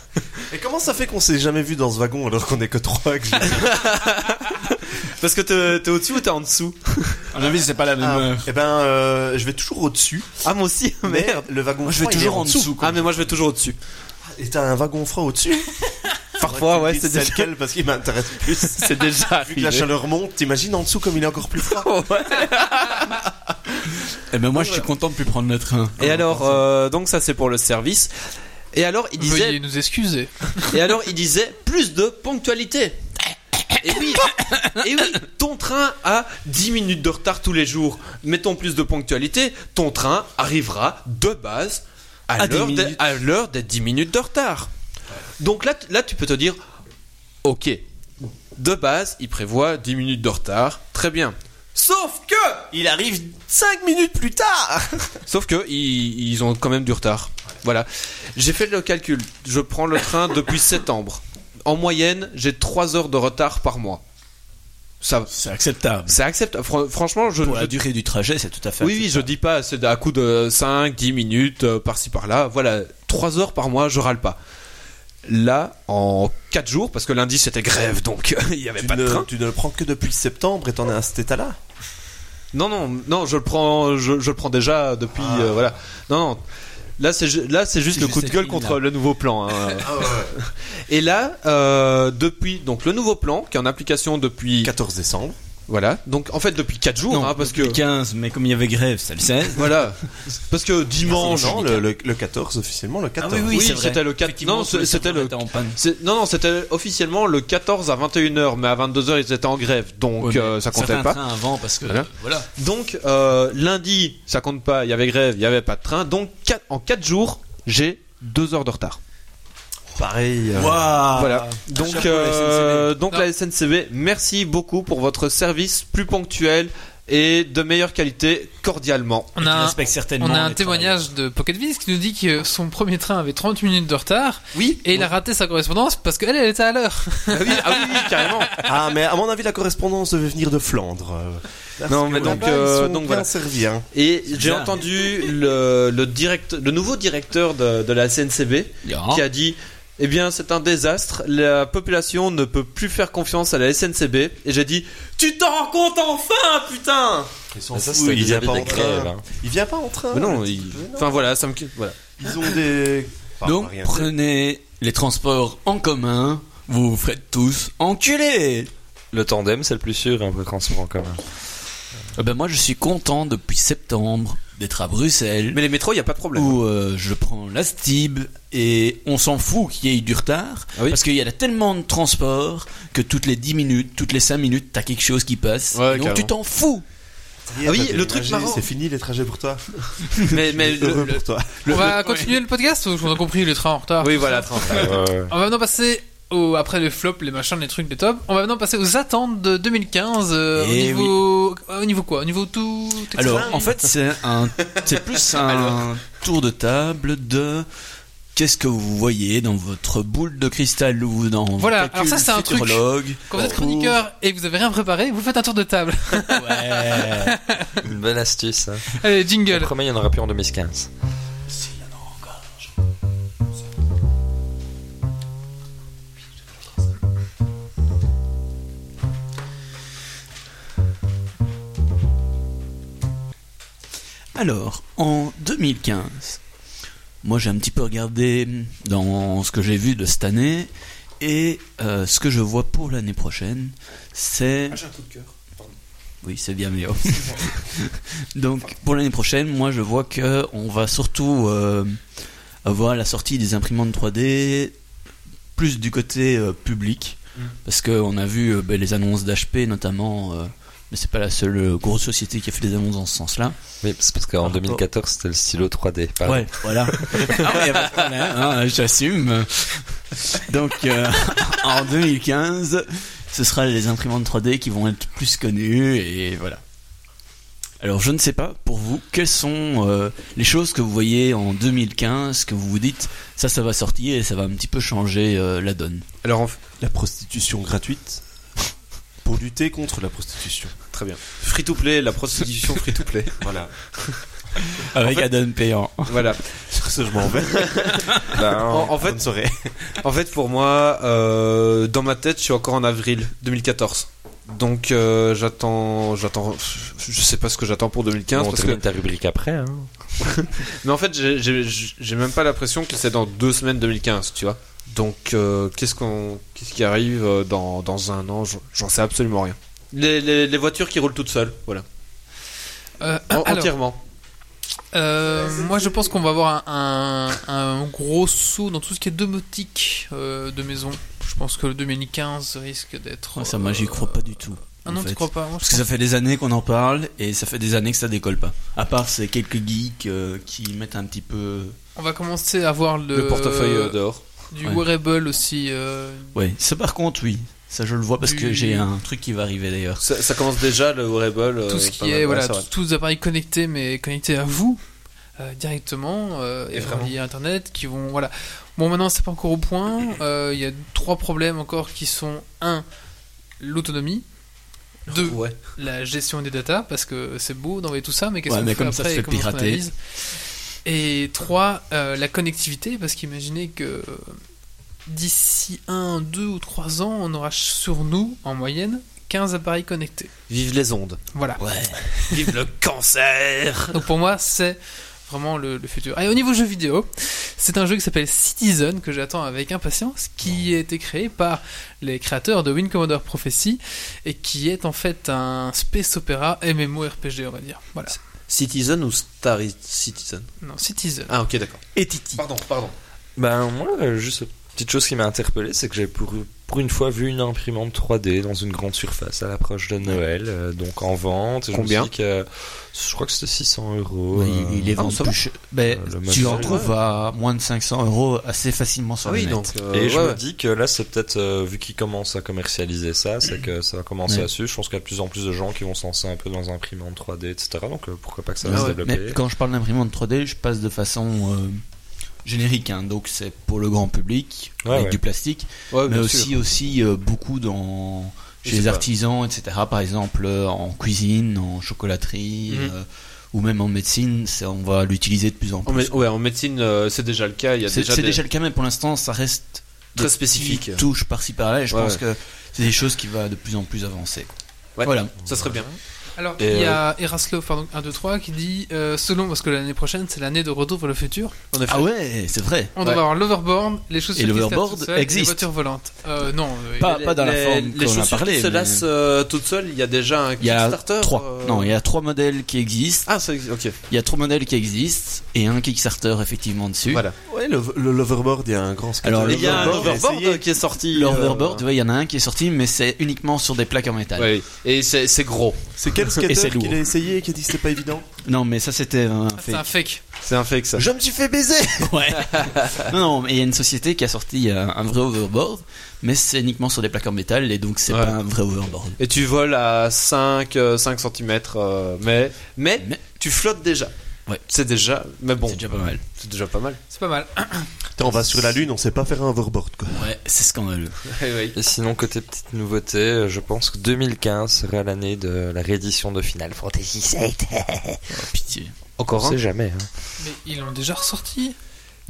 Speaker 3: et comment ça fait qu'on s'est jamais vu dans ce wagon alors qu'on est que trois que j'ai-
Speaker 2: Parce que t'es t'es au-dessus ou t'es en dessous
Speaker 5: À mon avis, c'est pas la même
Speaker 3: Ah,
Speaker 5: heure.
Speaker 3: Eh ben, euh, je vais toujours au-dessus.
Speaker 2: Ah moi aussi, merde.
Speaker 3: Merde, le wagon
Speaker 5: Moi, je vais
Speaker 3: froid. il est
Speaker 5: toujours en dessous.
Speaker 2: Ah mais moi je vais toujours au-dessus.
Speaker 3: Et t'as un wagon froid au-dessus
Speaker 2: Parfois ouais, c'est
Speaker 3: c'est
Speaker 2: déjà,
Speaker 3: lequel parce qu'il m'intéresse plus.
Speaker 2: c'est déjà
Speaker 3: Vu que la
Speaker 2: arrivé.
Speaker 3: chaleur monte, t'imagines en dessous comme il est encore plus froid.
Speaker 5: Eh ben, moi, je suis content de plus prendre le train.
Speaker 2: Et alors euh, donc ça c'est pour le service. Et alors il disait
Speaker 1: Veuillez nous excuser.
Speaker 2: Et alors il disait plus de ponctualité. Et oui, et oui, ton train a 10 minutes de retard tous les jours. Mettons plus de ponctualité, ton train arrivera de base à,
Speaker 5: À 10
Speaker 2: l'heure des-
Speaker 5: minutes.
Speaker 2: à l'heure des 10 minutes de retard. Donc là, t- là, tu peux te dire, ok, de base, il prévoit 10 minutes de retard, très bien. Sauf que,
Speaker 3: Il arrive 5 minutes plus tard
Speaker 2: sauf que, ils, ils ont quand même du retard. Voilà. J'ai fait le calcul. Je prends le train depuis septembre. En moyenne, j'ai 3 heures de retard par mois. Ça,
Speaker 5: C'est acceptable.
Speaker 2: c'est acceptable. Fran- franchement, je.
Speaker 5: Pour
Speaker 2: je-
Speaker 5: la durée du trajet, c'est tout à fait
Speaker 2: oui, oui, je
Speaker 5: acceptable.
Speaker 2: dis pas, c'est à coup de 5, 10 minutes, euh, par-ci, par-là. Voilà, 3 heures par mois, je râle pas. Là, en 4 jours, parce que lundi c'était grève, donc il n'y avait
Speaker 3: tu
Speaker 2: pas de
Speaker 3: ne-
Speaker 2: train.
Speaker 3: tu ne le prends que depuis septembre et t'en es à cet état-là
Speaker 2: Non, non, non, je le prends, je, je le prends déjà depuis, euh, voilà. Non, non. Là, c'est ju- là, c'est juste
Speaker 5: Ah. C'est
Speaker 2: le
Speaker 5: juste Ah,
Speaker 2: coup de
Speaker 5: cette
Speaker 2: gueule
Speaker 5: ligne-là.
Speaker 2: contre le nouveau plan. hein. Et là, euh, depuis donc le nouveau plan qui est en application depuis
Speaker 3: 14 décembre.
Speaker 2: voilà, donc en fait depuis 4 jours,
Speaker 5: Non,
Speaker 2: hein, parce que Ah
Speaker 5: le 15, mais comme il y avait grève, c'est le 16.
Speaker 2: voilà, parce que
Speaker 3: Non,
Speaker 2: dimanche,
Speaker 3: le, le- le 14, officiellement le
Speaker 5: Ah
Speaker 3: 14.
Speaker 2: oui, c'est vrai. c'était le quatre-
Speaker 5: Effectivement,
Speaker 2: non,
Speaker 5: tous les
Speaker 2: c'était le-
Speaker 5: serveurs étaient en panne.
Speaker 2: c'est- non non, c'était officiellement le 14 à 21h, mais à 22h ils étaient en grève, donc
Speaker 5: Ouais, mais
Speaker 2: euh, ça comptait
Speaker 5: certains
Speaker 2: pas.
Speaker 5: trains avant parce que
Speaker 2: Voilà.
Speaker 5: voilà.
Speaker 2: Donc euh, lundi, ça compte pas, il y avait grève, il y avait pas de train, donc quatre- en 4 jours, j'ai 2 heures de retard.
Speaker 3: Pareil. euh,
Speaker 5: Ah,
Speaker 2: Voilà. Donc,
Speaker 5: chapeau, la
Speaker 2: euh, donc
Speaker 1: Non.
Speaker 2: la SNCB, merci beaucoup pour votre service plus ponctuel et de meilleure qualité, cordialement.
Speaker 1: On a, un-
Speaker 5: respecte certainement.
Speaker 1: on a un
Speaker 5: les
Speaker 1: témoignage de Pocket Viz qui nous dit que son premier train avait 30 minutes de retard
Speaker 2: Oui.
Speaker 1: et il a raté sa correspondance parce qu'elle, elle était à l'heure.
Speaker 2: Ah oui, ah oui, oui, carrément.
Speaker 3: Ah, mais à mon avis, la correspondance devait venir de Flandre. euh, parce
Speaker 2: Non,
Speaker 3: que
Speaker 2: mais donc,
Speaker 3: là-bas, ils
Speaker 2: euh,
Speaker 3: sont
Speaker 2: donc
Speaker 3: bien
Speaker 2: voilà.
Speaker 3: servis, hein.
Speaker 2: Et j'ai
Speaker 5: bizarre.
Speaker 2: entendu le, le, direct, le nouveau directeur de, de la SNCB
Speaker 5: trains.
Speaker 2: qui a dit Eh bien, c'est un désastre, la population ne peut plus faire confiance à la SNCB. Et j'ai dit Tu t'en rends compte enfin, putain
Speaker 4: Mais ça,
Speaker 3: Oui,
Speaker 4: c'était
Speaker 3: il vient
Speaker 4: vis-à-vis
Speaker 3: pas en
Speaker 4: des grèves.
Speaker 3: train.
Speaker 4: hein.
Speaker 3: Il vient pas en train.
Speaker 2: Mais Non,
Speaker 3: le
Speaker 2: il-
Speaker 3: type, non.
Speaker 2: enfin voilà, ça me. Voilà.
Speaker 3: ils ont des. Enfin,
Speaker 5: Donc
Speaker 3: rien.
Speaker 5: prenez les transports en commun. Vous vous ferez tous enculer.
Speaker 4: Le tandem, c'est le plus sûr, un peu transport en commun.
Speaker 5: Eh ben moi je suis content depuis septembre d'être à Bruxelles
Speaker 2: Mais les métros, il n'y a pas de problème.
Speaker 5: où euh, je prends la Stib et on s'en fout qu'il y ait eu du retard
Speaker 2: Ah oui.
Speaker 5: parce qu'il y a tellement de transports que toutes les 10 minutes, toutes les 5 minutes, t'as quelque chose qui passe.
Speaker 2: Ouais,
Speaker 5: donc
Speaker 2: carrément.
Speaker 5: tu t'en fous.
Speaker 3: y est,
Speaker 2: Ah oui,
Speaker 3: t'as
Speaker 2: le truc
Speaker 3: déménagé,
Speaker 2: marrant.
Speaker 3: C'est fini les trajets pour toi.
Speaker 2: mais
Speaker 3: Eh,
Speaker 2: mais le-
Speaker 3: Heureux
Speaker 2: le-
Speaker 3: pour toi.
Speaker 1: On va continuer le podcast ou on a compris les trains en retard
Speaker 2: oui
Speaker 1: tout
Speaker 2: voilà.
Speaker 1: ça
Speaker 4: Euh,
Speaker 1: On va maintenant passer au, après les flops, les machins, les trucs, les tops. On va maintenant passer aux attentes de 2015 euh, au
Speaker 5: Eh
Speaker 1: niveau euh, au niveau quoi Au niveau tout.
Speaker 5: Alors,
Speaker 1: textile
Speaker 5: en fait, c'est un, c'est plus un tour de table de qu'est-ce que vous voyez dans votre boule de cristal ou dans
Speaker 1: Voilà,
Speaker 5: votre
Speaker 1: alors ça,
Speaker 5: calcul
Speaker 1: c'est un truc.
Speaker 5: futurologue. Oh,
Speaker 1: quand vous êtes chroniqueur et que vous avez rien préparé, vous faites un tour de table.
Speaker 5: Ouais.
Speaker 4: une belle astuce. hein.
Speaker 1: Allez,
Speaker 4: Je
Speaker 1: jingle.
Speaker 4: promets, il n'y en aura plus en 2015.
Speaker 5: Alors, en 2015, moi j'ai un petit peu regardé dans ce que j'ai vu de cette année et euh, ce que je vois pour l'année prochaine, c'est.
Speaker 2: j'ai un coup de cœur.
Speaker 5: Oui, c'est bien mieux. Donc, pour l'année prochaine, moi, je vois que on va surtout euh, avoir la sortie des imprimantes 3D plus du côté euh, public,
Speaker 2: Mmh.
Speaker 5: parce que on a vu euh, ben, les annonces d'HP notamment, euh, mais c'est pas la seule euh, grosse société qui a fait des annonces dans ce sens-là.
Speaker 4: Mais c'est parce qu'en 2014, c'était le stylo 3D. pardon.
Speaker 5: Ouais, voilà. Ah, mais y a pas de problème, hein, j'assume. Donc, euh, en 2015, ce sera les imprimantes 3D qui vont être plus connues et voilà. Alors, je ne sais pas, pour vous, quelles sont euh, les choses que vous voyez en 2015 que vous vous dites, ça, ça va sortir et ça va un petit peu changer euh, la donne
Speaker 2: Alors en f-
Speaker 3: La prostitution gratuite pour lutter contre la prostitution.
Speaker 2: très bien. Free to play, la prostitution free to play. voilà.
Speaker 5: Avec add-on payant.
Speaker 2: Voilà.
Speaker 3: Sur ce, je m'en vais.
Speaker 2: Ben, En, en fait
Speaker 3: bonne soirée.
Speaker 2: en fait pour moi euh, dans ma tête je suis encore en avril 2014. Donc euh, j'attends j'attends je sais pas ce que j'attends pour 2015
Speaker 4: Bon, on
Speaker 2: parce que
Speaker 4: termine ta rubrique après. hein.
Speaker 2: Mais en fait, j'ai- j'ai j'ai même pas l'impression que c'est dans deux semaines 2015, tu vois. Donc, euh, qu'est-ce qu'on, qu'est-ce qui arrive euh, dans, dans un an J'en- J'en sais absolument rien. Les, les- les voitures qui roulent toutes seules, voilà.
Speaker 1: Euh,
Speaker 2: En-
Speaker 1: alors,
Speaker 2: Entièrement.
Speaker 1: Euh, moi, je pense qu'on va avoir un, un- un gros saut dans tout ce qui est domotique euh, de maison. Je pense que le 2015 risque d'être.
Speaker 5: oh, ça, moi, j'y crois pas du tout.
Speaker 1: Ah
Speaker 5: en
Speaker 1: non,
Speaker 5: fait.
Speaker 1: tu crois pas Moi, je
Speaker 5: Parce que ça fait des années qu'on en parle et ça fait des années que ça décolle pas. À part ces quelques geeks euh, qui mettent un petit peu.
Speaker 1: On va commencer à voir le,
Speaker 2: Le, portefeuille euh, dehors.
Speaker 1: du
Speaker 5: ouais.
Speaker 1: wearable aussi. euh,
Speaker 5: Ouais, ça par contre, oui. Ça, je le vois parce que
Speaker 1: Du-
Speaker 5: j'ai un truc qui va arriver d'ailleurs.
Speaker 2: Ça, ça commence déjà le wearable. euh,
Speaker 1: tout ce
Speaker 2: pas
Speaker 1: qui
Speaker 2: mal,
Speaker 1: est voilà,
Speaker 2: ça va.
Speaker 1: tous- tous les appareils connectés mais connectés à vous euh, directement euh,
Speaker 2: Et
Speaker 1: et
Speaker 2: vraiment.
Speaker 1: reliés à internet qui vont voilà bon maintenant c'est pas encore au point Euh, il y a trois problèmes encore qui sont un l'autonomie deux
Speaker 2: Ouais.
Speaker 1: la gestion des datas parce que c'est beau d'envoyer tout ça mais qu'est-ce
Speaker 5: Ouais,
Speaker 1: qu'on
Speaker 5: mais
Speaker 1: fait
Speaker 5: comme ça,
Speaker 1: après
Speaker 5: se
Speaker 1: et
Speaker 5: fait
Speaker 1: comment on
Speaker 5: pirater.
Speaker 1: analyse et trois euh, la connectivité parce qu'imaginez que euh, d'ici un deux ou trois ans on aura sur nous en moyenne 15 appareils connectés
Speaker 2: Vive les ondes.
Speaker 1: voilà
Speaker 5: Ouais.
Speaker 2: Vive le cancer.
Speaker 1: donc pour moi, c'est vraiment le, le futur. Et au niveau jeu vidéo, c'est un jeu qui s'appelle Citizen que j'attends avec impatience, qui a été créé par les créateurs de Win Commander Prophecy et qui est en fait un space opéra MMORPG, on va dire. Voilà.
Speaker 2: Citizen ou Star Citizen
Speaker 1: Non, Citizen.
Speaker 2: Ah, ok, d'accord.
Speaker 5: Et Titi.
Speaker 2: Pardon, pardon.
Speaker 4: Ben moi, euh, juste une petite chose qui m'a interpellé, c'est que j'ai pour, pour une fois vu une imprimante 3D dans une grande surface à l'approche de Noël, euh, donc en vente. Et je me
Speaker 2: Combien
Speaker 4: suis dit que- je crois que c'était 600 euros.
Speaker 5: Oui,
Speaker 4: euh,
Speaker 5: il est
Speaker 2: ah,
Speaker 5: vendu
Speaker 2: ça
Speaker 5: plus
Speaker 2: va. Ah,
Speaker 5: cher. Ben,
Speaker 4: Euh, le
Speaker 5: tu
Speaker 4: matériel,
Speaker 5: en trouves à moins de 500 euros assez facilement sur
Speaker 2: Ah
Speaker 5: le
Speaker 2: oui,
Speaker 5: net.
Speaker 2: donc. euh,
Speaker 4: Et je
Speaker 2: ouais,
Speaker 4: me
Speaker 2: ouais.
Speaker 4: dis que là, c'est peut-être, euh, vu qu'ils commencent à commercialiser ça, c'est que ça va commencer
Speaker 5: Ouais.
Speaker 4: à suivre. Je pense qu'il y a de plus en plus de gens qui vont se lancer un peu dans imprimante 3D, etc. Donc euh, pourquoi pas que ça va
Speaker 5: Ah
Speaker 4: se
Speaker 5: ouais.
Speaker 4: développer.
Speaker 5: Mais quand je parle d'imprimante 3D, je passe de façon euh, générique, hein. donc c'est pour le grand public
Speaker 4: Ouais,
Speaker 5: avec
Speaker 4: ouais.
Speaker 5: du plastique,
Speaker 2: Ouais,
Speaker 5: mais
Speaker 2: bien
Speaker 5: aussi
Speaker 2: sûr.
Speaker 5: aussi euh, beaucoup dans
Speaker 2: Je
Speaker 5: chez
Speaker 2: sais
Speaker 5: les
Speaker 2: pas.
Speaker 5: artisans, etc. Par exemple, euh, en cuisine, en chocolaterie,
Speaker 2: Mhm.
Speaker 5: euh, ou même en médecine, ça, on va l'utiliser de plus en
Speaker 2: En,
Speaker 5: plus.
Speaker 2: mé- ouais, en médecine, euh, c'est déjà le cas. Il y a
Speaker 5: C'est
Speaker 2: déjà
Speaker 5: c'est
Speaker 2: des-
Speaker 5: déjà le cas, mais pour l'instant, ça reste
Speaker 2: Très spécifique.
Speaker 5: Touche par-ci par-là, et je
Speaker 2: Ouais,
Speaker 5: pense
Speaker 2: ouais.
Speaker 5: que c'est des choses qui vont de plus en plus avancer. quoi.
Speaker 2: Ouais.
Speaker 5: Voilà.
Speaker 2: Ça serait bien.
Speaker 1: Alors,
Speaker 4: Et,
Speaker 1: il y a Eraslo, pardon, 1, 2, 3, qui dit euh, selon, parce que l'année prochaine, c'est l'année de retour vers le futur,
Speaker 2: En effet.
Speaker 5: Ah ouais, c'est vrai.
Speaker 1: on
Speaker 2: Ouais.
Speaker 1: doit avoir l'overboard, les choses
Speaker 5: Et
Speaker 1: qui se
Speaker 5: l'overboard
Speaker 1: tapent toutes seules et les
Speaker 5: existe.
Speaker 1: voitures volantes. Euh, non, euh,
Speaker 5: Pas-
Speaker 2: Les-
Speaker 5: dans la
Speaker 2: les-
Speaker 5: forme
Speaker 2: Les
Speaker 5: qu'on en a
Speaker 2: chaussures
Speaker 5: parlé,
Speaker 2: qui se
Speaker 5: mais-
Speaker 2: lassent euh, toutes seules, il y a déjà un
Speaker 5: Il y a
Speaker 2: Kickstarter
Speaker 5: trois.
Speaker 2: euh,
Speaker 5: Non, il y a trois modèles qui existent.
Speaker 2: Ah, ça existe, ok.
Speaker 5: Il y a trois modèles qui existent et un Kickstarter effectivement dessus.
Speaker 2: Voilà.
Speaker 3: Ouais, le, le l'overboard, il y a un grand scandale.
Speaker 5: Alors,
Speaker 2: Et il y a un
Speaker 5: l'overboard,
Speaker 2: overboard qui est sorti.
Speaker 5: L'overboard,
Speaker 2: euh,
Speaker 5: ouais, il y en a un qui est sorti, mais c'est uniquement sur des plaques en métal.
Speaker 2: ouais, oui. Et c'est c'est gros.
Speaker 3: C'est quel
Speaker 7: Et
Speaker 3: skater
Speaker 7: c'est
Speaker 3: qu'il
Speaker 7: lourd.
Speaker 3: a essayé et qui a dit que c'était pas évident
Speaker 5: Non, mais ça c'était un
Speaker 1: C'est un
Speaker 5: fake.
Speaker 1: fake.
Speaker 2: C'est un fake ça.
Speaker 3: Je me suis fait baiser
Speaker 5: Ouais. non, non, mais il y a une société qui a sorti euh, un vrai overboard, mais c'est uniquement sur des plaques en métal et donc c'est
Speaker 2: Ouais.
Speaker 5: pas un vrai overboard.
Speaker 2: Et tu voles à 5, euh, 5 cm, mais, mais,
Speaker 5: Mais-
Speaker 2: tu flottes déjà.
Speaker 5: Ouais.
Speaker 2: C'est déjà. Mais bon,
Speaker 5: C'est déjà pas mal.
Speaker 2: c'est déjà pas mal.
Speaker 1: C'est pas mal.
Speaker 3: Putain, on va sur la lune, on sait pas faire un overboard quoi.
Speaker 5: Ouais, c'est scandaleux.
Speaker 4: Et sinon, côté petite nouveauté, euh, je pense que 2015 sera l'année de la réédition de Final Fantasy VII.
Speaker 5: Oh, pitié.
Speaker 2: Encore
Speaker 4: On
Speaker 2: un.
Speaker 4: sait jamais. hein.
Speaker 1: Mais ils l'ont déjà ressorti.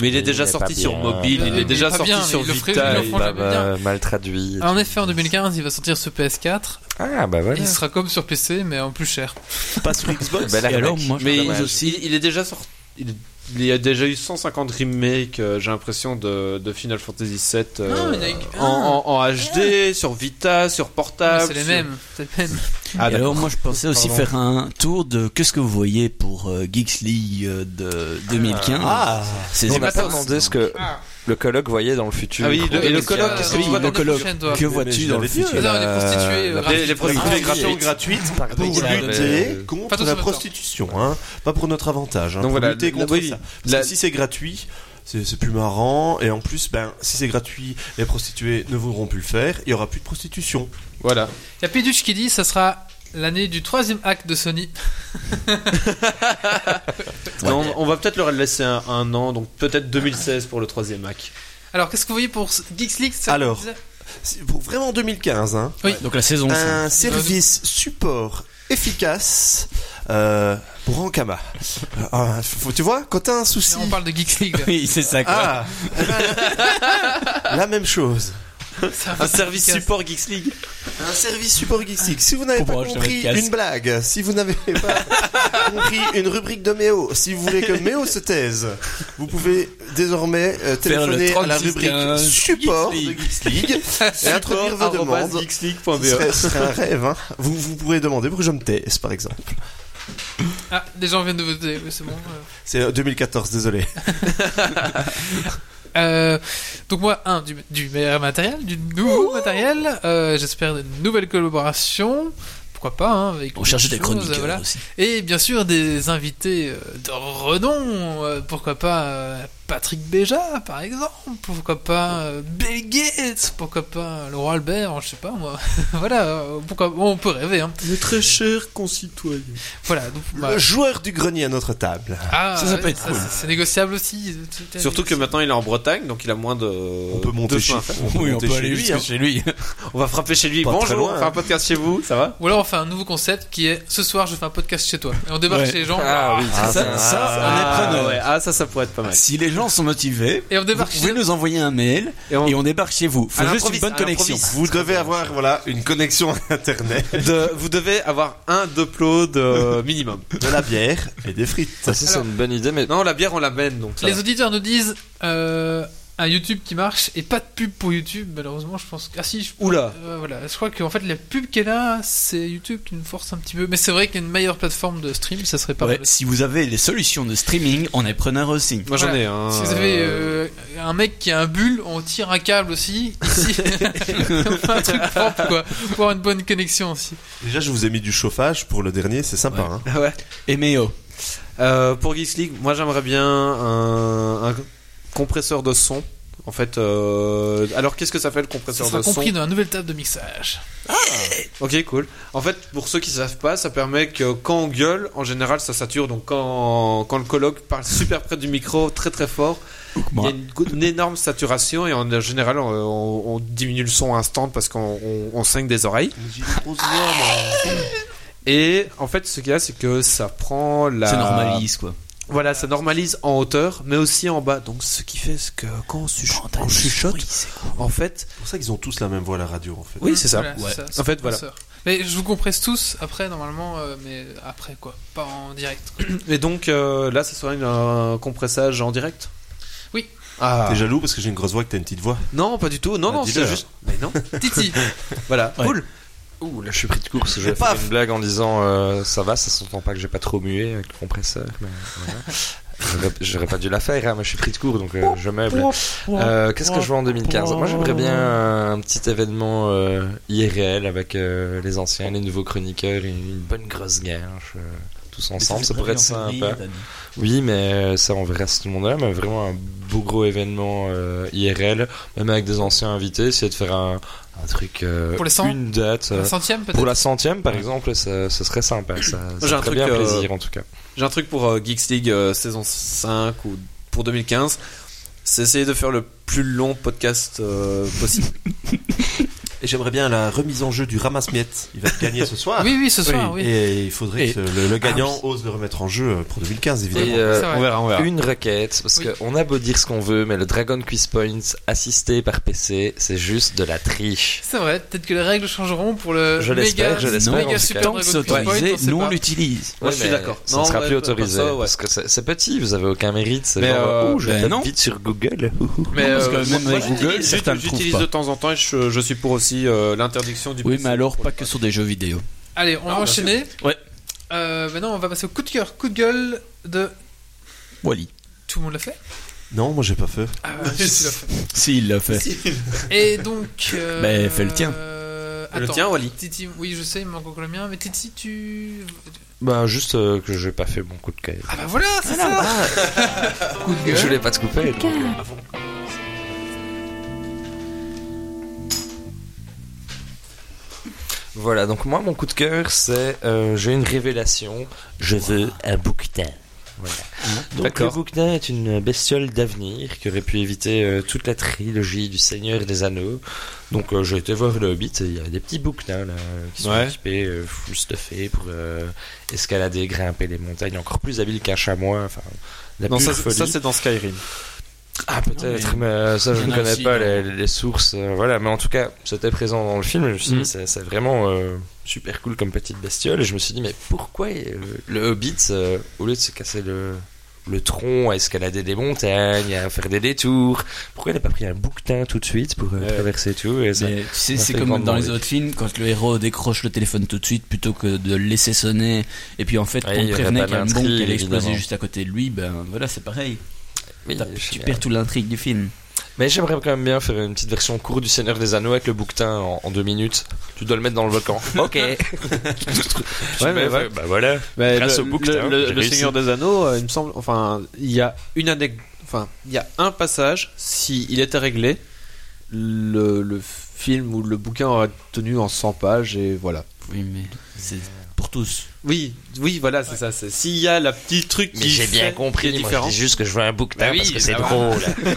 Speaker 2: Mais il est
Speaker 4: Il
Speaker 2: déjà
Speaker 4: est
Speaker 2: sorti
Speaker 4: pas
Speaker 2: sur
Speaker 4: bien.
Speaker 2: mobile,
Speaker 1: Il
Speaker 2: il est
Speaker 1: est
Speaker 2: déjà
Speaker 1: pas
Speaker 2: sorti
Speaker 1: bien,
Speaker 2: sur
Speaker 1: il le ferait-
Speaker 2: Vita.
Speaker 1: il le
Speaker 2: et-
Speaker 1: font
Speaker 4: bah,
Speaker 1: jamais bien.
Speaker 4: bah, mal traduit.
Speaker 2: Ah,
Speaker 1: En effet, en 2015, il va sortir sur PS4.
Speaker 4: Ah bah voilà.
Speaker 1: Il sera comme sur PC, mais en plus cher.
Speaker 3: Pas sur Xbox
Speaker 4: Bah, la
Speaker 5: Et alors,
Speaker 4: remake.
Speaker 5: moi, je
Speaker 2: Mais
Speaker 5: regarde-
Speaker 2: il,
Speaker 4: dommage.
Speaker 2: aussi- il est déjà sorti. Il, il y a déjà eu 150 remakes, euh, j'ai l'impression, de, de Final Fantasy VII euh,
Speaker 1: Non, il y en a eu qu'un.
Speaker 2: en, en- en HD, sur Vita, sur portable.
Speaker 1: C'est les
Speaker 2: sur-
Speaker 1: mêmes. C'est les mêmes.
Speaker 2: Ah,
Speaker 5: Et alors moi je pensais aussi
Speaker 2: Pardon.
Speaker 5: faire un tour de qu'est-ce que vous voyez pour euh, Geeks League euh, de 2015.
Speaker 3: Ah
Speaker 5: c'est
Speaker 4: On
Speaker 5: c'est
Speaker 4: n'a
Speaker 5: pas
Speaker 4: pas demandé ce que le colloque voyait dans le futur.
Speaker 2: Ah oui, le- et le colloque,
Speaker 1: Ah,
Speaker 2: qu'est-ce que
Speaker 1: oui,
Speaker 2: tu vois
Speaker 1: le
Speaker 2: dans
Speaker 1: colloque. prochaine, toi.
Speaker 5: Que
Speaker 3: Mais
Speaker 5: vois-tu
Speaker 3: je
Speaker 5: dans le
Speaker 3: l'avais dit,
Speaker 5: futur
Speaker 3: euh,
Speaker 1: Là, on est prostitués. euh,
Speaker 2: Les- les
Speaker 1: rapides.
Speaker 2: prostituées
Speaker 1: Ah,
Speaker 2: gratuites.
Speaker 1: oui.
Speaker 3: gratuite
Speaker 4: Pardon,
Speaker 3: pour
Speaker 4: il y a-
Speaker 3: lutter
Speaker 4: euh,
Speaker 1: Pas tous
Speaker 3: contre
Speaker 1: en
Speaker 3: la
Speaker 1: même temps.
Speaker 3: prostitution, hein. pas pour notre avantage. Hein.
Speaker 2: Donc
Speaker 3: pour
Speaker 2: voilà,
Speaker 3: lutter
Speaker 2: la-
Speaker 3: contre
Speaker 2: oui,
Speaker 3: ça. Parce
Speaker 2: la-
Speaker 3: que si c'est gratuit, c'est c'est plus marrant. Et en plus, ben, si c'est gratuit, les prostituées ne voudront plus le faire. Il y aura plus de prostitution.
Speaker 2: Voilà.
Speaker 1: Il y a Piduch qui dit ça sera l'année du troisième acte de Sony.
Speaker 2: Non, on- on va peut-être leur laisser un, un an, donc peut-être 2016 pour le troisième Mac.
Speaker 1: Alors, qu'est-ce que vous voyez pour Geeks League ça-
Speaker 3: Alors. C'est pour vraiment 2015. Hein.
Speaker 2: euh,
Speaker 5: Ouais, Donc la saison cinq.
Speaker 3: un service support efficace euh, pour Ankama. Euh, ah, faut- tu vois, quand t'as un souci.
Speaker 1: Non, On parle de Geeks League. là.
Speaker 5: Oui, c'est ça quoi.
Speaker 3: Ah Eh ben, La même chose.
Speaker 1: Ça va
Speaker 2: Un
Speaker 1: être
Speaker 2: service
Speaker 1: efficace.
Speaker 2: support Geeks League.
Speaker 3: Un service support geekstique. Si vous n'avez
Speaker 7: Faut
Speaker 3: pas
Speaker 7: pouvoir acheter un
Speaker 3: compris
Speaker 7: casque.
Speaker 3: une blague, si vous n'avez pas compris une rubrique de Méo, si vous voulez que Méo se taise, vous pouvez désormais euh,
Speaker 5: Faire le
Speaker 3: téléphoner à la
Speaker 5: 36
Speaker 3: rubrique
Speaker 5: quinze
Speaker 3: support
Speaker 5: Geeks
Speaker 3: de
Speaker 5: League.
Speaker 3: Geeks League et introduire vos
Speaker 2: arobase
Speaker 3: demandes.
Speaker 2: geeksleague.be.
Speaker 3: Ce serait, ce serait un rêve. Hein. Vous, vous pourrez demander pour que je me taise, par exemple.
Speaker 1: Ah, les gens viennent de voter. Oui, c'est bon. euh.
Speaker 3: C'est euh, 2014, désolé.
Speaker 1: Euh, donc moi, un, du, du meilleur matériel, du nouveau matériel, euh, j'espère de nouvelles collaborations, pourquoi pas, hein, avec
Speaker 5: On cherche des euh.
Speaker 1: d'autres choses,
Speaker 5: chroniqueurs
Speaker 1: voilà.
Speaker 5: aussi.
Speaker 1: Et bien sûr des invités euh, de renom, euh, pourquoi pas euh, Patrick Béja par exemple, pourquoi pas euh, Bill Gates, pourquoi pas le roi Albert, je sais pas moi, voilà, euh, pourquoi, bon, on peut rêver. Hein.
Speaker 2: très cher concitoyen.
Speaker 1: Voilà, donc, bah,
Speaker 3: Le joueur du grenier à notre table.
Speaker 1: ah,
Speaker 5: ça, ça
Speaker 1: ouais,
Speaker 5: peut être cool.
Speaker 1: c'est- C'est négociable aussi. tout est
Speaker 2: Surtout que
Speaker 1: négociable.
Speaker 2: maintenant il est en Bretagne, donc il a moins de.
Speaker 3: On peut monter
Speaker 2: de
Speaker 3: chez,
Speaker 2: chemin à faire.
Speaker 3: on peut monter chez lui. hein.
Speaker 5: chez lui.
Speaker 2: On va frapper chez lui.
Speaker 3: Pas très
Speaker 2: Bonjour,
Speaker 3: loin,
Speaker 2: on fait
Speaker 3: hein.
Speaker 2: un podcast chez vous, ça va
Speaker 1: Ou alors on fait un nouveau concept qui est ce soir je fais un podcast chez toi. Et on débarque
Speaker 5: Ouais.
Speaker 1: chez les gens.
Speaker 4: Ah oui,
Speaker 5: Ça,
Speaker 4: ça,
Speaker 3: bah,
Speaker 5: ça, on est preneur.
Speaker 2: ouais. ah, ça, ça pourrait être pas mal.
Speaker 5: Si les gens sont motivés,
Speaker 1: Et on
Speaker 5: vous
Speaker 1: débarque chez
Speaker 5: pouvez nous envoyer un mail
Speaker 2: Et on-
Speaker 5: et on débarque chez vous. Faut
Speaker 2: À
Speaker 5: juste une
Speaker 2: l'improviste,
Speaker 5: bonne
Speaker 2: à
Speaker 5: connexion.
Speaker 2: l'improviste.
Speaker 3: Vous devez avoir voilà une connexion à internet,
Speaker 2: De- vous devez avoir un upload euh, minimum.
Speaker 3: de la bière et des frites.
Speaker 4: ça, c'est une bonne idée, mais
Speaker 2: Non, la bière on l'amène donc. ça
Speaker 1: Les
Speaker 2: va.
Speaker 1: auditeurs nous disent euh, un YouTube qui marche et pas de pub pour YouTube. Malheureusement, je pense. que- Ah si, je...
Speaker 2: Oula.
Speaker 1: euh, voilà. Je crois qu'en fait, la pub qu'elle a, c'est YouTube qui nous force un petit peu. Mais c'est vrai qu'il y a une meilleure plateforme de stream, ça serait pas
Speaker 5: Ouais,
Speaker 1: mal.
Speaker 5: si vous avez des solutions de streaming, on est preneur aussi.
Speaker 2: Moi j'en
Speaker 1: Voilà.
Speaker 2: ai un.
Speaker 1: Si vous avez euh, un mec qui a un bulle, on tire un câble aussi. Ici. on fait un truc propre, quoi. Pour avoir une bonne connexion aussi.
Speaker 3: Déjà, je vous ai mis du chauffage pour le dernier, c'est sympa.
Speaker 5: Ouais.
Speaker 3: Hein.
Speaker 2: Ouais.
Speaker 5: Et Méo.
Speaker 2: Euh, pour Geeks League, moi j'aimerais bien un, un compresseur de son. En fait, euh, alors qu'est-ce que ça fait le
Speaker 1: Ça
Speaker 2: compresseur
Speaker 1: sera
Speaker 2: de son
Speaker 1: compris dans la nouvelle table de mixage.
Speaker 2: Ok, cool. En fait, pour ceux qui savent pas, ça permet que quand on gueule, en général, ça sature. Donc quand, quand le colloque parle super près du micro, très très fort, il y a une, go- une énorme saturation et en général, on, on- on diminue le son instant parce qu'on on, on saigne des oreilles. Et en fait, ce qu'il y a, c'est que ça prend la.
Speaker 5: C'est normalise quoi.
Speaker 2: Voilà, ça normalise en hauteur, mais aussi en bas. Donc, ce qui fait ce que quand on, such- on chuchote, en fait,
Speaker 3: C'est pour ça qu'ils ont tous la même voix à la radio, en fait.
Speaker 2: oui, c'est ça.
Speaker 1: Voilà,
Speaker 5: ouais.
Speaker 1: c'est ça,
Speaker 2: En fait,
Speaker 1: c'est
Speaker 2: voilà.
Speaker 1: ça. Mais je vous compresse tous après, normalement, euh, mais après, quoi. Pas en direct. quoi.
Speaker 2: Et donc euh, là, ce serait une- un compressage en direct.
Speaker 1: Oui.
Speaker 2: Ah.
Speaker 3: T'es jaloux parce que j'ai une grosse voix que t'as une petite voix.
Speaker 2: Non, pas du tout. Non,
Speaker 3: Ah,
Speaker 2: non,
Speaker 3: dis-le.
Speaker 2: c'est juste. Mais non.
Speaker 1: Titi.
Speaker 2: Voilà.
Speaker 5: Ouais.
Speaker 2: Cool.
Speaker 4: Ouh, là je suis pris de course. Je
Speaker 3: Et
Speaker 4: vais faire
Speaker 3: paf
Speaker 4: une blague en disant euh, ça va, ça s'entend pas que j'ai pas trop mué avec le compresseur. Mais, voilà. J'aurais- J'aurais pas dû la faire, hein, mais je suis pris de court, donc euh, je meuble. Euh, Qu'est-ce que je vois en 2015 Moi, j'aimerais bien un petit événement euh, IRL avec euh, les anciens, les nouveaux chroniqueurs, et une bonne grosse guerre. Tous ensemble, ça pourrait être sympa. Oui, mais euh, ça, on verra si tout le monde est là, mais vraiment un beau gros événement euh, IRL, même avec des anciens invités, essayer de faire un, un truc, euh,
Speaker 1: Pour les cent
Speaker 4: une date. euh,
Speaker 1: La centième peut-être
Speaker 4: pour la centième, par exemple, ça- ce serait sympa. Ça, ça
Speaker 2: j'ai un
Speaker 4: ferait
Speaker 2: truc,
Speaker 4: bien
Speaker 2: euh,
Speaker 4: plaisir, en tout cas.
Speaker 2: J'ai un truc pour euh, Geeks League euh, saison 5 ou pour 2015. C'est essayer de faire le plus long podcast euh, possible.
Speaker 3: Et j'aimerais bien la remise en jeu du ramasse-miettes. Il va gagner ce soir.
Speaker 1: Oui, oui, ce soir, oui. ah,
Speaker 3: Et il faudrait
Speaker 5: Et-
Speaker 3: que le, le gagnant ose le remettre en jeu pour 2015, évidemment.
Speaker 4: Et, euh,
Speaker 1: C'est vrai.
Speaker 2: on verra, on verra.
Speaker 4: Une requête, parce
Speaker 1: Oui.
Speaker 4: qu'on a beau dire ce qu'on veut, mais le Dragon Quiz Points assisté par PC, c'est juste de la triche.
Speaker 1: C'est vrai, peut-être que les règles changeront pour le
Speaker 4: Je l'espère,
Speaker 1: méga,
Speaker 4: je l'espère, en
Speaker 1: méga
Speaker 4: tout
Speaker 1: super
Speaker 4: cas.
Speaker 5: Tant
Speaker 1: Dragon
Speaker 5: que c'est
Speaker 1: Quest Point, hein.
Speaker 5: autorisé,
Speaker 1: on sait
Speaker 5: nous on
Speaker 1: pas.
Speaker 5: l'utilise.
Speaker 2: Moi, je suis
Speaker 4: mais
Speaker 2: d'accord.
Speaker 4: Ça
Speaker 2: Non,
Speaker 4: ne sera
Speaker 2: ouais,
Speaker 4: plus
Speaker 2: pas- pas
Speaker 4: autorisé,
Speaker 2: ça, ouais.
Speaker 4: parce que c'est c'est petit, vous avez aucun mérite. C'est
Speaker 2: Mais,
Speaker 4: genre,
Speaker 2: euh,
Speaker 4: ouh, je
Speaker 5: ben
Speaker 4: tape
Speaker 5: non.
Speaker 4: vite sur Google.
Speaker 2: Mais
Speaker 5: parce
Speaker 2: euh,
Speaker 5: que même
Speaker 2: moi,
Speaker 5: avec
Speaker 2: j'utilise-
Speaker 5: Google, certains le
Speaker 2: j'utilise
Speaker 5: trouvent
Speaker 2: de
Speaker 5: pas.
Speaker 2: temps en temps et je, je suis pour aussi euh, l'interdiction du
Speaker 5: Oui,
Speaker 2: PC
Speaker 5: mais alors
Speaker 2: pour
Speaker 5: pas
Speaker 2: les
Speaker 5: que sur des jeux vidéo.
Speaker 1: Allez, on va enchaîner.
Speaker 5: Ouais.
Speaker 1: Euh, maintenant, on va passer au coup de cœur, coup de gueule de.
Speaker 5: Wally.
Speaker 1: Tout le monde l'a fait
Speaker 3: Non, moi j'ai pas fait.
Speaker 1: Ah, je suis là.
Speaker 5: Si, il l'a fait.
Speaker 1: Et donc. Euh...
Speaker 5: Ben, fais le tien.
Speaker 1: euh,
Speaker 2: Le
Speaker 1: attends.
Speaker 2: tien, Wally.
Speaker 1: Titi, oui, je sais, il me manque encore le mien, mais Titi, tu.
Speaker 4: Ben, juste euh, que j'ai pas fait mon coup de cœur.
Speaker 1: Ah bah voilà, c'est ça Coup de
Speaker 4: Je
Speaker 1: gueule.
Speaker 4: voulais pas te couper. donc, euh, Voilà, donc moi, mon coup de cœur, c'est euh, j'ai une révélation. Mmh. Je veux un bouquetin. Voilà. Donc le bouquetin est une bestiole d'avenir qui aurait pu éviter euh, toute la trilogie du Seigneur des Anneaux. Donc euh, j'ai été voir le Hobbit et il y a des petits bouquetins là, qui sont
Speaker 6: Ouais.
Speaker 4: équipés, euh, full stuffés pour euh, escalader, grimper les montagnes, encore plus habiles qu'un chamois. Enfin, la
Speaker 2: Non, ça,
Speaker 4: pure
Speaker 2: c'est-
Speaker 4: folie.
Speaker 2: ça, c'est dans Skyrim.
Speaker 4: Ah peut-être,
Speaker 5: Non,
Speaker 4: mais, euh, ça je
Speaker 5: Il y
Speaker 4: ne
Speaker 5: en a
Speaker 4: connais
Speaker 5: aussi,
Speaker 4: pas
Speaker 5: dans-
Speaker 4: les, les sources, euh, voilà, mais en tout cas c'était présent dans le film, et je me suis dit
Speaker 5: Mhm.
Speaker 4: c'est c'est vraiment euh, super cool comme petite bestiole, et je me suis dit mais pourquoi euh, le Hobbit, euh, au lieu de se casser le, le tronc, à escalader des montagnes, à faire des détours, pourquoi il n'a pas pris un bouquetin tout de suite pour euh,
Speaker 2: Ouais.
Speaker 4: traverser tout et ça...
Speaker 5: Mais tu sais,
Speaker 4: ça
Speaker 5: c'est
Speaker 4: fait
Speaker 5: comme dans
Speaker 4: grandement
Speaker 5: les
Speaker 4: rire.
Speaker 5: autres films, quand le héros décroche le téléphone tout de suite plutôt que de le laisser sonner, et puis en fait,
Speaker 4: Ouais,
Speaker 5: qu'on
Speaker 4: il y
Speaker 5: te
Speaker 4: aurait
Speaker 5: prévenait
Speaker 4: pas
Speaker 5: qu'il y a une bombe
Speaker 4: d'intrigue,
Speaker 5: qui allait exploser
Speaker 4: évidemment.
Speaker 5: juste à côté de lui, ben voilà, c'est pareil.
Speaker 4: Oui,
Speaker 5: T'as-
Speaker 4: je sais
Speaker 5: tu
Speaker 4: bien.
Speaker 5: perds toute l'intrigue du film.
Speaker 4: Mais j'aimerais quand même bien faire une petite version courte du Seigneur des Anneaux avec le bouquetin en, en deux minutes. Tu dois le mettre dans le volcan. ok. ouais,
Speaker 2: mais ouais.
Speaker 4: bah voilà.
Speaker 2: Mais Ben,
Speaker 4: Grâce
Speaker 2: le,
Speaker 4: au bouquetin,
Speaker 2: le- le-
Speaker 4: j'ai
Speaker 2: le
Speaker 4: réussi.
Speaker 2: Seigneur des Anneaux, euh, il me semble, enfin, il y a une anecdote, enfin, il y a un passage. Si il était réglé, le, le film ou le bouquin aurait tenu en 100 pages et voilà.
Speaker 5: Oui, mais c'est pour tous.
Speaker 2: Oui, oui, voilà, c'est ça. c'est- S'il y a la petite truc
Speaker 4: Mais
Speaker 2: qui
Speaker 4: j'ai bien
Speaker 2: fait- qui
Speaker 4: compris,
Speaker 2: est
Speaker 4: moi je
Speaker 2: différent.
Speaker 4: dis juste que je veux un bouquetin
Speaker 2: Bah oui,
Speaker 4: parce que c'est
Speaker 2: ça va.
Speaker 4: drôle.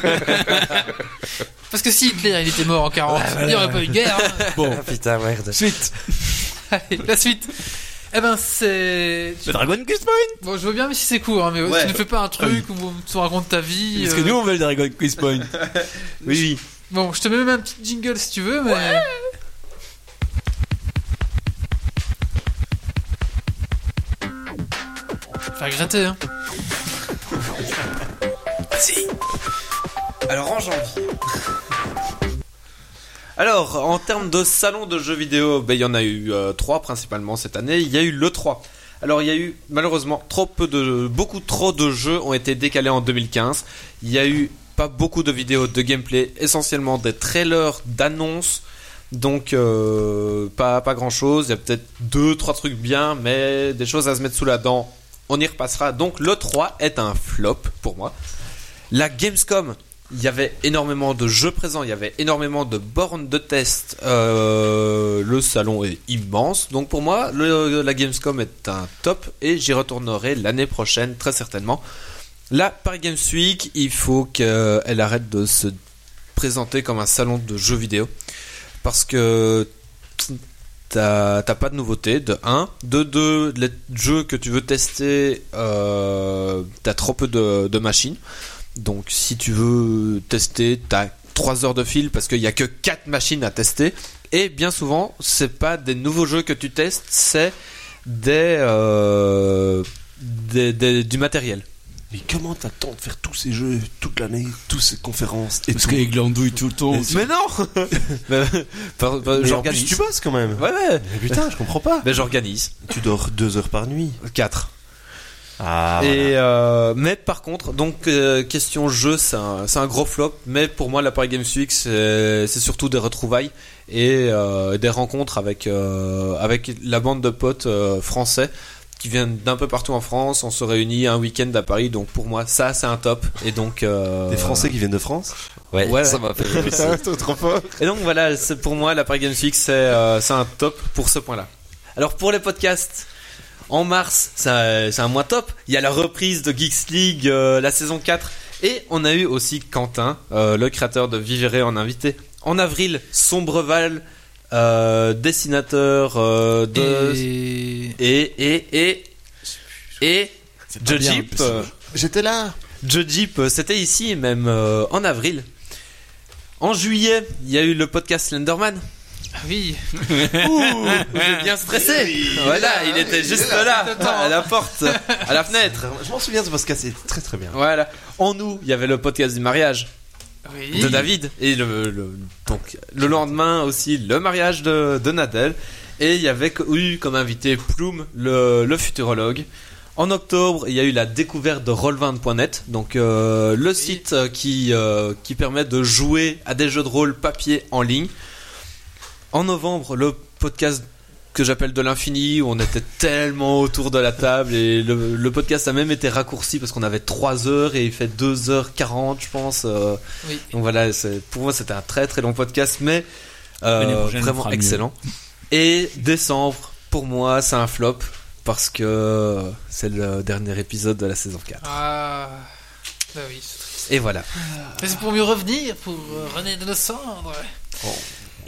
Speaker 1: Parce que si Hitler il était mort en 40, il n'y aurait pas eu de guerre. hein.
Speaker 4: Ah, putain, merde.
Speaker 5: Suite
Speaker 1: Allez, la suite. Eh ben c'est.
Speaker 5: Le Dragon Quest
Speaker 1: Bon, je veux bien, mais si c'est court, hein, mais
Speaker 5: Ouais.
Speaker 1: tu ne fais pas un truc où tu racontes ta vie.
Speaker 5: Parce
Speaker 1: euh,
Speaker 5: que nous on veut le Dragon Quiz Point.
Speaker 2: Oui,
Speaker 1: Bon, je te mets même un petit jingle si tu veux, mais. Faire gratter, hein.
Speaker 2: Alors en janvier. Alors, en termes de salons de jeux vidéo, ben, il y en a eu euh, trois principalement cette année. Il y a eu le 3. Alors, il y a eu malheureusement trop peu de, beaucoup trop de jeux ont été décalés en 2015. Il y a eu pas beaucoup de vidéos de gameplay, essentiellement des trailers, d'annonces. Donc, euh, pas, pas grand chose. Il y a peut-être deux, trois trucs bien, mais des choses à se mettre sous la dent. On y repassera. Donc, le 3 est un flop pour moi. La Gamescom, il y avait énormément de jeux présents, il y avait énormément de bornes de test. euh, le salon est immense. Donc pour moi, le- la Gamescom est un top et j'y retournerai l'année prochaine très certainement. La Paris Games Week, il faut qu'elle arrête de se présenter comme un salon de jeux vidéo. Parce que t'as t'as pas de nouveauté, de 1. De 2, les jeux que tu veux tester, euh, t'as trop peu de- de machines. Donc si tu veux tester, t'as 3 heures de fil parce qu'il n'y a que 4 machines à tester. Et bien souvent, c'est pas des nouveaux jeux que tu testes, c'est des, euh, des- des- du matériel.
Speaker 3: Mais comment t'attends de faire tous ces jeux toute l'année, toutes ces conférences et
Speaker 5: Parce
Speaker 3: tout
Speaker 5: qu'il glandouille tout le temps.
Speaker 3: Mais-
Speaker 2: Mais non Mais- euh, par- par-
Speaker 3: Mais en plus,
Speaker 2: J'organise.
Speaker 3: tu bosses quand même.
Speaker 2: Ouais, ouais.
Speaker 3: Euh, Mais putain, je comprends pas.
Speaker 2: Mais j'organise.
Speaker 3: Tu dors deux heures par nuit.
Speaker 2: 4.
Speaker 3: Ah, voilà.
Speaker 2: Et euh, mais par contre, donc euh, question jeu, c'est un, c'est un gros flop. Mais pour moi, l'appareil Games UX, c'est c'est surtout des retrouvailles et euh, des rencontres avec euh, avec la bande de potes euh, français qui viennent d'un peu partout en France. On se réunit un week-end à Paris. Donc pour moi, ça, c'est un top. Et donc euh,
Speaker 3: Des Français qui viennent de France
Speaker 4: Ouais,
Speaker 2: Ouais.
Speaker 4: ça m'a fait rire aussi.
Speaker 3: Putain, c'est trop fort
Speaker 2: Et donc voilà, c'est pour moi, l'appareil Game Fix, c'est euh, c'est un top pour ce point-là. Alors pour les podcasts, en mars, ça- c'est un mois top. Il y a la reprise de Geeks League, euh, la saison 4. Et on a eu aussi Quentin, euh, le créateur de Vivere en invité. En avril, Sombreval, euh, dessinateur euh,
Speaker 5: Bah,
Speaker 2: de...
Speaker 1: Et...
Speaker 2: Et... Et... Et... Et...
Speaker 5: pas
Speaker 2: The
Speaker 5: bien,
Speaker 2: Jeep,
Speaker 5: parce que-
Speaker 2: euh,
Speaker 3: J'étais là
Speaker 2: Joe Jeep, euh, c'était ici même euh, en avril. En juillet, il y a eu le podcast Slenderman.
Speaker 1: Ah oui,
Speaker 2: Ouh, j'ai bien stressé. voilà, il était juste là, à la porte, à la fenêtre.
Speaker 3: Je m'en souviens de ce podcast, c'est très très bien.
Speaker 2: Voilà. En nous, il y avait le podcast du mariage
Speaker 1: oui.
Speaker 2: de David et le, le- donc le lendemain aussi le mariage de, de Nadel et il y avait eu comme invité Plume le, le futurologue. En octobre, il y a eu la découverte de Roll20.net, donc euh, le site euh, qui euh, qui permet de jouer à des jeux de rôle papier en ligne. En novembre, le podcast que j'appelle de l'infini, où on était tellement autour de la table et le, le podcast a même été raccourci parce qu'on avait 3 heures et il fait 2h40 je pense. euh,
Speaker 1: Oui.
Speaker 2: donc voilà, c'est- pour moi c'était un très très long podcast, mais euh,
Speaker 5: L'année prochaine, on
Speaker 2: vraiment
Speaker 5: fera
Speaker 2: excellent. Et décembre, pour moi, c'est un flop parce que c'est le dernier épisode de la saison 4.
Speaker 1: Ah, bah oui.
Speaker 2: Et voilà.
Speaker 1: Mais c'est pour mieux revenir, pour euh, renaître de nos cendres.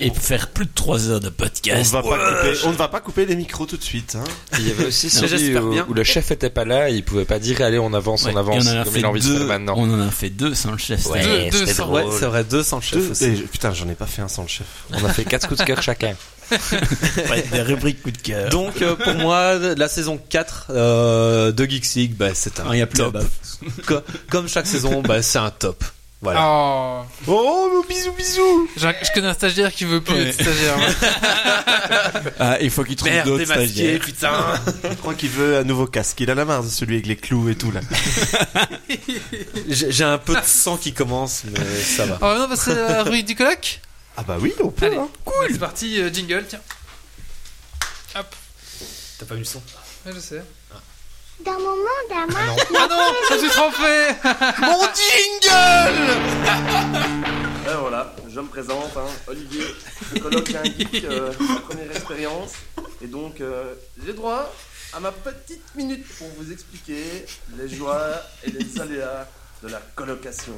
Speaker 5: Et faire plus de 3 heures de
Speaker 3: On ne
Speaker 5: podcast.
Speaker 3: va pas couper- on ne va pas couper les micros tout de suite. Hein.
Speaker 4: Il y avait aussi
Speaker 2: Non,
Speaker 4: celui
Speaker 2: j'espère
Speaker 4: où,
Speaker 2: bien.
Speaker 4: où le chef était pas là, il pouvait pas dire allez on avance,
Speaker 5: Ouais,
Speaker 4: on
Speaker 5: et
Speaker 4: avance,
Speaker 5: on en a
Speaker 4: comme
Speaker 5: fait
Speaker 4: il a envie de
Speaker 5: deux,
Speaker 4: faire maintenant.
Speaker 5: On en a fait deux sans le chef.
Speaker 4: Ouais,
Speaker 5: c'était-
Speaker 1: deux-
Speaker 4: c'était
Speaker 1: deux
Speaker 4: drôle.
Speaker 2: Ouais, c'est vrai, deux sans le chef
Speaker 3: Deux-
Speaker 2: aussi.
Speaker 3: et je- putain, j'en ai pas fait un sans le chef.
Speaker 4: On a fait quatre coups de cœur chacun.
Speaker 5: Ouais, des rubriques coup de cœur.
Speaker 2: Donc euh, pour moi, la saison 4 euh, de Geeks League, bah, c'est un
Speaker 5: Ah, il y a plus
Speaker 2: top.
Speaker 5: là-bas.
Speaker 2: Co- Comme chaque saison, bah, c'est un top. Voilà.
Speaker 1: Oh,
Speaker 3: Oh, bisous, bisous
Speaker 1: j'ai- je connais un stagiaire qui veut plus
Speaker 5: Ouais.
Speaker 1: être stagiaire.
Speaker 5: Ah, il faut qu'il trouve
Speaker 2: Merde,
Speaker 5: d'autres
Speaker 2: démasqué,
Speaker 5: stagiaires.
Speaker 2: putain.
Speaker 3: Je crois qu'il veut un nouveau casque. Il a la marre de celui avec les clous et tout là.
Speaker 2: J'ai j'ai un peu de sang qui commence, mais ça va.
Speaker 1: On va maintenant passer à la rubrique euh, du coloc.
Speaker 3: Ah bah oui, on peut.
Speaker 1: Allez,
Speaker 3: hein.
Speaker 1: cool. C'est parti, euh, jingle, tiens. Hop,
Speaker 2: T'as pas eu le son
Speaker 1: ouais, je sais.
Speaker 7: Dans mon monde à moi,
Speaker 1: Ah non, je me suis trompé
Speaker 3: Mon jingle
Speaker 8: Alors Euh, voilà, je me présente, hein, Olivier, je colloque un geek, euh, première expérience, et donc euh, j'ai droit à ma petite minute pour vous expliquer les joies et les aléas de la colocation.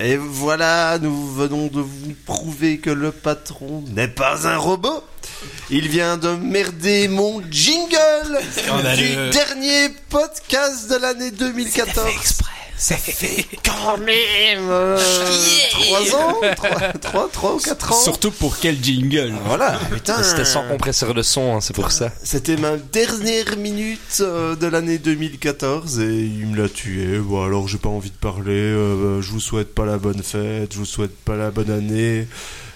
Speaker 3: Et voilà, nous venons de vous prouver que le patron n'est pas un robot. Il vient de merder mon jingle du
Speaker 5: Scandaleux.
Speaker 3: dernier podcast de l'année 2014. Ça fait quand même 3 ans 3, ou 4 ans
Speaker 5: Surtout pour quel jingle
Speaker 3: Voilà, putain
Speaker 4: C'était sans compresseur de son, hein, c'est pour ça.
Speaker 3: C'était ma dernière minute euh, de l'année 2014 et il me l'a tué. Bon, alors j'ai pas envie de parler. euh, je vous souhaite pas la bonne fête, je vous souhaite pas la bonne année.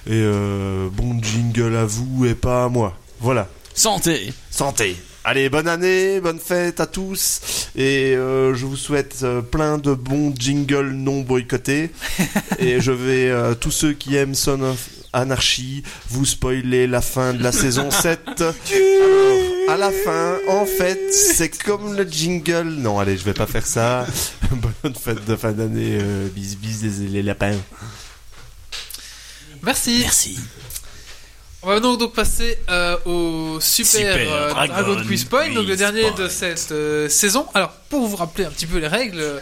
Speaker 3: Et euh, bon jingle à vous et pas à moi. Voilà.
Speaker 5: Santé
Speaker 3: Santé. Allez, bonne année, bonne fête à tous. Et euh, je vous souhaite euh, plein de bons jingles non boycottés. et je vais, euh, tous ceux qui aiment Son of Anarchy, vous spoiler la fin de la saison 7. Alors, à la fin, en fait, c'est comme le jingle. Non, allez, je vais pas faire ça. bonne fête de fin d'année. euh, bis bis les, les lapins.
Speaker 1: Merci.
Speaker 5: Merci.
Speaker 1: On va donc, donc passer euh, au super,
Speaker 5: Super
Speaker 1: euh, Dragon,
Speaker 5: Dragon
Speaker 1: Quiz Point, donc le
Speaker 5: Quiz
Speaker 1: dernier
Speaker 5: Point.
Speaker 1: de cette euh, saison. Alors, pour vous rappeler un petit peu les règles, euh,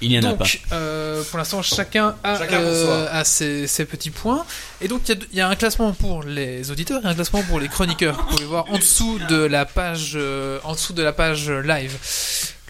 Speaker 5: Il n'y en a pas.
Speaker 1: donc euh, pour l'instant chacun a,
Speaker 8: Chacun pour
Speaker 1: euh, a ses, ses petits points. Et donc il y a deux- il y, a un classement pour les auditeurs et un classement pour les chroniqueurs. Vous pouvez voir en dessous de la page, euh, en dessous de la page euh, live.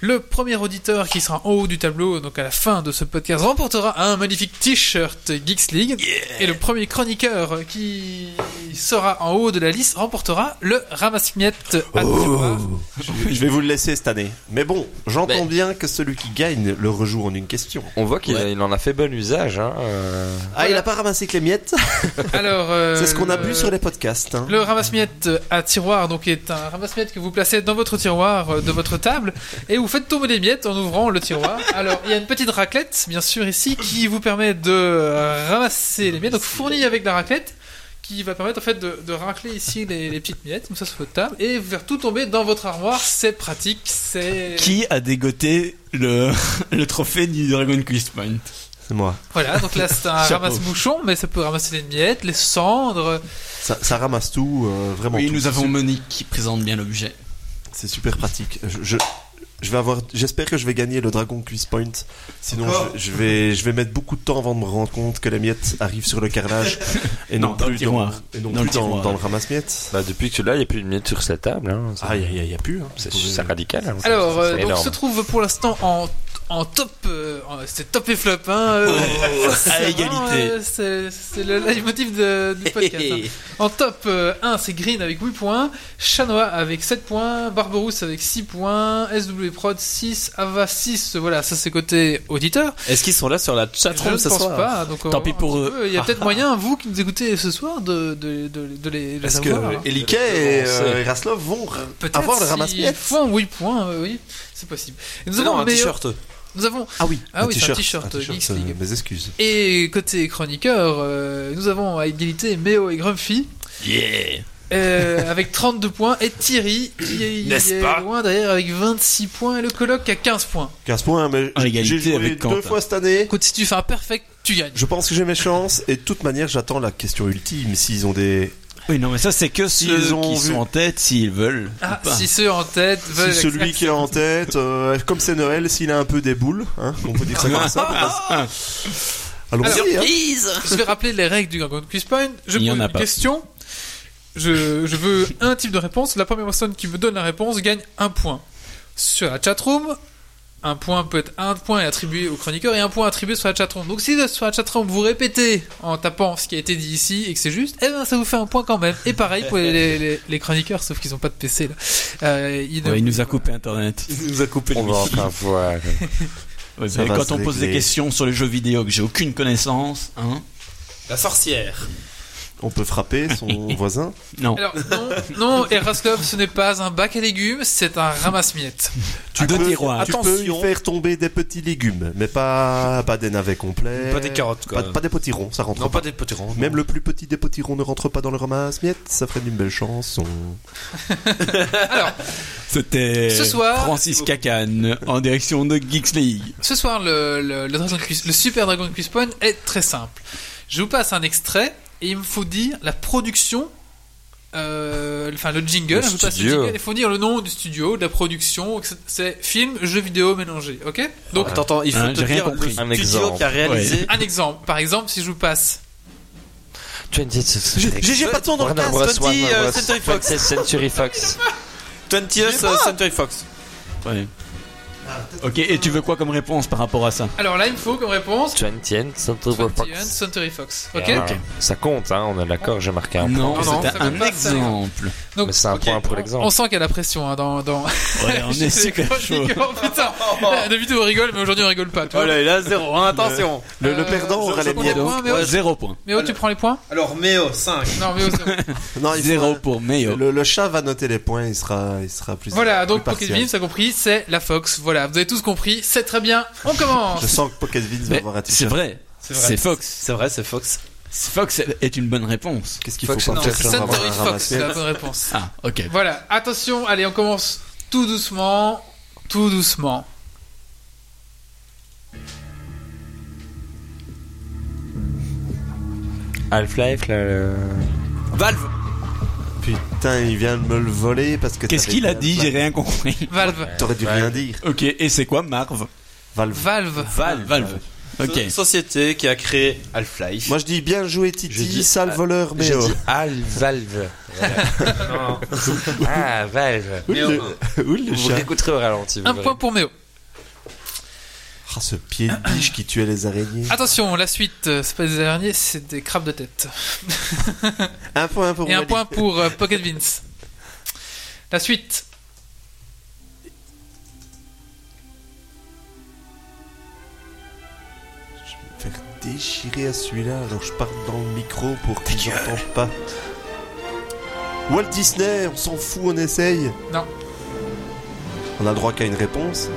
Speaker 1: Le premier auditeur qui sera en haut du tableau, donc à la fin de ce podcast, remportera un magnifique t-shirt Geeks League. Et le premier chroniqueur qui sera en haut de la liste remportera le ramasse-miettes à
Speaker 5: Oh.
Speaker 1: devoir.
Speaker 3: Oh. Je je vais vous le laisser cette année. Mais bon, j'entends
Speaker 2: Mais-
Speaker 3: bien que celui qui gagne le rejoue en une question.
Speaker 4: On voit qu'il il en a fait bon usage. Hein. euh.
Speaker 3: Ah, il a pas ramassé que les miettes
Speaker 1: Alors, euh,
Speaker 3: C'est ce qu'on a
Speaker 1: le-
Speaker 3: bu sur les podcasts. hein.
Speaker 1: Le ramasse-miettes à tiroir donc est un ramasse-miettes que vous placez dans votre tiroir euh, de votre table et vous faites tomber des miettes en ouvrant le tiroir. Alors il y a une petite raclette bien sûr ici qui vous permet de euh, ramasser les miettes donc fournie avec la raclette qui va permettre en fait de, de racler ici les, les petites miettes comme ça sur votre table et vous faire tout tomber dans votre armoire. C'est pratique, c'est
Speaker 5: Qui a dégoté le, le trophée du Dragon Quest Point
Speaker 3: C'est moi.
Speaker 1: voilà donc là c'est un
Speaker 5: Chapeau.
Speaker 1: ramasse-mouchon mais ça peut ramasser les miettes, les cendres.
Speaker 3: Ça, ça ramasse tout, euh, vraiment.
Speaker 5: Oui,
Speaker 3: tout.
Speaker 5: nous avons Monique qui présente bien l'objet.
Speaker 3: C'est super pratique. Je, je, je vais avoir. J'espère que je vais gagner le Dragon Quiz Point. Sinon, je, je vais, je vais mettre beaucoup de temps avant de me rendre compte que les miettes arrivent sur le carrelage et non,
Speaker 5: Non, dans le
Speaker 3: plus
Speaker 5: tiroir.
Speaker 3: et non
Speaker 5: Dans
Speaker 3: plus
Speaker 5: le
Speaker 3: dans,
Speaker 5: tiroir.
Speaker 3: dans le ramasse-miettes.
Speaker 4: Bah, depuis que tu l'as, il n'y a plus de miettes sur cette table. Hein. Ça-
Speaker 3: Ah, il n'y a, y a plus. Hein.
Speaker 4: C'est
Speaker 3: Vous pouvez-
Speaker 4: c'est radical. hein.
Speaker 1: Alors,
Speaker 4: C'est
Speaker 1: euh, donc
Speaker 4: énorme.
Speaker 1: se trouve pour l'instant en, en top. euh, en- c'est top et flop, hein. euh, c'est
Speaker 5: à
Speaker 1: vraiment,
Speaker 5: égalité.
Speaker 1: euh, c'est, c'est le leitmotiv de, du podcast. hein. En top 1, c'est Green avec 8 points, Chanois avec 7 points, Barberousse avec 6 points, SW Prod 6, Ava 6. Voilà, ça c'est côté auditeur.
Speaker 2: Est-ce qu'ils sont là sur la
Speaker 1: Je ne
Speaker 2: chatroom ce
Speaker 1: pense
Speaker 2: soir
Speaker 1: pas. Donc, on
Speaker 5: Tant
Speaker 1: va
Speaker 5: pis
Speaker 1: voir
Speaker 5: pour
Speaker 1: un petit
Speaker 5: eux.
Speaker 1: peu. Il y a peut-être moyen, vous qui nous écoutez ce soir, de, de, de, de les de
Speaker 3: Est-ce que
Speaker 5: Ah,
Speaker 1: savoir, hein.
Speaker 3: Elike et euh, Raslov vont r-
Speaker 1: Peut-être
Speaker 3: avoir le
Speaker 1: s'ils
Speaker 3: ramasse-miettes
Speaker 1: font 8 points, euh, oui, c'est possible. Et nous
Speaker 2: Non,
Speaker 1: avons
Speaker 2: un
Speaker 1: meilleur-
Speaker 2: t-shirt.
Speaker 1: Nous avons
Speaker 3: Ah oui,
Speaker 1: Ah oui, c'est un t-shirt, Geeks
Speaker 3: euh,
Speaker 1: League.
Speaker 3: mes excuses.
Speaker 1: Et côté chroniqueur, euh, nous avons à égalité Méo et Grumpy. euh, avec 32 points et Thierry qui est, il
Speaker 5: N'est-ce
Speaker 1: est
Speaker 5: pas
Speaker 1: loin derrière avec 26 points et le coloc à 15 points.
Speaker 3: 15 points, mais
Speaker 5: En égalité
Speaker 3: j'ai joué
Speaker 5: avec
Speaker 3: deux
Speaker 5: Quentin.
Speaker 3: fois cette année.
Speaker 1: Écoute, si tu fais un perfect, tu gagnes.
Speaker 3: Je pense que j'ai mes chances et de toute manière, j'attends la question ultime. S'ils ont des.
Speaker 5: Oui, non, mais ça, c'est que
Speaker 3: S'ils
Speaker 5: ceux
Speaker 3: ont
Speaker 5: qui
Speaker 3: vu-
Speaker 5: sont en tête, s'ils veulent.
Speaker 1: Ah,
Speaker 5: ou pas.
Speaker 1: si ceux en tête veulent.
Speaker 3: Si celui qui est en tête, euh, comme c'est Noël, s'il a un peu des boules, hein, on peut dire ça comme ça. Allons-y, hein.
Speaker 1: Je vais rappeler les règles du Gargoyle Quiz Point. Je
Speaker 5: Il y
Speaker 1: pose
Speaker 5: en a
Speaker 1: une
Speaker 5: pas.
Speaker 1: question. Je, je veux un type de réponse. La première personne qui me donne la réponse gagne un point. Sur la chatroom, un point peut être un point est attribué au chroniqueur et un point attribué sur la chatroom. Donc si sur la chatroom vous répétez en tapant ce qui a été dit ici et que c'est juste, eh ben ça vous fait un point quand même. Et pareil pour les, les- les chroniqueurs, sauf qu'ils n'ont pas de PC là. Euh, ils ne-
Speaker 5: Ouais, il nous a coupé Internet.
Speaker 2: Il nous a coupé
Speaker 4: on va enfin voir.
Speaker 5: Ouais,
Speaker 3: Ça
Speaker 5: mais
Speaker 3: va,
Speaker 5: quand
Speaker 3: c'est
Speaker 5: on
Speaker 3: vrai
Speaker 5: pose
Speaker 3: que
Speaker 5: des
Speaker 3: les-
Speaker 5: questions sur les jeux vidéo que j'ai aucune connaissance, hein
Speaker 2: La sorcière.
Speaker 3: On peut frapper son voisin.
Speaker 5: Non.
Speaker 1: Alors non, non, Eraslov, ce n'est pas un bac à légumes, c'est un ramasse-miettes.
Speaker 5: Tu Deux
Speaker 3: peux-
Speaker 5: tiroirs.
Speaker 3: Tu
Speaker 2: Attention.
Speaker 3: peux y faire tomber des petits légumes, mais pas, pas des navets complets.
Speaker 2: Pas des carottes, quoi.
Speaker 3: Euh, Pas, pas des potirons, ça rentre
Speaker 2: Non,
Speaker 3: pas.
Speaker 2: pas des potirons.
Speaker 3: Même le plus petit des potirons ne rentre pas dans le ramasse-miettes, ça ferait une belle chanson.
Speaker 5: C'était
Speaker 1: Ce soir-
Speaker 5: Francis Cacan en direction de Geeks League.
Speaker 1: Ce soir, le, le, le Dragon Quiz- le Super Dragon Quiz Point est très simple. Je vous passe un extrait et il me faut dire la production, euh, enfin le jingle.
Speaker 4: Le
Speaker 1: je vous passe le
Speaker 4: studio.
Speaker 1: jingle. Il faut dire le nom du studio, de la production. que c'est- C'est film, jeu vidéo mélangé. Ok Donc,
Speaker 2: Attends, attends, il faut
Speaker 5: Hein,
Speaker 2: te
Speaker 5: j'ai rien
Speaker 2: dire
Speaker 5: compris.
Speaker 2: le
Speaker 4: Un
Speaker 2: studio
Speaker 4: exemple.
Speaker 2: qui a réalisé.
Speaker 1: un exemple. Par exemple, si je vous passe.
Speaker 3: J'ai pas de son dans le
Speaker 4: Warner
Speaker 3: casque,
Speaker 4: Bros,
Speaker 3: Tony,
Speaker 4: Warner
Speaker 3: euh,
Speaker 4: Bros,
Speaker 3: Century Fox.
Speaker 4: 27 Century Fox.
Speaker 2: 20th euh, Century Fox.
Speaker 5: Ouais. Ok, et tu veux quoi comme réponse par rapport à ça
Speaker 1: Alors là, il me faut comme réponse.
Speaker 4: 20th Century
Speaker 1: 21
Speaker 4: Fox.
Speaker 1: Century Fox. Ok
Speaker 4: Ah, Ça compte, hein, on est d'accord, j'ai marqué un
Speaker 5: Non,
Speaker 1: Non, non, ça
Speaker 5: c'était
Speaker 1: fait
Speaker 5: un
Speaker 1: pas ça.
Speaker 5: exemple.
Speaker 1: Donc,
Speaker 4: Mais c'est un
Speaker 1: ok.
Speaker 4: point pour
Speaker 1: On-
Speaker 4: l'exemple.
Speaker 1: On sent qu'il y a la pression hein, dans. dans...
Speaker 5: Ouais, on est super chaud.
Speaker 1: Oh, putain D'habitude, on rigole, mais aujourd'hui, on rigole pas. tu vois.
Speaker 2: Voilà, il a 0, attention.
Speaker 3: Le, le
Speaker 1: Euh,
Speaker 3: perdant
Speaker 1: je-
Speaker 3: aura
Speaker 1: je
Speaker 3: les
Speaker 1: prends
Speaker 3: miettes.
Speaker 1: points, Méo,
Speaker 5: Zéro point.
Speaker 1: Méo, tu prends les points
Speaker 2: Alors, Méo, 5.
Speaker 1: Non, Méo, c'est bon.
Speaker 3: Non, il faut-
Speaker 5: Zéro pour Mayo.
Speaker 3: Le, le chat va noter les points, il sera, il sera plus.
Speaker 1: Voilà,
Speaker 3: plus
Speaker 1: donc Pocket
Speaker 3: partial.
Speaker 1: Vince a compris, c'est la Fox. Voilà, vous avez tous compris, c'est très bien. On
Speaker 3: Je
Speaker 1: commence.
Speaker 3: sens que Pocket Vince va
Speaker 5: Mais
Speaker 3: avoir un
Speaker 5: C'est
Speaker 3: t-shirt.
Speaker 5: vrai.
Speaker 2: vrai.
Speaker 5: C'est Fox.
Speaker 2: C'est vrai, c'est Fox.
Speaker 5: Fox est une bonne réponse.
Speaker 3: Qu'est-ce qu'il faut
Speaker 2: Fox,
Speaker 3: pas
Speaker 1: Non,
Speaker 3: faire
Speaker 1: c'est
Speaker 3: pour avoir
Speaker 1: Suntory
Speaker 3: un
Speaker 1: Fox, c'est la
Speaker 3: ramasse-miettes
Speaker 1: bonne réponse.
Speaker 5: Ah, ok.
Speaker 1: Voilà, attention, allez, on commence tout doucement, tout doucement.
Speaker 4: Half-Life, là, le...
Speaker 2: Valve.
Speaker 3: Putain, il vient de me le voler parce que.
Speaker 5: Qu'est-ce
Speaker 3: t'avais
Speaker 5: qu'il a
Speaker 3: pas-
Speaker 5: dit J'ai rien compris.
Speaker 1: Valve,
Speaker 3: T'aurais dû rien dire.
Speaker 5: Ok, et c'est quoi Marv
Speaker 3: Valve.
Speaker 1: Valve.
Speaker 5: Valve. Valve. Ok.
Speaker 2: So- Société qui a créé Half-Life.
Speaker 3: Moi je dis bien joué
Speaker 4: J'ai
Speaker 3: Titi,
Speaker 4: dit-
Speaker 3: sale voleur, mais.
Speaker 4: J'ai
Speaker 3: oh.
Speaker 4: dit Half-Valve. ah, Valve.
Speaker 3: Oule, le- oule, le
Speaker 4: Vous
Speaker 3: chat.
Speaker 4: l'écouterez au ralenti. vous
Speaker 1: Un
Speaker 4: verrez.
Speaker 1: point pour Méo.
Speaker 3: Ah, ce pied de biche qui tuait les araignées.
Speaker 1: Attention, la suite, euh, c'est pas des araignées, c'est des crabes de tête.
Speaker 3: Un point pour
Speaker 1: Et un
Speaker 3: Wally.
Speaker 1: point pour euh, Pocket Vince. La suite.
Speaker 3: Je vais me faire déchirer à celui-là, alors je parle dans le micro pour qu'il j'entende pas. Walt Disney, on s'en fout, on essaye.
Speaker 1: Non.
Speaker 3: On a droit qu'à une réponse.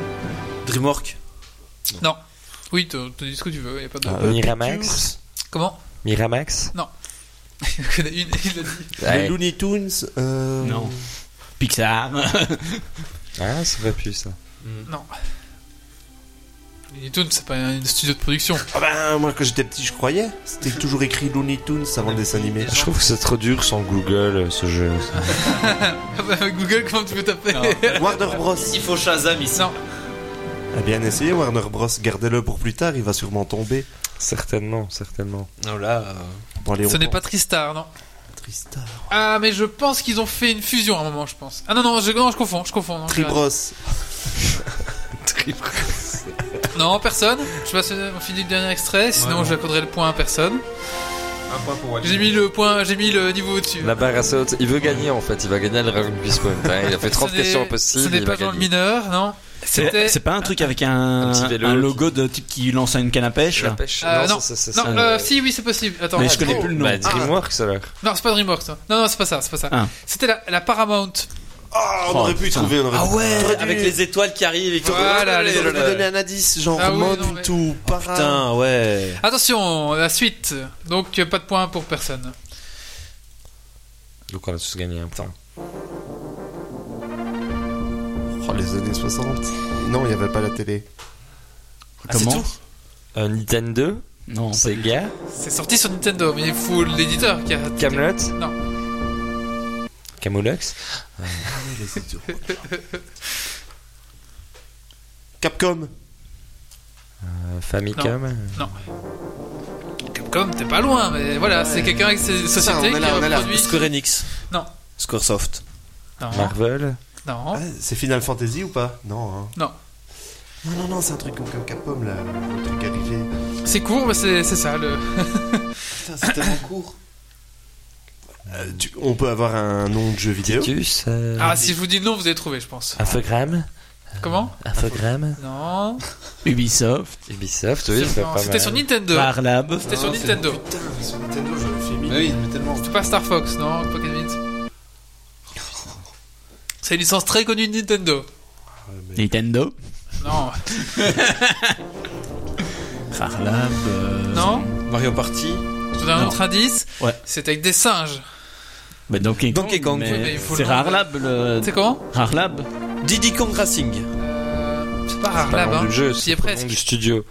Speaker 2: Dreamwork.
Speaker 1: Non. Oui, tu tu dis ce que tu veux, y a pas de.
Speaker 3: Ah, euh,
Speaker 4: Miramax
Speaker 1: Comment
Speaker 4: Miramax
Speaker 1: Il y en a une, il a dit.
Speaker 4: Ouais.
Speaker 3: Les Looney Tunes. euh,
Speaker 5: Non. Pixar.
Speaker 4: Ah, ça va plus ça.
Speaker 1: Non. Looney Tunes, c'est pas un studio de production.
Speaker 3: Ah ben, moi quand j'étais petit, je croyais. C'était toujours écrit Looney Tunes avant le dessin animé.
Speaker 4: Je trouve que c'est trop dur sans Google euh, ce jeu.
Speaker 1: Ah bah, Google, comment tu peux taper
Speaker 5: Non.
Speaker 3: Warner Bros.
Speaker 2: Il faut Shazam ici.
Speaker 1: Non.
Speaker 3: Eh bien essayé, Warner Bros. Gardez-le pour plus tard, il va sûrement tomber.
Speaker 4: Certainement, certainement.
Speaker 2: Non, là. euh,
Speaker 3: Bon, allez,
Speaker 1: Ce
Speaker 3: on
Speaker 1: n'est pas Tristar, non.
Speaker 3: Tristar.
Speaker 1: Ah, mais je pense qu'ils ont fait une fusion à un moment, je pense. Ah non, non, je, non, je confonds, je confonds. non, je-
Speaker 3: Tribros.
Speaker 1: Non, personne. Je passe, on finit le dernier extrait, sinon
Speaker 5: non.
Speaker 1: j'accorderai le point à personne.
Speaker 2: Un point pour Wally.
Speaker 1: J'ai mis le point, j'ai mis le niveau au-dessus.
Speaker 4: La barre à saute, il veut gagner en fait, il va gagner le Dragon Quiz Point. Hein, Il a fait
Speaker 1: Ce
Speaker 4: 30
Speaker 1: n'est-
Speaker 4: questions
Speaker 1: Ce
Speaker 4: possibles,
Speaker 1: n'est
Speaker 4: il
Speaker 1: pas
Speaker 4: va
Speaker 1: dans le
Speaker 4: gagner.
Speaker 1: mineur, non. C'était.
Speaker 5: C'est pas un truc avec un,
Speaker 4: Un petit vélo
Speaker 5: un
Speaker 4: qui-
Speaker 5: logo de type qui lance à une canne à pêche
Speaker 4: La
Speaker 5: là.
Speaker 4: pêche
Speaker 1: Euh,
Speaker 4: Non,
Speaker 1: non.
Speaker 4: ça, ça, ça,
Speaker 1: Non, Ah.
Speaker 4: ça,
Speaker 1: euh,
Speaker 4: euh,
Speaker 1: si, oui, c'est possible. Attends.
Speaker 5: Mais je connais plus le nom.
Speaker 4: Bah, Dreamworks alors.
Speaker 1: Non, c'est pas DreamWorks. ça. Non, non, c'est pas ça, c'est pas ça.
Speaker 5: Ah.
Speaker 1: C'était la, la Paramount.
Speaker 3: Ah, on aurait pu y
Speaker 5: putain.
Speaker 3: trouver, on aurait
Speaker 2: Ah
Speaker 3: pu- euh,
Speaker 2: ouais,
Speaker 3: T'aurais dû-
Speaker 2: avec les étoiles qui arrivent et qui
Speaker 1: Voilà, les
Speaker 3: t'aurais dû donner un indice, genre
Speaker 1: Ah oui,
Speaker 3: Mode
Speaker 1: non, mais-
Speaker 3: tout, para.
Speaker 2: Putain, ouais.
Speaker 1: Attention, la suite. Donc, euh, pas de point pour personne.
Speaker 4: Donc on a tous gagné un point.
Speaker 3: Oh, les années 60. Non, il n'y avait pas la télé.
Speaker 5: Comment
Speaker 4: Euh, Nintendo,
Speaker 5: Non.
Speaker 4: Sega,
Speaker 1: C'est sorti sur Nintendo, mais il faut l'éditeur qui a.
Speaker 4: Camelot,
Speaker 1: Non.
Speaker 4: Camoulox,
Speaker 3: Capcom.
Speaker 4: euh, Famicom. euh,
Speaker 1: Non. Capcom, t'es pas loin, mais voilà, c'est quelqu'un avec ses sociétés
Speaker 3: on est là, on
Speaker 1: qui
Speaker 3: est
Speaker 1: a
Speaker 3: là.
Speaker 1: produit.
Speaker 2: Square Enix.
Speaker 1: Non.
Speaker 2: Squaresoft.
Speaker 4: Ah.
Speaker 1: Non,
Speaker 4: Marvel,
Speaker 1: non.
Speaker 3: Ah, c'est Final Fantasy ou pas Non, hein.
Speaker 1: Non.
Speaker 3: Non, non, non, c'est un truc comme, comme Capcom là, le truc arrivé.
Speaker 1: C'est court, mais c'est c'est ça. Le...
Speaker 3: Putain, c'est tellement court. Euh, tu- on peut avoir un nom de jeu vidéo
Speaker 4: Titus, euh,
Speaker 1: Ah, si je vous dis non, vous allez trouver, je pense.
Speaker 4: Infogrames,
Speaker 1: Comment
Speaker 4: Infogrames,
Speaker 1: Non.
Speaker 5: Ubisoft,
Speaker 4: Ubisoft, oui,
Speaker 1: Non,
Speaker 4: c'est pas
Speaker 1: C'était
Speaker 4: mal.
Speaker 1: sur Nintendo.
Speaker 5: Bah, Parlab.
Speaker 1: C'était sur
Speaker 3: Ah, c'est-
Speaker 1: Nintendo.
Speaker 3: Putain, sur Nintendo, je me fais mille.
Speaker 6: oui, mais tellement.
Speaker 1: C'est pas Star Fox, non Pocket Mint. C'est une licence très connue de Nintendo.
Speaker 5: Nintendo.
Speaker 1: Non.
Speaker 5: Parlab. euh,
Speaker 1: Non
Speaker 2: Mario Party.
Speaker 1: Je vous donne un
Speaker 5: Non.
Speaker 1: autre indice.
Speaker 5: Ouais.
Speaker 1: C'est avec des singes.
Speaker 5: Bah, Donkey Kong.
Speaker 2: Donkey Kong,
Speaker 5: mais
Speaker 1: oui, mais il faut
Speaker 5: C'est
Speaker 1: le nom.
Speaker 5: Rarlab le.
Speaker 1: C'est comment
Speaker 5: Rarlab
Speaker 2: Diddy Kong Racing.
Speaker 1: euh, C'est pas
Speaker 4: Pas
Speaker 1: Harlab,
Speaker 4: le nom
Speaker 1: hein.
Speaker 4: du jeu,
Speaker 1: J'y
Speaker 4: c'est
Speaker 1: ai
Speaker 4: le nom du
Speaker 1: presque.
Speaker 4: studio.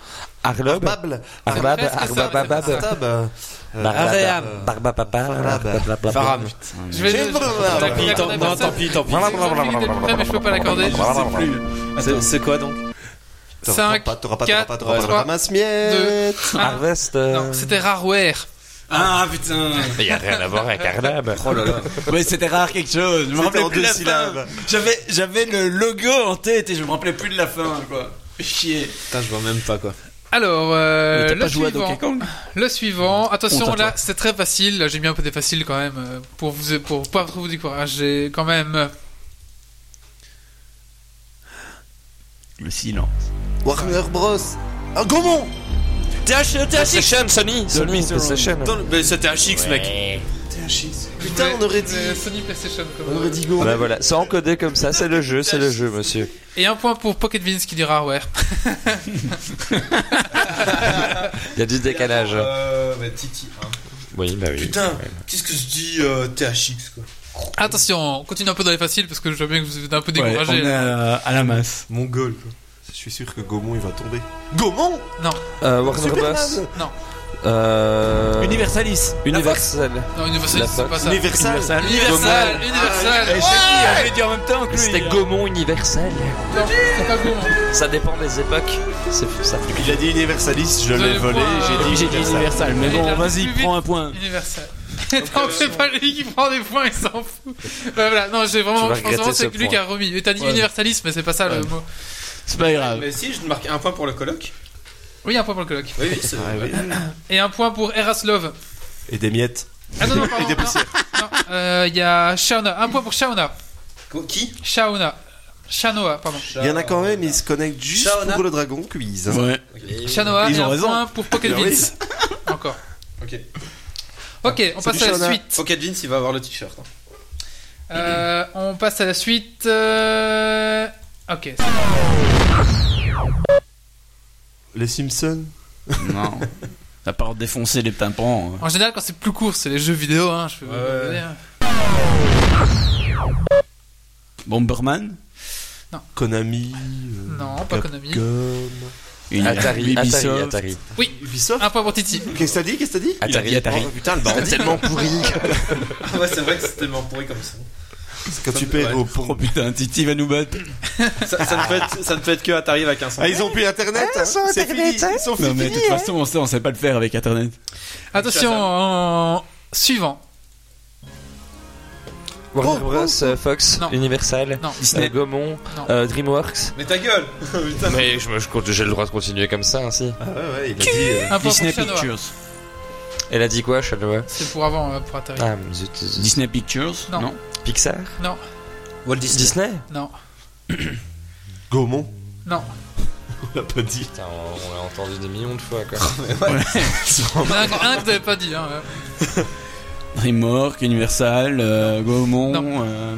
Speaker 4: Arlob,
Speaker 3: Bable.
Speaker 4: Arbab,
Speaker 3: Ah,
Speaker 1: presque ça, mais c'est pas ça.
Speaker 4: Arbababab,
Speaker 3: Tab, euh, euh,
Speaker 4: Barbabab,
Speaker 3: euh,
Speaker 4: Barbababab, blablabla.
Speaker 2: Faram.
Speaker 1: Je vais.
Speaker 3: J'ai-
Speaker 1: je- je-
Speaker 2: Tant pis,
Speaker 1: je-
Speaker 2: tant, non, tant pis, tant pis.
Speaker 1: J'ai envie d'être prêt, mais je peux pas l'accorder.
Speaker 2: C'est- C'est quoi donc
Speaker 3: t'auras
Speaker 1: 5,
Speaker 3: pas- T'auras pas, t'auras pas,
Speaker 1: 4,
Speaker 3: t'auras pas, t'auras pas,
Speaker 1: 3,
Speaker 3: ramasse miette.
Speaker 1: 1.
Speaker 4: Harvest. euh,
Speaker 1: Non, c'était Rareware.
Speaker 5: Ah putain
Speaker 4: Il n'y a rien à voir avec Arlab.
Speaker 5: Ouais, c'était rare quelque chose. Je me
Speaker 3: C'était
Speaker 5: rappelais
Speaker 3: en
Speaker 5: plus
Speaker 3: deux
Speaker 5: de la
Speaker 3: syllabes.
Speaker 5: fin. J'avais, j'avais le logo en tête et je me rappelais plus de la fin, quoi. Chier.
Speaker 2: Putain, je vois même pas quoi.
Speaker 1: Alors, euh,
Speaker 5: Mais T'as
Speaker 1: le
Speaker 5: pas joué à
Speaker 1: suivant.
Speaker 5: Donkey Kong
Speaker 1: Le suivant, attention
Speaker 5: Honte à
Speaker 1: là,
Speaker 5: toi.
Speaker 1: c'est très facile, j'ai mis un peu des faciles quand même, euh, pour vous pour pas trop vous décourager quand même.
Speaker 5: Le silence.
Speaker 3: Warner Bros. Ah, Gaumont
Speaker 4: PlayStation, Sony, Sony, PlayStation.
Speaker 2: Dans le- mais C'était HX, mec.
Speaker 3: Putain, on aurait dit.
Speaker 1: Euh, Sony PlayStation quand
Speaker 3: On
Speaker 1: même.
Speaker 3: aurait dit Gaumont.
Speaker 4: Voilà, voilà, c'est encodé comme ça, c'est le jeu, c'est le jeu, monsieur.
Speaker 1: Et un point pour Pocket Vince qui dira ouais.
Speaker 4: Il y a du décalage.
Speaker 6: Euh, bah, Titi. hein.
Speaker 4: Oui, bah oui.
Speaker 6: Putain, qu'est-ce que je dis euh, THX quoi
Speaker 1: Attention, on continue un peu dans les faciles parce que je vois bien que vous êtes un peu
Speaker 5: Ouais, on
Speaker 1: découragé.
Speaker 5: est à, à la masse.
Speaker 6: Mongol quoi.
Speaker 3: Je suis sûr que Gaumont il va tomber. Gaumont
Speaker 1: Non,
Speaker 4: Euh, Warner
Speaker 3: Superman
Speaker 4: Bros.
Speaker 1: Non.
Speaker 4: Euh...
Speaker 5: Universalis.
Speaker 4: Universal.
Speaker 1: non, Universal,
Speaker 4: La
Speaker 1: c'est
Speaker 4: Fox.
Speaker 1: pas ça.
Speaker 3: Universal.
Speaker 1: Universal,
Speaker 5: Eh,
Speaker 1: Universal.
Speaker 5: je t'ai dit, je l'ai dit en même temps que lui.
Speaker 4: C'était Gaumont Universal.
Speaker 1: Non, c'est pas bon.
Speaker 4: Ça dépend des époques. C'est fou, ça.
Speaker 3: Il a dit Universalis, je
Speaker 1: Vous
Speaker 3: l'ai
Speaker 1: allez
Speaker 3: volé,
Speaker 1: voir, euh,
Speaker 3: j'ai dit
Speaker 5: J'ai dit
Speaker 3: Universal.
Speaker 5: Universal, mais
Speaker 1: Il a
Speaker 5: bon,
Speaker 1: plus
Speaker 5: vas-y,
Speaker 1: vite.
Speaker 5: prends un point.
Speaker 1: Universal. Attends, c'est pas lui qui prend des points, il s'en fout. Bah, voilà, non, j'ai
Speaker 4: Tu
Speaker 1: vraiment,
Speaker 4: vas
Speaker 1: je pense
Speaker 4: regretter
Speaker 1: vraiment que
Speaker 4: ce
Speaker 1: c'est lui
Speaker 4: point.
Speaker 1: qui a remis. Mais t'as dit
Speaker 5: Ouais.
Speaker 1: universalisme, mais c'est pas ça le mot.
Speaker 5: C'est pas grave.
Speaker 6: Mais si, je marque un point pour le colloque.
Speaker 1: Oui, un point pour le colloque.
Speaker 6: Oui, oui, c'est
Speaker 3: Ah oui.
Speaker 1: Et un point pour Eraslov.
Speaker 3: Et des miettes.
Speaker 1: Ah non, non, pardon.
Speaker 3: Et des
Speaker 1: non, non, euh, Il y a Shauna. Un point pour Shauna.
Speaker 6: Quoi, Qui
Speaker 1: Shauna. Shanoa, pardon.
Speaker 3: Il y en a quand même, ils se connectent juste
Speaker 6: Shauna.
Speaker 3: pour le dragon quiz.
Speaker 5: Ouais.
Speaker 1: Shanoa,
Speaker 3: Ils
Speaker 1: et
Speaker 3: ont
Speaker 1: un
Speaker 3: raison.
Speaker 1: point pour Pocket
Speaker 3: Oui.
Speaker 1: Vince. Encore.
Speaker 6: Ok.
Speaker 1: Ok, on passe à la
Speaker 3: Shauna.
Speaker 1: suite.
Speaker 6: Pocket Vince, il va avoir le t-shirt. hein.
Speaker 1: Euh, on passe à la suite. euh, Ok.
Speaker 3: Les Simpsons
Speaker 5: Non. À part défoncer les tympans. hein.
Speaker 1: En général, quand c'est plus court, c'est les jeux vidéo. Hein, je peux vous
Speaker 6: Ouais.
Speaker 1: le dire.
Speaker 5: Bomberman
Speaker 3: Konami euh,
Speaker 1: Non, pas Konami. Ah.
Speaker 3: Capcom.
Speaker 5: Une-
Speaker 4: Atari, Atari,
Speaker 5: Ubisoft.
Speaker 4: Atari.
Speaker 3: Ubisoft
Speaker 1: Un point pour Titi.
Speaker 3: Qu'est-ce que t'as dit Qu'est-ce que t'as dit
Speaker 4: Atari, Atari.
Speaker 3: Oh, Putain, le
Speaker 4: Ah,
Speaker 3: bordel tellement pourri
Speaker 6: ouais, c'est vrai que c'est tellement pourri comme ça.
Speaker 3: Quand tu paies
Speaker 6: Ouais.
Speaker 3: au
Speaker 5: Oh
Speaker 3: pour...
Speaker 5: putain, Titi va nous battre.
Speaker 6: Ça, ça ne peut être, ça ne peut être que Atari avec un 5.
Speaker 3: Ah, ils ont plus internet hein C'est fini Ils sont
Speaker 5: Non
Speaker 3: finis
Speaker 5: mais de toute façon, on sait, on sait pas le faire avec Internet.
Speaker 1: Attention, en- suivant.
Speaker 4: Warner Bros, euh, Fox,
Speaker 1: Non.
Speaker 4: Universal,
Speaker 1: Non.
Speaker 4: Disney, euh, Gaumont,
Speaker 1: Non.
Speaker 4: euh,
Speaker 2: Eh,
Speaker 4: DreamWorks.
Speaker 6: Mais ta gueule
Speaker 3: Oh,
Speaker 6: Putain.
Speaker 4: Mais je me- je compte- j'ai le droit de continuer comme ça, ainsi.
Speaker 3: Ah ouais, ouais, il a dit... euh,
Speaker 1: Un point
Speaker 5: Disney
Speaker 1: pour Shadow.
Speaker 5: Pictures.
Speaker 4: Elle a dit quoi, Chaloua
Speaker 1: C'est pour avant, euh, pour Atari.
Speaker 4: Ah, zut, zut.
Speaker 5: Disney Pictures
Speaker 1: Non.
Speaker 4: Pixar
Speaker 1: Non,
Speaker 4: Walt Disney Disney
Speaker 1: non,
Speaker 3: Gaumont,
Speaker 1: non.
Speaker 3: on l'a pas dit.
Speaker 4: Putain, on, on l'a entendu des millions de fois, quoi.
Speaker 2: Oh,
Speaker 1: Il y en a un, un que t'avais pas dit. Hein. ouais.
Speaker 5: DreamWorks, Universal, euh, Gaumont,
Speaker 1: Non.
Speaker 5: euh,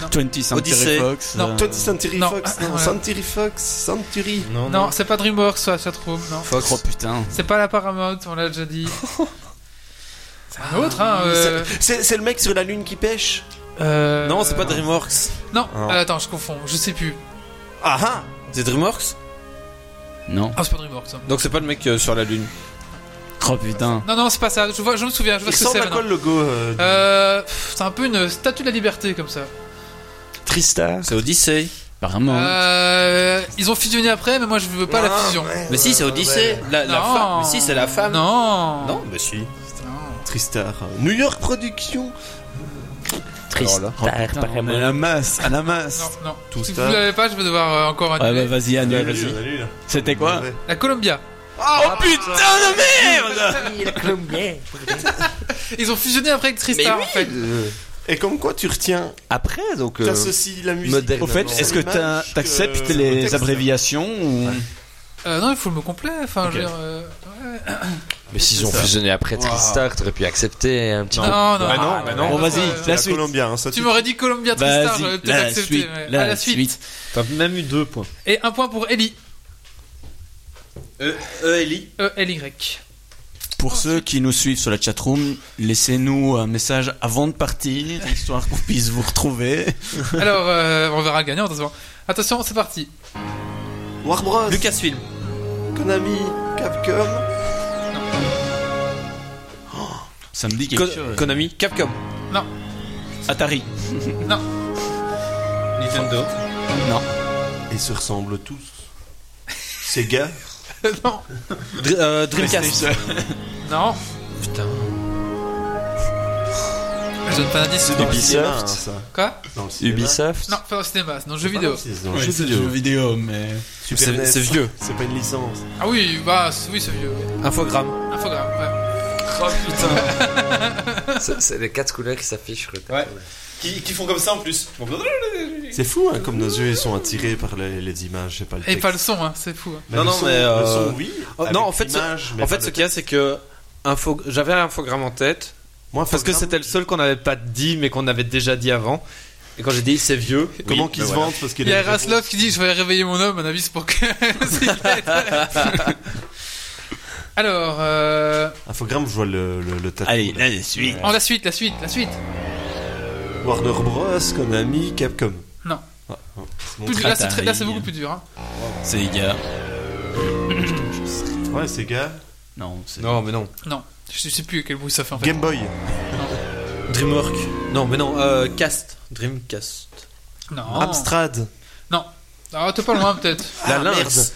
Speaker 1: Non.
Speaker 5: 20th Century
Speaker 2: Odyssey.
Speaker 5: Fox.
Speaker 1: Non.
Speaker 5: euh,
Speaker 3: Toi, dis Century
Speaker 1: Non. Ah,
Speaker 3: Fox, non
Speaker 1: Ouais.
Speaker 3: Century Fox, Century...
Speaker 2: Oh,
Speaker 1: Non, c'est pas DreamWorks, ça, Chatroom. Non.
Speaker 5: Oh putain.
Speaker 1: C'est pas la Paramount, on l'a déjà dit. C'est un autre,
Speaker 2: Ah,
Speaker 1: hein. euh,
Speaker 3: C'est c'est le mec sur la lune qui pêche
Speaker 1: euh,
Speaker 2: Non, c'est pas DreamWorks.
Speaker 1: Non,
Speaker 2: Non.
Speaker 1: euh, attends, je confonds, je sais plus.
Speaker 3: Ah ah
Speaker 2: C'est DreamWorks
Speaker 5: Non.
Speaker 1: Ah, c'est pas DreamWorks. hein.
Speaker 2: Donc c'est pas le mec euh, sur la lune.
Speaker 5: Oh putain.
Speaker 1: Non, non, c'est pas ça, je, vois, je me souviens, je vois
Speaker 3: Il
Speaker 1: ce que
Speaker 3: ressemble
Speaker 1: c'est.
Speaker 3: à quoi
Speaker 1: maintenant.
Speaker 3: le logo euh, du-
Speaker 1: Euh, pff, c'est un peu une statue de la liberté comme ça.
Speaker 4: Tristar
Speaker 2: C'est Odyssey.
Speaker 5: Apparemment. hein.
Speaker 1: Euh, ils ont fusionné après, mais moi je veux pas la
Speaker 3: Ah,
Speaker 1: fusion.
Speaker 3: ouais,
Speaker 2: Mais si,
Speaker 3: ouais,
Speaker 2: c'est
Speaker 3: ouais,
Speaker 2: Odyssey.
Speaker 3: ouais.
Speaker 2: La, la
Speaker 1: Non.
Speaker 2: femme. Mais si, c'est la femme.
Speaker 1: Non.
Speaker 2: Non, mais si.
Speaker 1: Putain.
Speaker 3: Tristar. New York Production
Speaker 4: Tristar,
Speaker 1: Oh,
Speaker 5: à
Speaker 4: apparemment.
Speaker 5: la masse, à la masse.
Speaker 1: Non, non.
Speaker 3: Tout
Speaker 1: si
Speaker 3: ça.
Speaker 1: vous l'avez pas, je vais devoir euh, encore
Speaker 5: Ouais, bah
Speaker 1: annuler.
Speaker 5: vas-y, Anne, vas-y. C'était quoi
Speaker 3: Ouais.
Speaker 1: La Columbia.
Speaker 5: Oh putain de merde
Speaker 1: Ils ont fusionné après avec Tristar en fait.
Speaker 3: Euh, Et comme quoi tu retiens,
Speaker 5: Après, donc. euh,
Speaker 3: t'associes la musique.
Speaker 4: moderne.
Speaker 5: Au fait,
Speaker 3: Non,
Speaker 5: est-ce que
Speaker 3: l'image,
Speaker 5: t'as- t'acceptes
Speaker 3: euh, le
Speaker 5: les
Speaker 3: texte.
Speaker 5: abréviations ou...
Speaker 1: Euh, non, il faut le mot complet. Enfin, je veux dire. euh, ouais.
Speaker 4: Mais s'ils ont fusionné après Tristar, t'aurais pu accepter un petit
Speaker 1: Non, non.
Speaker 3: bah non, bah non.
Speaker 5: Bon, vas-y,
Speaker 1: Euh,
Speaker 3: C'est
Speaker 5: la
Speaker 3: la
Speaker 5: suite.
Speaker 3: Colombien, hein, ça
Speaker 1: Tu
Speaker 3: tu-
Speaker 1: m'aurais dit Columbia Tristar, j'aurais
Speaker 5: Vas-y,
Speaker 1: peut-être
Speaker 5: la
Speaker 1: accepté.
Speaker 5: suite,
Speaker 1: mais-
Speaker 5: la,
Speaker 1: à la suite.
Speaker 5: suite.
Speaker 2: T'as même eu deux points.
Speaker 1: Et un point pour Ellie.
Speaker 6: Euh, euh, Ellie
Speaker 1: E-L-Y.
Speaker 5: Pour ceux qui nous suivent sur la chatroom, laissez-nous un message avant de partir, histoire qu'on puisse vous retrouver.
Speaker 1: Alors, euh, on verra le gagnant. Attention, attention c'est parti.
Speaker 3: War Bros,
Speaker 2: Lucasfilm.
Speaker 3: Konami, Capcom.
Speaker 5: Ça me dit quelque
Speaker 2: Co-
Speaker 5: chose.
Speaker 2: Konami. Capcom.
Speaker 5: Atari.
Speaker 6: Nintendo
Speaker 5: Non.
Speaker 3: Ils se ressemblent tous. Sega,
Speaker 1: non,
Speaker 2: Dr- euh, Dreamcast.
Speaker 1: non.
Speaker 2: Putain.
Speaker 1: Je donne pas d'indice.
Speaker 3: dans le cinéma, hein,
Speaker 4: Ubisoft.
Speaker 3: ça.
Speaker 1: Quoi
Speaker 3: Dans le cinéma.
Speaker 4: Ubisoft
Speaker 1: Non, pas dans le cinéma, c'est dans le jeu vidéo.
Speaker 3: Ah, c'est dans le
Speaker 4: Ouais,
Speaker 3: jeu
Speaker 4: c'est
Speaker 3: vidéo.
Speaker 4: jeu vidéo, mais.
Speaker 3: Super
Speaker 2: C'est
Speaker 3: NES.
Speaker 2: c'est vieux.
Speaker 3: C'est pas une licence.
Speaker 1: Ah oui, bah c'est- oui, c'est vieux. oui.
Speaker 2: Infogramme.
Speaker 1: Infogramme, ouais.
Speaker 2: Oh putain.
Speaker 4: C'est c'est les quatre couleurs qui s'affichent. quoi.
Speaker 6: Ouais. qui, qui font comme ça en plus. Bon,
Speaker 3: C'est fou, hein, comme nos yeux ils sont attirés par les, les images, c'est pas le
Speaker 1: Et
Speaker 3: texte.
Speaker 1: pas le son, hein, c'est fou. hein.
Speaker 3: Mais
Speaker 2: Non,
Speaker 3: le
Speaker 2: non,
Speaker 3: son-
Speaker 2: mais,
Speaker 3: Le
Speaker 2: euh,
Speaker 3: son, oui.
Speaker 2: oh,
Speaker 3: avec
Speaker 2: non, en fait, ce-
Speaker 3: l'image, mais
Speaker 2: En
Speaker 3: pas
Speaker 2: fait,
Speaker 3: le
Speaker 2: ce qu'il y
Speaker 3: texte.
Speaker 2: a, c'est que info... j'avais un infogramme en tête
Speaker 3: Moi,
Speaker 2: parce que
Speaker 3: Infogrames,
Speaker 2: c'était le seul qu'on n'avait pas dit, mais qu'on avait déjà dit avant. Et quand j'ai dit c'est vieux,
Speaker 3: Comment
Speaker 2: oui,
Speaker 3: qu'ils
Speaker 2: ben
Speaker 3: se
Speaker 2: voilà.
Speaker 3: vantent parce qu'il
Speaker 1: Il y a
Speaker 3: une réponse.
Speaker 1: Raslov qui dit Je vais réveiller mon homme, à mon avis, c'est pour que. Alors, euh,
Speaker 3: Infogramme, je vois Ah, le, le, le tatou.
Speaker 5: Allez,
Speaker 3: là.
Speaker 5: la suite.
Speaker 1: oh, la suite, la suite, la suite.
Speaker 3: Warner Bros, Konami, Capcom.
Speaker 1: Non.
Speaker 3: Ah, non, c'est mon
Speaker 1: Plus dur.
Speaker 3: truc.
Speaker 1: là, c'est très- là, c'est
Speaker 5: Atari.
Speaker 1: beaucoup plus dur. hein.
Speaker 5: C'est Sega.
Speaker 3: Ouais, Sega.
Speaker 5: Non, c'est.
Speaker 2: Non, mais non.
Speaker 1: Non, je sais plus quel bruit ça fait en fait.
Speaker 3: Game Boy.
Speaker 2: Dreamwork. Non, mais non. Euh, Cast. Dreamcast. Ah.
Speaker 1: Non.
Speaker 3: Amstrad.
Speaker 1: Non. Ah, t'es pas loin peut-être.
Speaker 2: La
Speaker 3: Ah,
Speaker 2: lynx.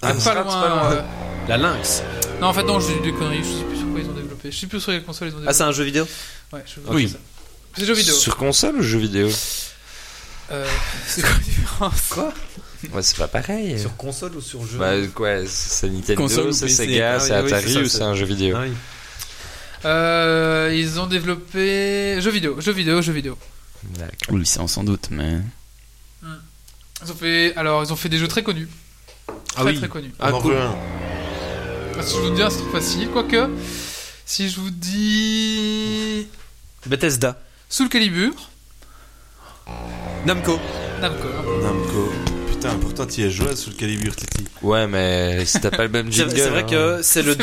Speaker 1: T'es pas
Speaker 2: Amstrad,
Speaker 1: loin.
Speaker 2: c'est pas loin.
Speaker 1: euh.
Speaker 2: La lynx.
Speaker 1: Non, en fait, non, je dis des conneries. Je sais plus sur quoi ils ont développé. Je sais plus sur quelle console ils ont
Speaker 2: Ah,
Speaker 1: développé.
Speaker 2: c'est un jeu vidéo
Speaker 1: ouais, je...
Speaker 2: Oui.
Speaker 1: c'est ça. C'est jeux vidéo.
Speaker 4: Sur console ou jeu vidéo
Speaker 1: Euh, c'est quoi la différence Quoi
Speaker 4: Ouais, c'est pas pareil.
Speaker 6: Sur console ou sur jeu
Speaker 4: Bah, ouais, c'est Nintendo,
Speaker 5: Console ou
Speaker 4: c'est
Speaker 5: PC.
Speaker 4: Sega,
Speaker 6: Ah oui,
Speaker 4: c'est
Speaker 6: oui,
Speaker 4: Atari
Speaker 6: c'est ça,
Speaker 4: ou
Speaker 6: c'est-
Speaker 4: c'est un jeu vidéo
Speaker 6: Ah oui.
Speaker 1: Euh, ils ont développé jeux vidéo, jeux vidéo, jeux vidéo.
Speaker 4: D'accord.
Speaker 5: Oui, ça on s'en doute, mais.
Speaker 1: Ils ont fait, alors ils ont fait des jeux très connus,
Speaker 2: Ah
Speaker 1: très
Speaker 2: oui.
Speaker 1: très connus.
Speaker 2: Ah,
Speaker 3: On en
Speaker 2: cool.
Speaker 3: veut un.
Speaker 1: Bah, si je vous dis un, c'est trop facile, quoique. Si je vous dis
Speaker 2: Bethesda.
Speaker 1: Soul Calibur,
Speaker 2: Namco.
Speaker 1: Namco. hein.
Speaker 3: Namco. Putain, pourtant t'y as joué sous le calibre, Titi.
Speaker 4: Ouais, mais si t'as pas le même
Speaker 2: C'est
Speaker 4: jingle.
Speaker 2: c'est vrai
Speaker 4: hein.
Speaker 2: que c'est le.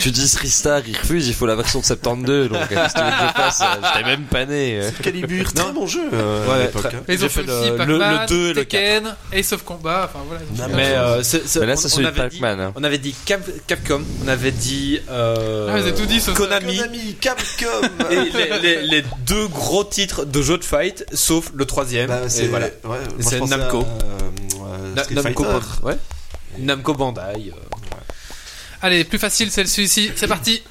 Speaker 4: Tu dis Ristar, il refuse, il faut la version de 72. Donc, qu'est-ce que tu veux que je fasse J'étais même pas né. euh.
Speaker 3: Calibur, très bon jeu euh,
Speaker 2: Ouais,
Speaker 3: à l'époque.
Speaker 2: très-
Speaker 3: hein.
Speaker 1: Et Ils ont
Speaker 2: J'ai
Speaker 1: fait,
Speaker 2: fait
Speaker 1: aussi
Speaker 2: le-
Speaker 1: Pac-Man,
Speaker 2: le- le deux et le
Speaker 1: Tekken, Ace of Combat, enfin voilà. ils ont fait-
Speaker 3: Namco.
Speaker 2: Mais euh, c'est- c'est-
Speaker 4: Mais là,
Speaker 2: on-
Speaker 4: ça,
Speaker 2: on
Speaker 4: c'est
Speaker 2: avait dit-
Speaker 4: Pac-Man. hein.
Speaker 2: On avait dit Cap- Capcom, on avait dit euh,
Speaker 1: Ah, vous avez tout dit, ça, ça.
Speaker 2: Konami,
Speaker 3: Konami, Capcom.
Speaker 2: et les, les- les deux gros titres de jeux de fight, sauf le troisième.
Speaker 3: Bah,
Speaker 2: et voilà.
Speaker 3: ouais, moi, je
Speaker 2: c'est
Speaker 3: pensais à,
Speaker 2: Namco.
Speaker 3: euh, euh,
Speaker 2: Na-
Speaker 3: Street
Speaker 2: Namco,
Speaker 3: Fighter.
Speaker 2: Ban- ouais. Namco Bandai. euh,
Speaker 1: Allez, plus facile celle-ci, c'est parti.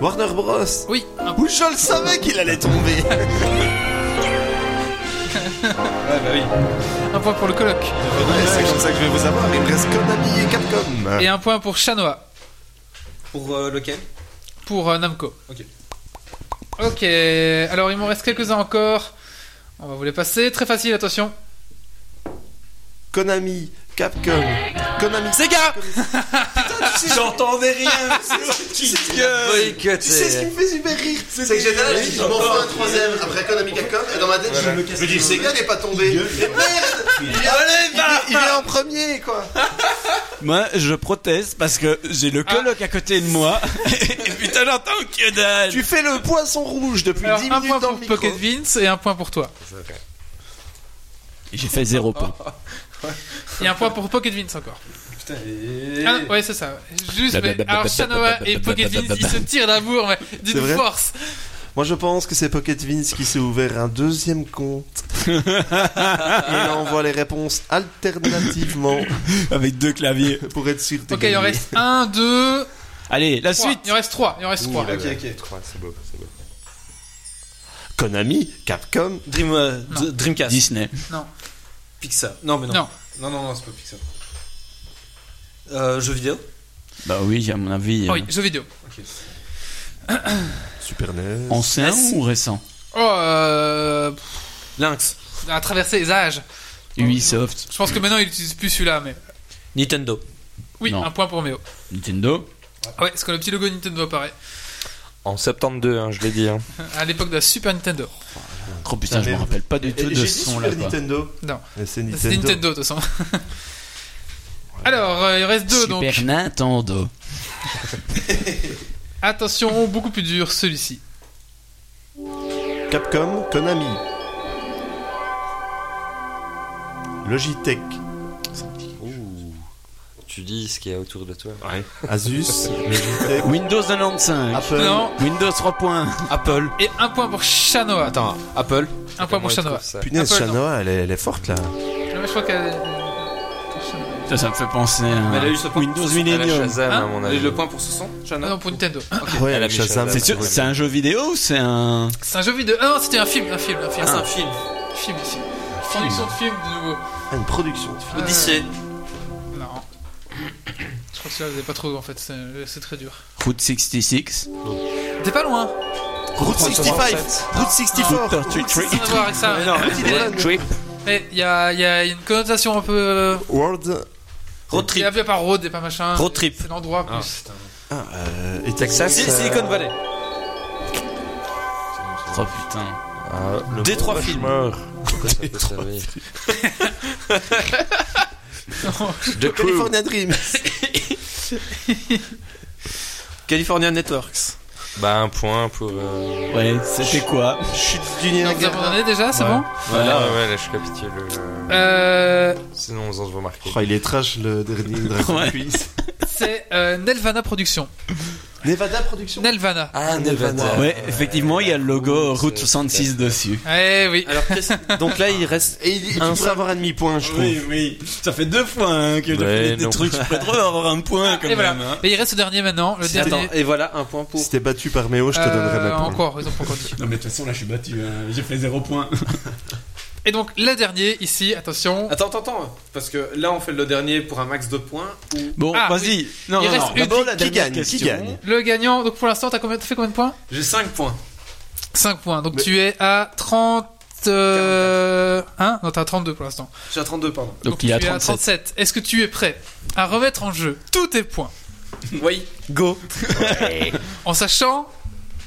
Speaker 3: Warner Bros.
Speaker 1: Oui, un
Speaker 3: Où je le savais qu'il allait tomber.
Speaker 2: Ouais, bah oui.
Speaker 1: Un point pour le coloc
Speaker 3: c'est comme ça que je vais vous avoir. Il me reste Konami et Capcom.
Speaker 1: et un point pour Chanoa,
Speaker 2: Pour euh, lequel
Speaker 1: pour euh, Namco.
Speaker 2: Ok.
Speaker 1: Ok, alors il m'en reste quelques-uns encore. On va vous les passer, très facile, attention.
Speaker 3: Konami, Capcom, Konami.
Speaker 1: Sega
Speaker 2: J'entendais rien.
Speaker 4: Boycotté.
Speaker 3: me fait super rire
Speaker 9: C'est que j'étais là, je dis, je m'en fous un troisième après Konami Capcom, et dans ma tête, je me casse. Je me dis, Sega n'est pas tombé. Mais merde Il est
Speaker 3: Il est en premier quoi
Speaker 5: Moi, je proteste parce que j'ai le coloc à côté de moi. et putain, j'entends que dalle.
Speaker 3: Tu fais le poisson rouge depuis
Speaker 1: Alors
Speaker 3: 10
Speaker 1: un
Speaker 3: minutes
Speaker 1: point
Speaker 3: dans
Speaker 1: pour
Speaker 3: le micro.
Speaker 1: Pocket Vince et un point pour toi.
Speaker 5: J'ai fait zéro point.
Speaker 1: Et un point pour Pocket Vince encore.
Speaker 6: Putain,
Speaker 1: Ah non, ouais, c'est ça. Juste, mais, alors Chanoa et Pocket Vince, ils se tirent la bourre, mais
Speaker 3: C'est
Speaker 1: d'une
Speaker 3: vrai
Speaker 1: force.
Speaker 3: Moi je pense que c'est Pocket Vince qui s'est ouvert un deuxième compte. Et il envoie les réponses alternativement
Speaker 5: Avec deux claviers.
Speaker 3: pour être sûr de
Speaker 1: Ok, il en
Speaker 3: gagner.
Speaker 1: reste 1, 2,
Speaker 5: Allez, la suite.
Speaker 1: Il en reste 3, il en reste 3.
Speaker 6: ok, ok.
Speaker 4: C'est beau, c'est beau.
Speaker 3: Konami, Capcom,
Speaker 2: Dream, euh,
Speaker 1: Non.
Speaker 2: D- Dreamcast.
Speaker 5: Disney.
Speaker 2: Pixar. Non, mais non.
Speaker 1: Non.
Speaker 2: non, non, non, c'est pas Pixar. Euh, jeux vidéo
Speaker 5: Bah oui, à mon avis. euh,
Speaker 1: Ah oui, jeux vidéo.
Speaker 3: Super E NES.
Speaker 5: Ancien
Speaker 2: Est-ce-
Speaker 5: ou récent
Speaker 1: Oh, euh,
Speaker 2: Lynx.
Speaker 1: à traverser les âges.
Speaker 5: Ubisoft,
Speaker 1: Je pense
Speaker 3: Mm.
Speaker 1: que maintenant, il n'utilise plus celui-là, mais.
Speaker 2: Nintendo.
Speaker 1: Oui,
Speaker 5: Non.
Speaker 1: un point pour Méo.
Speaker 5: Nintendo.
Speaker 1: Ah ouais, parce que le petit logo Nintendo apparaît.
Speaker 4: En 72, hein, je l'ai dit. hein.
Speaker 1: À l'époque de la Super Nintendo.
Speaker 5: Oh putain, je me rappelle pas du tout
Speaker 3: Et J'ai
Speaker 5: de
Speaker 3: dit
Speaker 5: ce son là.
Speaker 3: Super Nintendo.
Speaker 1: Non.
Speaker 3: Mais Eh, C'est
Speaker 1: C'est
Speaker 3: Nintendo.
Speaker 1: Nintendo, de toute façon. Alors, euh, il reste deux, donc.
Speaker 5: Super Nintendo.
Speaker 1: Attention, beaucoup plus dur celui-ci.
Speaker 3: Capcom, Konami. Logitech,
Speaker 4: Tu dis ce qu'il y a autour de toi.
Speaker 3: Asus, Logitech,
Speaker 5: Windows 95.
Speaker 3: Apple.
Speaker 1: Non,
Speaker 5: Windows 3 points.
Speaker 2: Apple.
Speaker 1: et un point pour Shanoa.
Speaker 2: Attends, Apple.
Speaker 1: un point pour Shanoa.
Speaker 3: Punaise,
Speaker 1: Apple,
Speaker 3: Shanoa, elle est, elle est forte là.
Speaker 1: Non, mais je crois euh, qu'elle.
Speaker 5: Ça, ça me fait penser à
Speaker 2: Elle a eu ce point.
Speaker 5: Windows
Speaker 4: Elle a
Speaker 5: Millennium.
Speaker 4: Shazam,
Speaker 1: Hein
Speaker 4: à mon
Speaker 2: Elle a eu
Speaker 4: avis.
Speaker 2: le point pour ce son
Speaker 1: Ah
Speaker 2: Shana
Speaker 1: non, pour Nintendo.
Speaker 3: Ouais,
Speaker 4: Elle a mis
Speaker 3: elle Shazam.
Speaker 4: Shazam.
Speaker 3: c'est
Speaker 5: C'est sûr,
Speaker 3: vrai.
Speaker 5: c'est un jeu vidéo ou c'est un.
Speaker 1: C'est un jeu vidéo. Ah non, c'était un film, un film, un film.
Speaker 2: Ah, c'est un film.
Speaker 1: un film ici. Production de film, de nouveau.
Speaker 3: Ah, Une production. de film.
Speaker 2: Odyssée.
Speaker 1: Euh, Non. Je crois que celui-là, vous avez pas trouvé en fait, c'est c'est très dur.
Speaker 5: Route 66.
Speaker 1: T'es pas loin hein.
Speaker 3: Route 65, Route 64.
Speaker 5: Route 33.
Speaker 1: Rien à voir avec ça.
Speaker 2: Ah,
Speaker 1: Mais il y a, y a une connotation un peu. euh,
Speaker 3: World.
Speaker 2: Road
Speaker 1: Il y
Speaker 2: Trip.
Speaker 1: avait par road et pas machin.
Speaker 2: Road trip.
Speaker 1: C'est l'endroit plus.
Speaker 3: Ah, euh, et
Speaker 4: Texas.
Speaker 2: Si- Silicon Valley.
Speaker 5: Oh putain.
Speaker 4: Ah, le
Speaker 2: Des
Speaker 4: bon
Speaker 2: trois
Speaker 4: vache
Speaker 2: films.
Speaker 4: mort. Pourquoi ça peut servir
Speaker 3: De California Dream.
Speaker 2: California Networks.
Speaker 4: Bah, un point pour. euh,
Speaker 5: Ouais, c'était quoi
Speaker 3: Chute du Niagara.
Speaker 1: Donc, vous abandonnez déjà, c'est bon
Speaker 4: Voilà, Ah, ouais, ouais, là, je capitule. euh,
Speaker 1: Euh,
Speaker 4: Sinon, on se va marquer.
Speaker 3: Oh, il est trash le dernier Dragon Quiz.
Speaker 1: C'est euh, Nelvana Productions.
Speaker 3: Nevada Productions.
Speaker 1: Nelvana.
Speaker 4: Ah,
Speaker 3: Nevada.
Speaker 5: Ouais, effectivement, il y a le logo
Speaker 4: Route,
Speaker 5: Route 66 dessus.
Speaker 3: Ah.
Speaker 1: Eh oui.
Speaker 2: Alors, qu'est-ce- donc là, il reste.
Speaker 3: Et il, il devrait avoir un demi-point, je trouve.
Speaker 5: oui. Ça fait deux fois hein, que
Speaker 4: Ouais,
Speaker 5: fais
Speaker 4: non.
Speaker 5: Je pourrais trop avoir un point quand
Speaker 1: Ah, Et voilà.
Speaker 3: Ah.
Speaker 5: hein.
Speaker 1: Mais il reste le dernier maintenant. Le dernier.
Speaker 2: Attends, et voilà un point pour.
Speaker 3: Si t'es battu par Méo, je te
Speaker 1: Euh,
Speaker 3: donnerai ma point.
Speaker 1: encore, ils ont pas encore dit.
Speaker 5: hein. Non, mais de toute façon, là, je suis battu. J'ai fait zéro point.
Speaker 1: Et donc, le dernier ici, attention.
Speaker 2: Attends, attends, attends. Parce que là, on fait le dernier pour un max de points. ou-
Speaker 4: Bon,
Speaker 1: Ah,
Speaker 4: vas-y. Non,
Speaker 1: Il
Speaker 4: non,
Speaker 1: reste
Speaker 4: non.
Speaker 1: une-
Speaker 4: D'abord, Ah la
Speaker 3: qui
Speaker 4: dernière
Speaker 3: gagne, qui
Speaker 4: question.
Speaker 3: gagne
Speaker 1: Le gagnant, donc pour l'instant, t'as combien, t'as fait combien de points
Speaker 2: J'ai 5 points.
Speaker 1: 5 points. Donc tu es à 30. Euh... hein non, t'es à 32 pour l'instant.
Speaker 2: J'ai un 32, pardon.
Speaker 1: Donc,
Speaker 4: il est à
Speaker 1: tu es
Speaker 4: 37.
Speaker 1: Est-ce que tu es prêt à remettre en jeu tous tes points
Speaker 2: Oui.
Speaker 4: Go.
Speaker 1: en sachant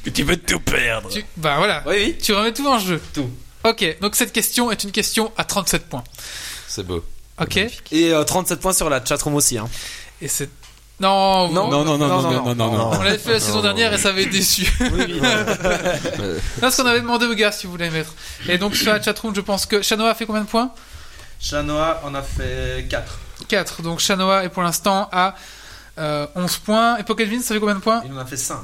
Speaker 5: Que tu veux tout perdre.
Speaker 1: tu... Bah voilà.
Speaker 2: Oui, oui.
Speaker 1: Tu remets tout en jeu.
Speaker 2: Tout.
Speaker 1: Ok, donc cette question est une question à 37 points.
Speaker 4: C'est beau.
Speaker 1: Ok
Speaker 2: Et euh, 37 points sur la chatroom aussi. Hein.
Speaker 1: Et c'est. Non,
Speaker 2: Non,
Speaker 1: vous-
Speaker 2: non, non, non, non, non,
Speaker 3: non.
Speaker 1: On l'avait fait la saison dernière et ça avait déçu. Parce qu'on avait demandé aux gars si vous voulez mettre. Et donc sur la chatroom, je pense que Chanoa a fait combien de points
Speaker 6: Chanoa en a fait 4.
Speaker 1: 4. Donc Chanoa est pour l'instant à euh, 11 points. Et Pocket Vince, ça fait combien de points
Speaker 6: Il en a fait 5.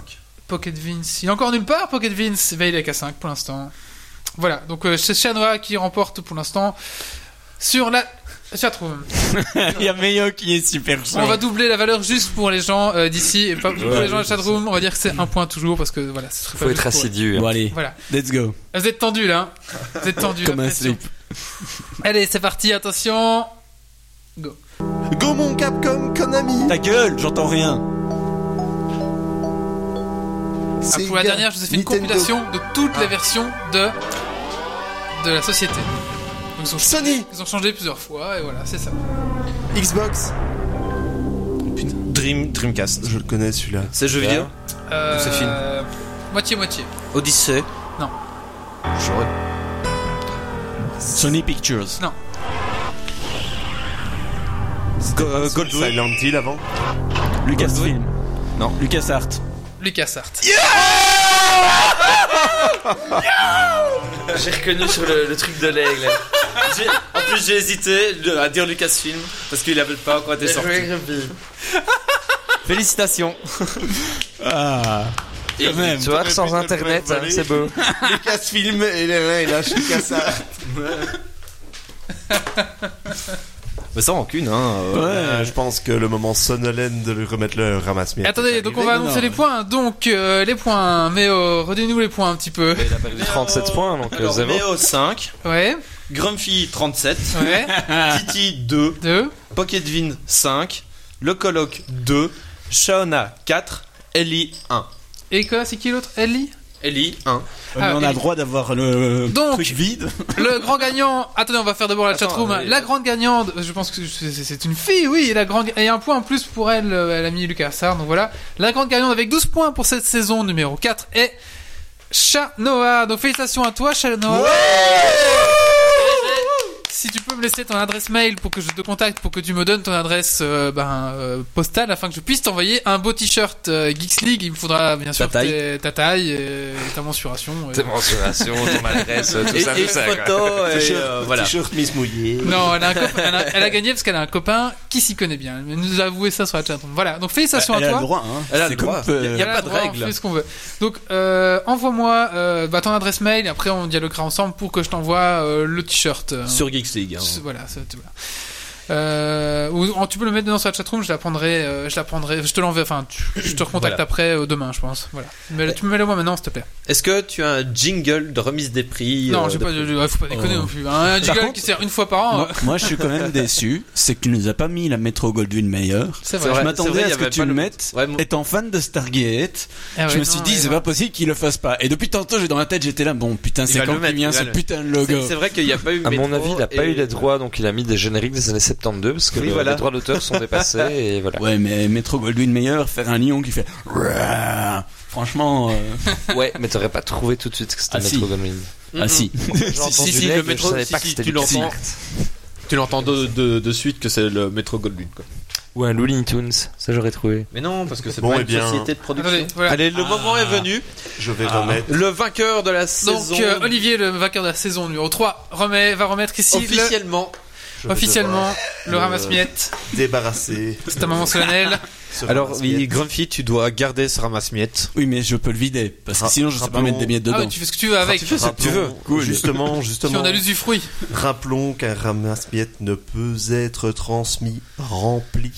Speaker 1: Pocket Vince. Il est encore nulle part, Pocket Vince. Eh ben, il est qu'à 5 pour l'instant. Voilà, donc euh, c'est Chanoa qui remporte pour l'instant sur la chatroom.
Speaker 5: Il y a Meyo qui est super
Speaker 1: On va
Speaker 5: chaud.
Speaker 1: doubler la valeur juste pour les gens euh, d'ici et pas pour les gens de la chatroom. On va dire que c'est un point toujours parce que voilà, ce serait
Speaker 4: Faut
Speaker 1: pas
Speaker 4: être
Speaker 1: juste pour-
Speaker 4: assidu. hein.
Speaker 5: Bon, allez,
Speaker 1: Voilà.
Speaker 5: let's go.
Speaker 1: Vous êtes tendu là. hein Vous êtes tendu.
Speaker 5: Comme un slip.
Speaker 1: Allez, c'est parti, attention.
Speaker 3: Go mon Capcom Konami
Speaker 5: Ta gueule, j'entends rien.
Speaker 1: Ah, pour
Speaker 3: Sega,
Speaker 1: la dernière, je vous ai fait une
Speaker 3: Nintendo. Ah.
Speaker 1: compilation de toutes les versions de de la société. Donc, ils, ont changé,
Speaker 3: Sony,
Speaker 1: ils ont changé plusieurs fois et voilà, c'est ça.
Speaker 3: Xbox.
Speaker 2: Dream, Dreamcast.
Speaker 3: Je le connais celui-là.
Speaker 2: C'est jeu vidéo
Speaker 1: Euh,
Speaker 2: C'est fini.
Speaker 1: Moitié moitié.
Speaker 2: Odyssey.
Speaker 1: Non.
Speaker 2: J'aurais-
Speaker 5: Sony Pictures.
Speaker 2: Go- euh, Goldwyn.
Speaker 3: Silent Hill avant.
Speaker 5: Lucasfilm.
Speaker 2: Non.
Speaker 5: LucasArts.
Speaker 1: Lucas Hart.
Speaker 6: J'ai reconnu sur le, le truc de l'aigle. J'ai- En plus, j'ai hésité de- à dire Lucasfilm parce qu'il avait pas encore été sorti.
Speaker 2: Félicitations.
Speaker 5: Ah. Quand même.
Speaker 2: Tu vois, sans internet, hein, c'est beau.
Speaker 3: Lucasfilm et les mains, il lâche Lucas.
Speaker 2: Mais sans rancune, hein. euh.
Speaker 3: Euh, je pense que le moment sonolène de lui remettre le ramasse
Speaker 1: Et Attendez, donc on va annoncer les points. Donc euh, les points, mais euh, redonnez-nous les points un petit peu.
Speaker 4: Il a
Speaker 2: oh.
Speaker 4: perdu 37 points, donc euh,
Speaker 6: Alors,
Speaker 4: zéro.
Speaker 6: Méo 5,
Speaker 1: Ouais,
Speaker 6: Grumpy 37,
Speaker 1: ouais.
Speaker 6: Titi 2,
Speaker 1: Deux.
Speaker 6: Pocketvin 5, Le Colloque 2, Shaona 4, Ellie 1.
Speaker 1: Et quoi, c'est qui l'autre Ellie
Speaker 6: Ellie 1.
Speaker 5: Mais
Speaker 1: Ah,
Speaker 5: on a
Speaker 1: et-
Speaker 5: le droit d'avoir le
Speaker 1: Donc-
Speaker 5: truc vide.
Speaker 1: Le grand gagnant. Attendez, on va faire d'abord la
Speaker 6: Attends,
Speaker 1: chatroom.
Speaker 6: allez.
Speaker 1: La grande gagnante, je pense que c'est c'est une fille, oui. Et, la grande... et un point en plus pour elle, euh, elle a mis Lucas Sarr. Donc voilà. La grande gagnante avec 12 points pour cette saison numéro 4 est Chat Noah. Donc félicitations à toi, Chat Noah. Si tu peux me laisser ton adresse mail pour que je te contacte, pour que tu me donnes ton adresse euh, ben, euh, postale afin que je puisse t'envoyer un beau t-shirt euh, Geeks League, il me faudra bien sûr
Speaker 4: taille.
Speaker 1: tes- ta taille et, ta mensuration. et-
Speaker 4: Tes mensurations, ton adresse, tout
Speaker 2: Et,
Speaker 4: ça, tout
Speaker 2: et
Speaker 4: ça. quoi.
Speaker 2: photo, et,
Speaker 3: T-shirt,
Speaker 2: euh, voilà.
Speaker 3: t-shirt Miss Mouillée.
Speaker 1: Non, elle a, un copain- elle a- elle a gagné parce qu'elle a un copain qui s'y connaît bien. Elle nous a avoué ça sur la chat. Voilà, donc félicitations
Speaker 5: Elle
Speaker 1: à
Speaker 5: a le
Speaker 1: toi.
Speaker 5: droit, hein.
Speaker 2: Elle a
Speaker 5: C'est
Speaker 2: le
Speaker 5: comme,
Speaker 2: droit.
Speaker 5: euh,
Speaker 2: Il n'y a,
Speaker 1: Elle
Speaker 2: pas
Speaker 1: le
Speaker 2: de
Speaker 1: droit,
Speaker 2: règle.
Speaker 1: On fait ce qu'on veut. Donc, euh, envoie-moi euh, bah, ton adresse mail et après on dialoguera ensemble pour que je t'envoie euh, le t-shirt. euh,
Speaker 2: Sur Geeks League. hein.
Speaker 1: ce- Voilà, ce- voilà. Euh, ou- en- tu peux le mettre dedans sur la chatroom, je la prendrai, euh, je la prendrai, je te l'enverrai, enfin, tu- je te recontacte
Speaker 2: Voilà.
Speaker 1: après euh, demain, je pense. Voilà. Mais là, tu me mets le moi maintenant, s'il te plaît.
Speaker 2: Est-ce que tu as un jingle de remise des prix
Speaker 1: non,
Speaker 2: euh,
Speaker 1: j'ai
Speaker 2: de-
Speaker 1: pas, de- ouais, faut pas déconner non plus. hein. Un jiggle
Speaker 5: Oh. contre-
Speaker 1: qui sert une fois par an.
Speaker 5: Moi, moi, je suis quand même déçu, c'est que tu nous as pas mis la Metro Goldwyn Mayer.
Speaker 1: C'est vrai.
Speaker 2: c'est vrai, c'est
Speaker 5: je
Speaker 2: vrai,
Speaker 5: m'attendais
Speaker 2: il
Speaker 5: à
Speaker 2: y
Speaker 5: ce que
Speaker 2: avait
Speaker 5: tu
Speaker 2: pas
Speaker 5: le
Speaker 2: le-
Speaker 5: mettes.
Speaker 2: Ouais, mon-
Speaker 5: Étant fan de Stargate,
Speaker 1: Ah ouais,
Speaker 5: je me suis
Speaker 1: non,
Speaker 5: dit,
Speaker 1: ouais,
Speaker 5: c'est
Speaker 1: non.
Speaker 5: pas possible qu'ils le fassent pas. Et depuis tantôt, j'ai dans ma tête, j'étais là, bon, putain, c'est
Speaker 2: va
Speaker 5: quand
Speaker 2: le mettre,
Speaker 5: qu'il vient
Speaker 2: il va
Speaker 5: ce
Speaker 2: le-
Speaker 5: putain de logo.
Speaker 2: C'est c'est vrai qu'il n'y a pas eu.
Speaker 4: À mon
Speaker 2: Metro
Speaker 4: avis, il n'a pas
Speaker 2: et-
Speaker 4: eu les droits, donc il a mis des génériques des années 72 parce que
Speaker 2: Oui,
Speaker 4: le-
Speaker 2: voilà.
Speaker 4: les droits d'auteur sont dépassés et voilà.
Speaker 5: Ouais, mais Metro Goldwyn Mayer, faire un lion qui fait. Rrrr Franchement, euh,
Speaker 4: Ouais, mais t'aurais pas trouvé tout de suite que c'était
Speaker 5: Ah, si.
Speaker 4: Metro Goldwyn.
Speaker 5: ah si.
Speaker 4: J'ai entendu
Speaker 2: si,
Speaker 4: l'aigle,
Speaker 2: le Metro-
Speaker 4: je savais
Speaker 2: si,
Speaker 4: pas
Speaker 2: si,
Speaker 4: que c'était
Speaker 2: tu
Speaker 4: Lucas
Speaker 2: l'entends.
Speaker 4: Arts.
Speaker 6: Tu l'entends de, de, de suite que c'est le Metro Goldwyn. Quoi.
Speaker 4: Ou un Looney Tunes, ça j'aurais trouvé.
Speaker 6: Mais non, parce que c'est
Speaker 3: Bon,
Speaker 6: pas
Speaker 3: eh
Speaker 6: une
Speaker 3: bien.
Speaker 6: société de production.
Speaker 1: Attendez, voilà. Ah.
Speaker 2: Allez, le moment est venu.
Speaker 3: Je vais remettre.
Speaker 2: Le vainqueur de la saison
Speaker 1: Donc euh, Olivier, le vainqueur de la saison numéro 3, remet, va remettre ici le-
Speaker 2: officiellement.
Speaker 3: je vais
Speaker 1: officiellement le
Speaker 3: le-
Speaker 1: ramasse-miettes.
Speaker 3: devoir Débarrasser.
Speaker 1: C'est un moment solennel. Ah
Speaker 3: ce
Speaker 2: Alors,
Speaker 3: ramasse-miettes.
Speaker 2: oui, Grumpy, tu dois garder ce ramasse-miettes.
Speaker 5: Oui, mais je peux le vider. Parce que
Speaker 3: Ra-
Speaker 5: sinon, je sais pas
Speaker 3: rappelons-
Speaker 5: mettre des miettes
Speaker 1: ah
Speaker 5: dedans.
Speaker 1: oui, tu fais ce que tu veux avec. Si
Speaker 2: ce que tu veux.
Speaker 3: Rappelons- Justement, justement.
Speaker 1: on a l'usufruit.
Speaker 3: Rappelons qu'un ramasse-miettes ne peut être transmis rempli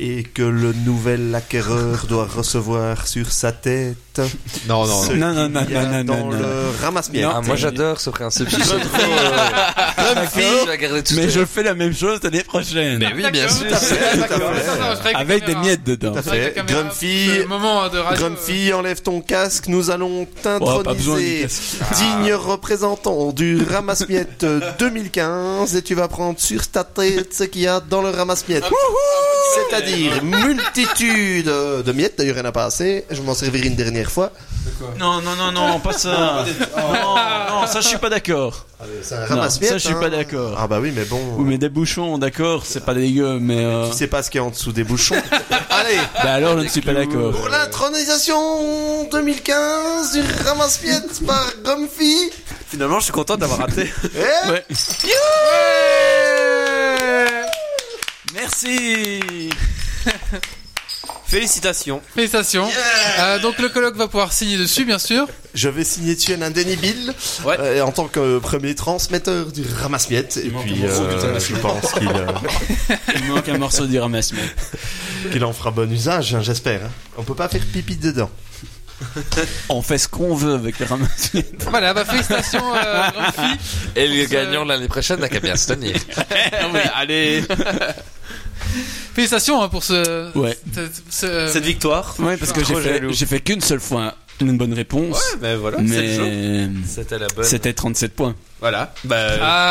Speaker 3: et que le nouvel acquéreur doit recevoir sur sa tête podcast.
Speaker 2: Non, non,
Speaker 3: Ce
Speaker 2: non.
Speaker 5: Non,
Speaker 3: qu'il
Speaker 5: non, non,
Speaker 3: y a
Speaker 5: non, non,
Speaker 3: dans
Speaker 5: non,
Speaker 3: le
Speaker 5: non.
Speaker 3: ramasse-miettes.
Speaker 4: Oh Ah, moi
Speaker 5: t'es-
Speaker 4: j'adore ce principe. Je suis trop.
Speaker 5: fille,
Speaker 2: oh.
Speaker 4: je vais garder tout
Speaker 5: Ah, Mais
Speaker 4: ça.
Speaker 5: je fais la même chose l'année prochaine.
Speaker 4: Mais oui, bien sûr.
Speaker 5: Avec des miettes dedans.
Speaker 3: Tout à fait. Grumpy,
Speaker 1: Le hein. moment
Speaker 3: Ah,
Speaker 1: de radio.
Speaker 3: Grumpy, enlève ton casque, nous allons
Speaker 5: Oh, pas besoin
Speaker 3: t'introniser
Speaker 5: du casque. Ah.
Speaker 3: digne représentant du ramasse-miettes 2015 et tu vas prendre sur ta tête ce qu'il y a dans le ramasse-miettes. C'est-à-dire multitude de miettes, d'ailleurs il n'y en a pas assez, je m'en servirai une dernière fois.
Speaker 5: Non, non, non, non, pas Oh. ça. Non, non, ça je suis pas d'accord.
Speaker 3: C'est un
Speaker 5: Non,
Speaker 3: ramasse-miettes.
Speaker 5: ça, je suis
Speaker 3: hein.
Speaker 5: pas d'accord.
Speaker 3: Ah bah oui, mais bon.
Speaker 5: Oui, mais des bouchons, d'accord, c'est pas dégueu, mais. euh,
Speaker 3: Tu sais pas ce qu'il y a en dessous des bouchons. Allez,
Speaker 5: Bah alors, je ne suis pas d'accord.
Speaker 3: pour l'intronisation 2015 du ramasse-miettes par Grumpy.
Speaker 2: Finalement, je suis content d'avoir raté.
Speaker 3: Eh
Speaker 5: Ouais. Merci.
Speaker 2: Félicitations.
Speaker 1: Félicitations. Euh, donc le colloque va pouvoir signer dessus, bien sûr.
Speaker 3: Je vais signer dessus un indénibile
Speaker 2: Ouais.
Speaker 3: euh, en tant que premier transmetteur du ramasse-miettes. Et puis, euh, je pense qu'il euh,
Speaker 5: Il manque un morceau du ramasse
Speaker 3: qu'il en fera bon usage, hein, j'espère. hein. On peut pas faire pipi dedans.
Speaker 5: On fait ce qu'on veut avec le ramasse
Speaker 1: Voilà, bah félicitations euh, Grumpy.
Speaker 4: Et le
Speaker 1: se-
Speaker 4: gagnant de l'année prochaine n'a qu'à bien se tenir.
Speaker 5: Allez.
Speaker 1: Félicitations hein, pour ce.
Speaker 5: Ouais.
Speaker 1: ce- ce- euh,
Speaker 2: Cette victoire.
Speaker 5: Ouais, parce que j'ai
Speaker 2: Trop
Speaker 5: fait,
Speaker 2: jaloux.
Speaker 5: j'ai fait qu'une seule fois une bonne réponse,
Speaker 2: Mais Ben voilà, c'est le jeu.
Speaker 5: mais
Speaker 4: C'était la bonne.
Speaker 5: c'était 37 points.
Speaker 2: Voilà. Bah,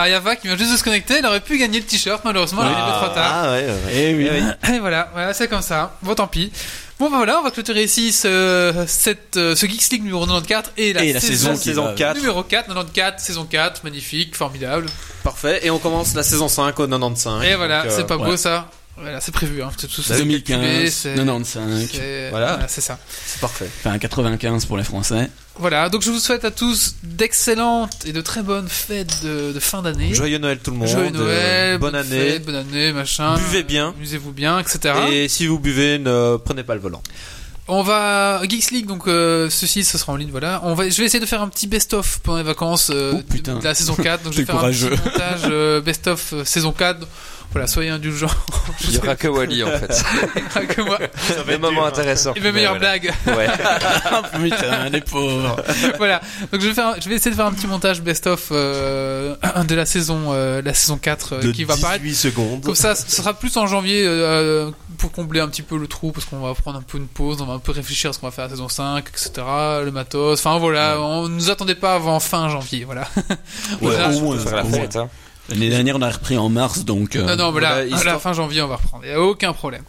Speaker 1: Ah, Yava qui vient juste de se connecter, elle aurait pu gagner le t-shirt, malheureusement, elle est un peu trop tard.
Speaker 3: Ah ouais, ouais.
Speaker 5: Eh oui.
Speaker 1: Et voilà, voilà c'est comme ça. Bon, tant pis. Bon, bah voilà, on va clôturer ici ce, cette, euh, ce Geeks League numéro 94 et la,
Speaker 5: Et la saison, qui
Speaker 2: saison
Speaker 5: va-
Speaker 2: 4.
Speaker 1: Numéro 4, 94, saison 4, magnifique, formidable.
Speaker 2: Parfait. Et on commence la saison 5 au 95.
Speaker 1: Et voilà,
Speaker 2: Donc, euh,
Speaker 1: c'est pas beau
Speaker 5: ouais.
Speaker 1: ça. Voilà, c'est prévu, hein. C'est tout ça.
Speaker 5: 2015,
Speaker 1: c'est-
Speaker 5: 95,
Speaker 1: c'est-
Speaker 2: Voilà.
Speaker 1: voilà c'est ça.
Speaker 2: C'est parfait.
Speaker 5: enfin 95 pour les Français.
Speaker 1: Voilà, donc je vous souhaite à tous d'excellentes et de très bonnes fêtes de, de fin d'année.
Speaker 2: Joyeux Noël tout le monde.
Speaker 1: Joyeux
Speaker 2: Euh,
Speaker 1: Noël,
Speaker 2: Bonne année.
Speaker 1: fête, bonne année, machin.
Speaker 2: Buvez bien.
Speaker 1: amusez-vous bien, etc.
Speaker 2: Et si vous buvez, ne prenez pas le volant.
Speaker 1: On va Geeks League, donc euh, ceci, ce sera en ligne, voilà. On va, je vais essayer de faire un petit best-of pendant les vacances euh,
Speaker 5: Oh, putain.
Speaker 1: de la saison 4. Donc je vais
Speaker 5: T'es
Speaker 1: faire un petit
Speaker 5: courageux.
Speaker 1: montage euh, best-of euh, saison 4. Voilà, soyez indulgents.
Speaker 4: Il y aura que Wally en fait.
Speaker 1: que moi.
Speaker 4: Des moments
Speaker 3: hein.
Speaker 4: intéressants.
Speaker 1: Et mes meilleures
Speaker 4: Ouais,
Speaker 1: blagues.
Speaker 4: voilà. Ouais.
Speaker 5: Ah, Putain, les pauvres.
Speaker 1: voilà. Donc je vais faire, je vais essayer de faire un petit montage best-of euh, de la saison, euh, la saison 4 euh,
Speaker 3: De
Speaker 1: qui va paraître.
Speaker 3: 18 secondes.
Speaker 1: Comme ça, ce sera plus en janvier euh, pour combler un petit peu le trou, parce qu'on va prendre un peu une pause, on va un peu réfléchir à ce qu'on va faire à la saison 5, etc. Le matos, enfin voilà, on ne nous attendait pas avant fin janvier, voilà. On verra.
Speaker 5: au moins,
Speaker 4: Faire la
Speaker 5: au moins.
Speaker 4: fête, hein.
Speaker 5: L'année dernière, on a repris en mars, donc. euh,
Speaker 1: non, Ah non, mais là,
Speaker 2: voilà,
Speaker 1: à la
Speaker 2: histoire-
Speaker 1: fin janvier, on va reprendre, il n'y a aucun problème.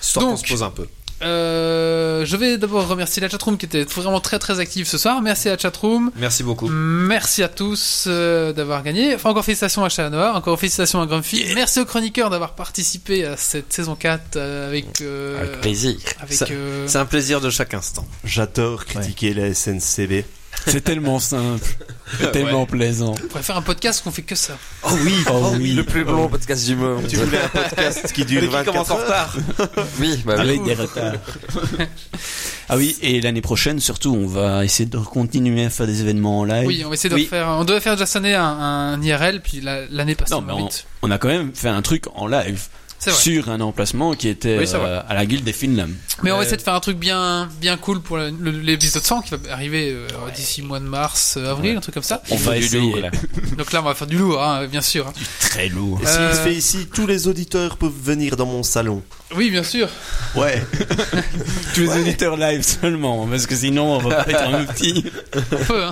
Speaker 2: Histoire qu'on
Speaker 1: Donc.
Speaker 2: se pose un peu.
Speaker 1: Euh, je vais d'abord remercier la chatroom qui était vraiment très très active ce soir. Merci à la chatroom.
Speaker 2: Merci beaucoup.
Speaker 1: Merci à tous euh, d'avoir gagné. Enfin, encore félicitations à Chat Noir, encore félicitations à Grumpy. Merci aux chroniqueurs d'avoir participé à cette saison 4 euh, avec euh,
Speaker 4: Avec plaisir.
Speaker 1: avec,
Speaker 2: Ça-
Speaker 1: euh,
Speaker 2: C'est un plaisir de chaque instant.
Speaker 3: J'adore critiquer la SNCB.
Speaker 5: C'est tellement simple, tellement plaisant.
Speaker 1: On pourrait faire un podcast qu'on fait que ça.
Speaker 5: Oh oui, oh oui.
Speaker 4: Le plus bon podcast du monde.
Speaker 3: Tu voulais un podcast qui dure 24 heures
Speaker 4: Oui, bah oui.
Speaker 5: Avec des retards. ah oui, et l'année prochaine, surtout, on va essayer de continuer à faire des événements en live.
Speaker 1: Oui, on va essayer de
Speaker 4: Oui.
Speaker 1: refaire. On devait faire déjà cette année un, un IRL, puis la- l'année passée
Speaker 5: Non,
Speaker 1: on
Speaker 5: mais
Speaker 1: l'a
Speaker 5: on,
Speaker 1: vite.
Speaker 5: on a quand même fait un truc en live
Speaker 1: C'est vrai.
Speaker 5: sur un emplacement qui était
Speaker 1: Oui, c'est
Speaker 5: euh, à la guilde des Finlam.
Speaker 1: Mais on va
Speaker 2: Euh,
Speaker 1: essayer de faire un truc bien, bien cool pour le- le- l'épisode 100 qui va arriver euh, d'ici le mois de mars, euh, avril, un truc comme ça.
Speaker 5: On va
Speaker 4: du
Speaker 5: essayer.
Speaker 4: lourd, là.
Speaker 1: Donc là, on va faire du lourd, hein, bien sûr.
Speaker 5: Très lourd.
Speaker 3: Et s'il
Speaker 1: Euh,
Speaker 3: se fait ici, tous les auditeurs peuvent venir dans mon salon.
Speaker 1: Oui, bien sûr.
Speaker 3: Ouais.
Speaker 5: Tous les auditeurs live seulement, parce que sinon on va pas être un outil.
Speaker 1: On peut. hein.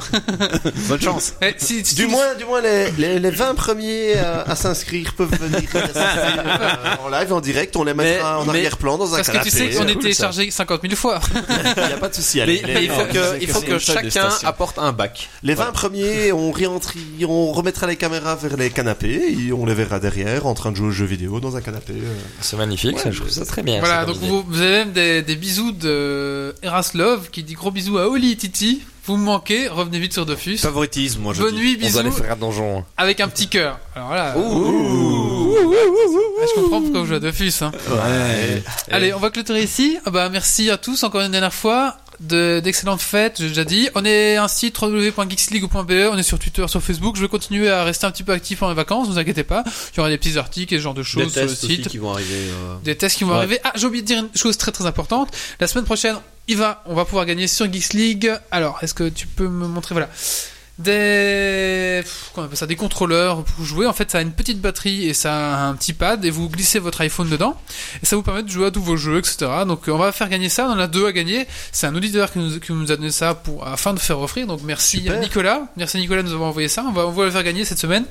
Speaker 2: Bonne chance.
Speaker 1: Eh, si- si-
Speaker 3: Du
Speaker 1: si-
Speaker 3: moins, du moins les, les, les 20 premiers euh, à s'inscrire peuvent venir euh, en live, en direct. On les mettra
Speaker 2: Mais-
Speaker 3: en
Speaker 2: mais-
Speaker 3: arrière-plan dans un
Speaker 1: Parce que tu
Speaker 3: canapé.
Speaker 1: sais qu'on est
Speaker 3: Cool,
Speaker 1: téléchargé 50 000 fois.
Speaker 3: ça. Il n'y a pas de souci. allez,
Speaker 2: Mais
Speaker 3: les-
Speaker 2: il faut
Speaker 5: non,
Speaker 2: que,
Speaker 5: c'est
Speaker 2: il
Speaker 5: que
Speaker 2: faut
Speaker 5: c'est
Speaker 2: que
Speaker 5: une salle de
Speaker 2: chacun
Speaker 5: station.
Speaker 2: apporte un bac.
Speaker 3: Les 20 premiers, on, réentri- on remettra les caméras vers les canapés et on les verra derrière en train de jouer aux jeux vidéo dans un canapé. euh.
Speaker 4: C'est magnifique, ça, je trouve ça très bien.
Speaker 1: Voilà,
Speaker 4: ça,
Speaker 1: donc
Speaker 4: comme
Speaker 1: vous, vous avez même des, des bisous de Eraslov qui dit gros bisous à Oli et Titi. Vous me manquez, revenez vite sur Dofus.
Speaker 2: Favoritisme, moi je
Speaker 1: Bonne
Speaker 2: dis.
Speaker 1: nuit,
Speaker 4: idée. On doit aller
Speaker 1: bisous,
Speaker 4: faire un donjon.
Speaker 1: avec un petit cœur. Alors là,
Speaker 2: Ouh.
Speaker 1: Ouais, je comprends pourquoi vous jouez à Dofus. hein.
Speaker 5: Ouais.
Speaker 1: Allez, on va clôturer ici. Ah bah, merci à tous encore une dernière fois. de- d'excellentes fêtes, j'ai déjà dit. On est un site www.geeksleague.be, on est sur Twitter, sur Facebook. Je vais continuer à rester un petit peu actif pendant les vacances, ne vous inquiétez pas. Il y aura des petits articles et ce genre de choses sur le
Speaker 2: tests aussi
Speaker 1: site.
Speaker 2: qui vont arriver. euh.
Speaker 1: Des tests qui vont
Speaker 2: Ouais.
Speaker 1: arriver. Ah, j'ai oublié de dire une chose très très importante. La semaine prochaine, il va, on va pouvoir gagner sur Geeks League. Alors, est-ce que tu peux me montrer, voilà, des, pff, comment on appelle ça, des contrôleurs pour jouer. En fait, ça a une petite batterie et ça a un petit pad et vous glissez votre iPhone dedans et ça vous permet de jouer à tous vos jeux, etc. Donc, on va faire gagner ça. On en a deux à gagner. C'est un auditeur qui nous, qui nous a donné ça pour, afin de faire offrir. Donc, merci
Speaker 3: Super.
Speaker 1: Nicolas. Merci Nicolas de nous avoir envoyé ça. On va, on va le faire gagner cette semaine.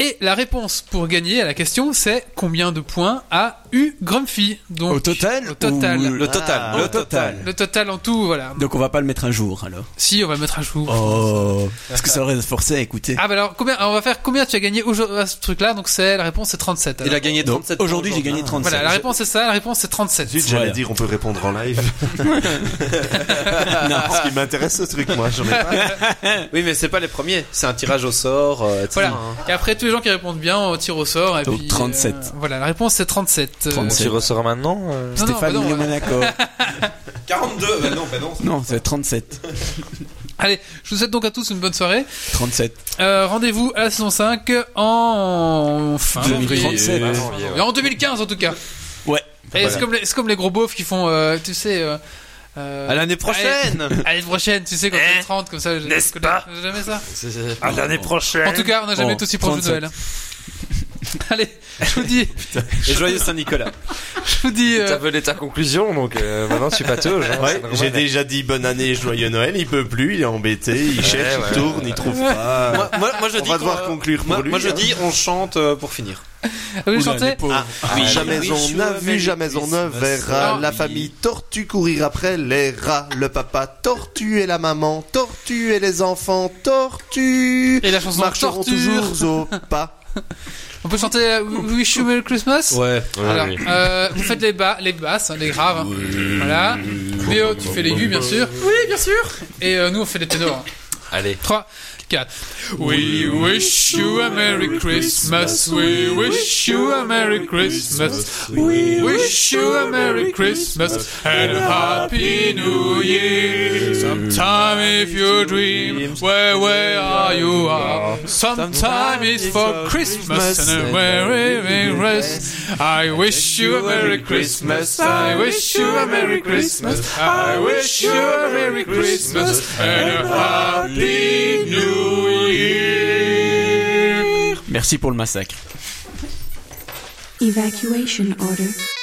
Speaker 1: Et la réponse pour gagner à la question, c'est combien de points a eu Grumpy Donc,
Speaker 5: Au total
Speaker 1: Au total.
Speaker 5: ou-
Speaker 2: Le total.
Speaker 3: Ah.
Speaker 2: le
Speaker 5: Au total.
Speaker 1: Le total en tout, voilà.
Speaker 5: Donc on va pas le mettre un jour alors.
Speaker 1: Si, on va le mettre à jour.
Speaker 5: Oh, parce que ça aurait forcé à écouter.
Speaker 1: Ah bah alors combien alors, on va faire combien tu as gagné aujourd'hui à ce truc là donc c'est la réponse c'est 37 alors.
Speaker 2: Il a gagné
Speaker 5: Donc
Speaker 2: 37
Speaker 5: aujourd'hui j'ai gagné 37.
Speaker 1: Voilà, la réponse c'est ça, la réponse c'est 37.
Speaker 3: Zut, j'allais
Speaker 5: Voilà.
Speaker 3: dire on peut répondre en live.
Speaker 5: Non.
Speaker 3: Parce qu'il m'intéresse ce truc, moi. J'en ai pas.
Speaker 2: Oui, mais c'est pas les premiers. C'est un tirage au sort, euh, etc.
Speaker 1: Voilà. Et après tous les gens qui répondent bien, on tire au sort et
Speaker 5: Donc,
Speaker 1: puis
Speaker 5: 37.
Speaker 1: euh, voilà, la réponse c'est 37. Euh,
Speaker 5: 37.
Speaker 4: Tu ressors maintenant euh,
Speaker 1: Non, non, bah
Speaker 5: Stéphane
Speaker 1: non,
Speaker 5: il est
Speaker 1: bah non.
Speaker 5: Monaco.
Speaker 6: 42 bah Non, bah non.
Speaker 5: Non, c'est 37.
Speaker 1: Allez, je vous souhaite donc à tous une bonne soirée.
Speaker 5: 37.
Speaker 1: Euh, rendez-vous à la saison 5 en fin
Speaker 5: Janvier.
Speaker 1: janvier.
Speaker 5: 37.
Speaker 4: Euh, janvier, ouais.
Speaker 1: En 2015 en tout cas.
Speaker 5: Ouais.
Speaker 1: Et C'est comme, les- c'est comme les gros beaufs qui font, euh, tu sais. euh, euh,
Speaker 2: À l'année prochaine.
Speaker 1: à l'année prochaine, tu sais, quand t'es 30, comme ça. je-
Speaker 6: Eh, n'est-ce
Speaker 1: je-
Speaker 6: pas
Speaker 1: je- Jamais ça.
Speaker 4: À l'année
Speaker 1: En tout cas, on n'a jamais
Speaker 5: Bon,
Speaker 1: été aussi proche de
Speaker 5: 37.
Speaker 1: Noël. Allez, je vous dis,
Speaker 2: Et joyeux Saint-Nicolas.
Speaker 1: je vous dis. euh,
Speaker 4: T'avais ta conclusion, donc euh, maintenant tu patauges. hein, c'est
Speaker 3: Ouais,
Speaker 4: normal.
Speaker 3: j'ai déjà dit bonne année, joyeux Noël. Il peut plus, il est embêté, il cherche,
Speaker 4: ouais.
Speaker 3: il tourne, il trouve pas.
Speaker 2: Moi, moi- moi, je
Speaker 3: on
Speaker 2: dis
Speaker 3: va
Speaker 2: qu'on-
Speaker 3: devoir conclure pour
Speaker 2: moi,
Speaker 3: lui.
Speaker 2: moi, je
Speaker 3: hein.
Speaker 2: dis on chante euh, pour finir.
Speaker 1: vous
Speaker 5: Oula, les
Speaker 1: ah chantez
Speaker 5: pauvres.
Speaker 3: Oui,
Speaker 6: Ah, Oui,
Speaker 3: Ah, jamais
Speaker 6: oui,
Speaker 3: on
Speaker 6: oui,
Speaker 3: n'a
Speaker 6: oui,
Speaker 3: vu,
Speaker 6: oui,
Speaker 3: jamais
Speaker 6: oui,
Speaker 3: on
Speaker 6: oui,
Speaker 3: ne
Speaker 6: oui,
Speaker 3: verra.
Speaker 1: oui.
Speaker 3: La famille tortue courir après les rats, le papa tortue et la maman, tortue et les enfants, tortue
Speaker 1: Et la chanson
Speaker 3: marcheront
Speaker 1: Torture.
Speaker 3: toujours au pas.
Speaker 1: On peut chanter euh, We Wish You Merry Christmas
Speaker 2: Ouais.
Speaker 1: Alors,
Speaker 4: oui.
Speaker 1: euh, vous faites les, bas, les basses, hein, les graves. hein. Voilà. Léo, tu fais l'aigu, bien sûr. Oui, bien sûr. Et euh, nous, on fait les ténors.
Speaker 4: Allez.
Speaker 1: 3, 4. We wish you a Merry Christmas. We wish you a Merry Christmas. We wish you a Merry Christmas and a Happy New Year. Sometime if you dream, where, where are you? Are. Sometime it's for Christmas and a Merry Merry Christmas. I wish you a Merry Christmas. I wish you a Merry Christmas. I wish you a Merry Christmas and a Happy New Year.
Speaker 5: Merci pour le massacre.
Speaker 10: Evacuation order.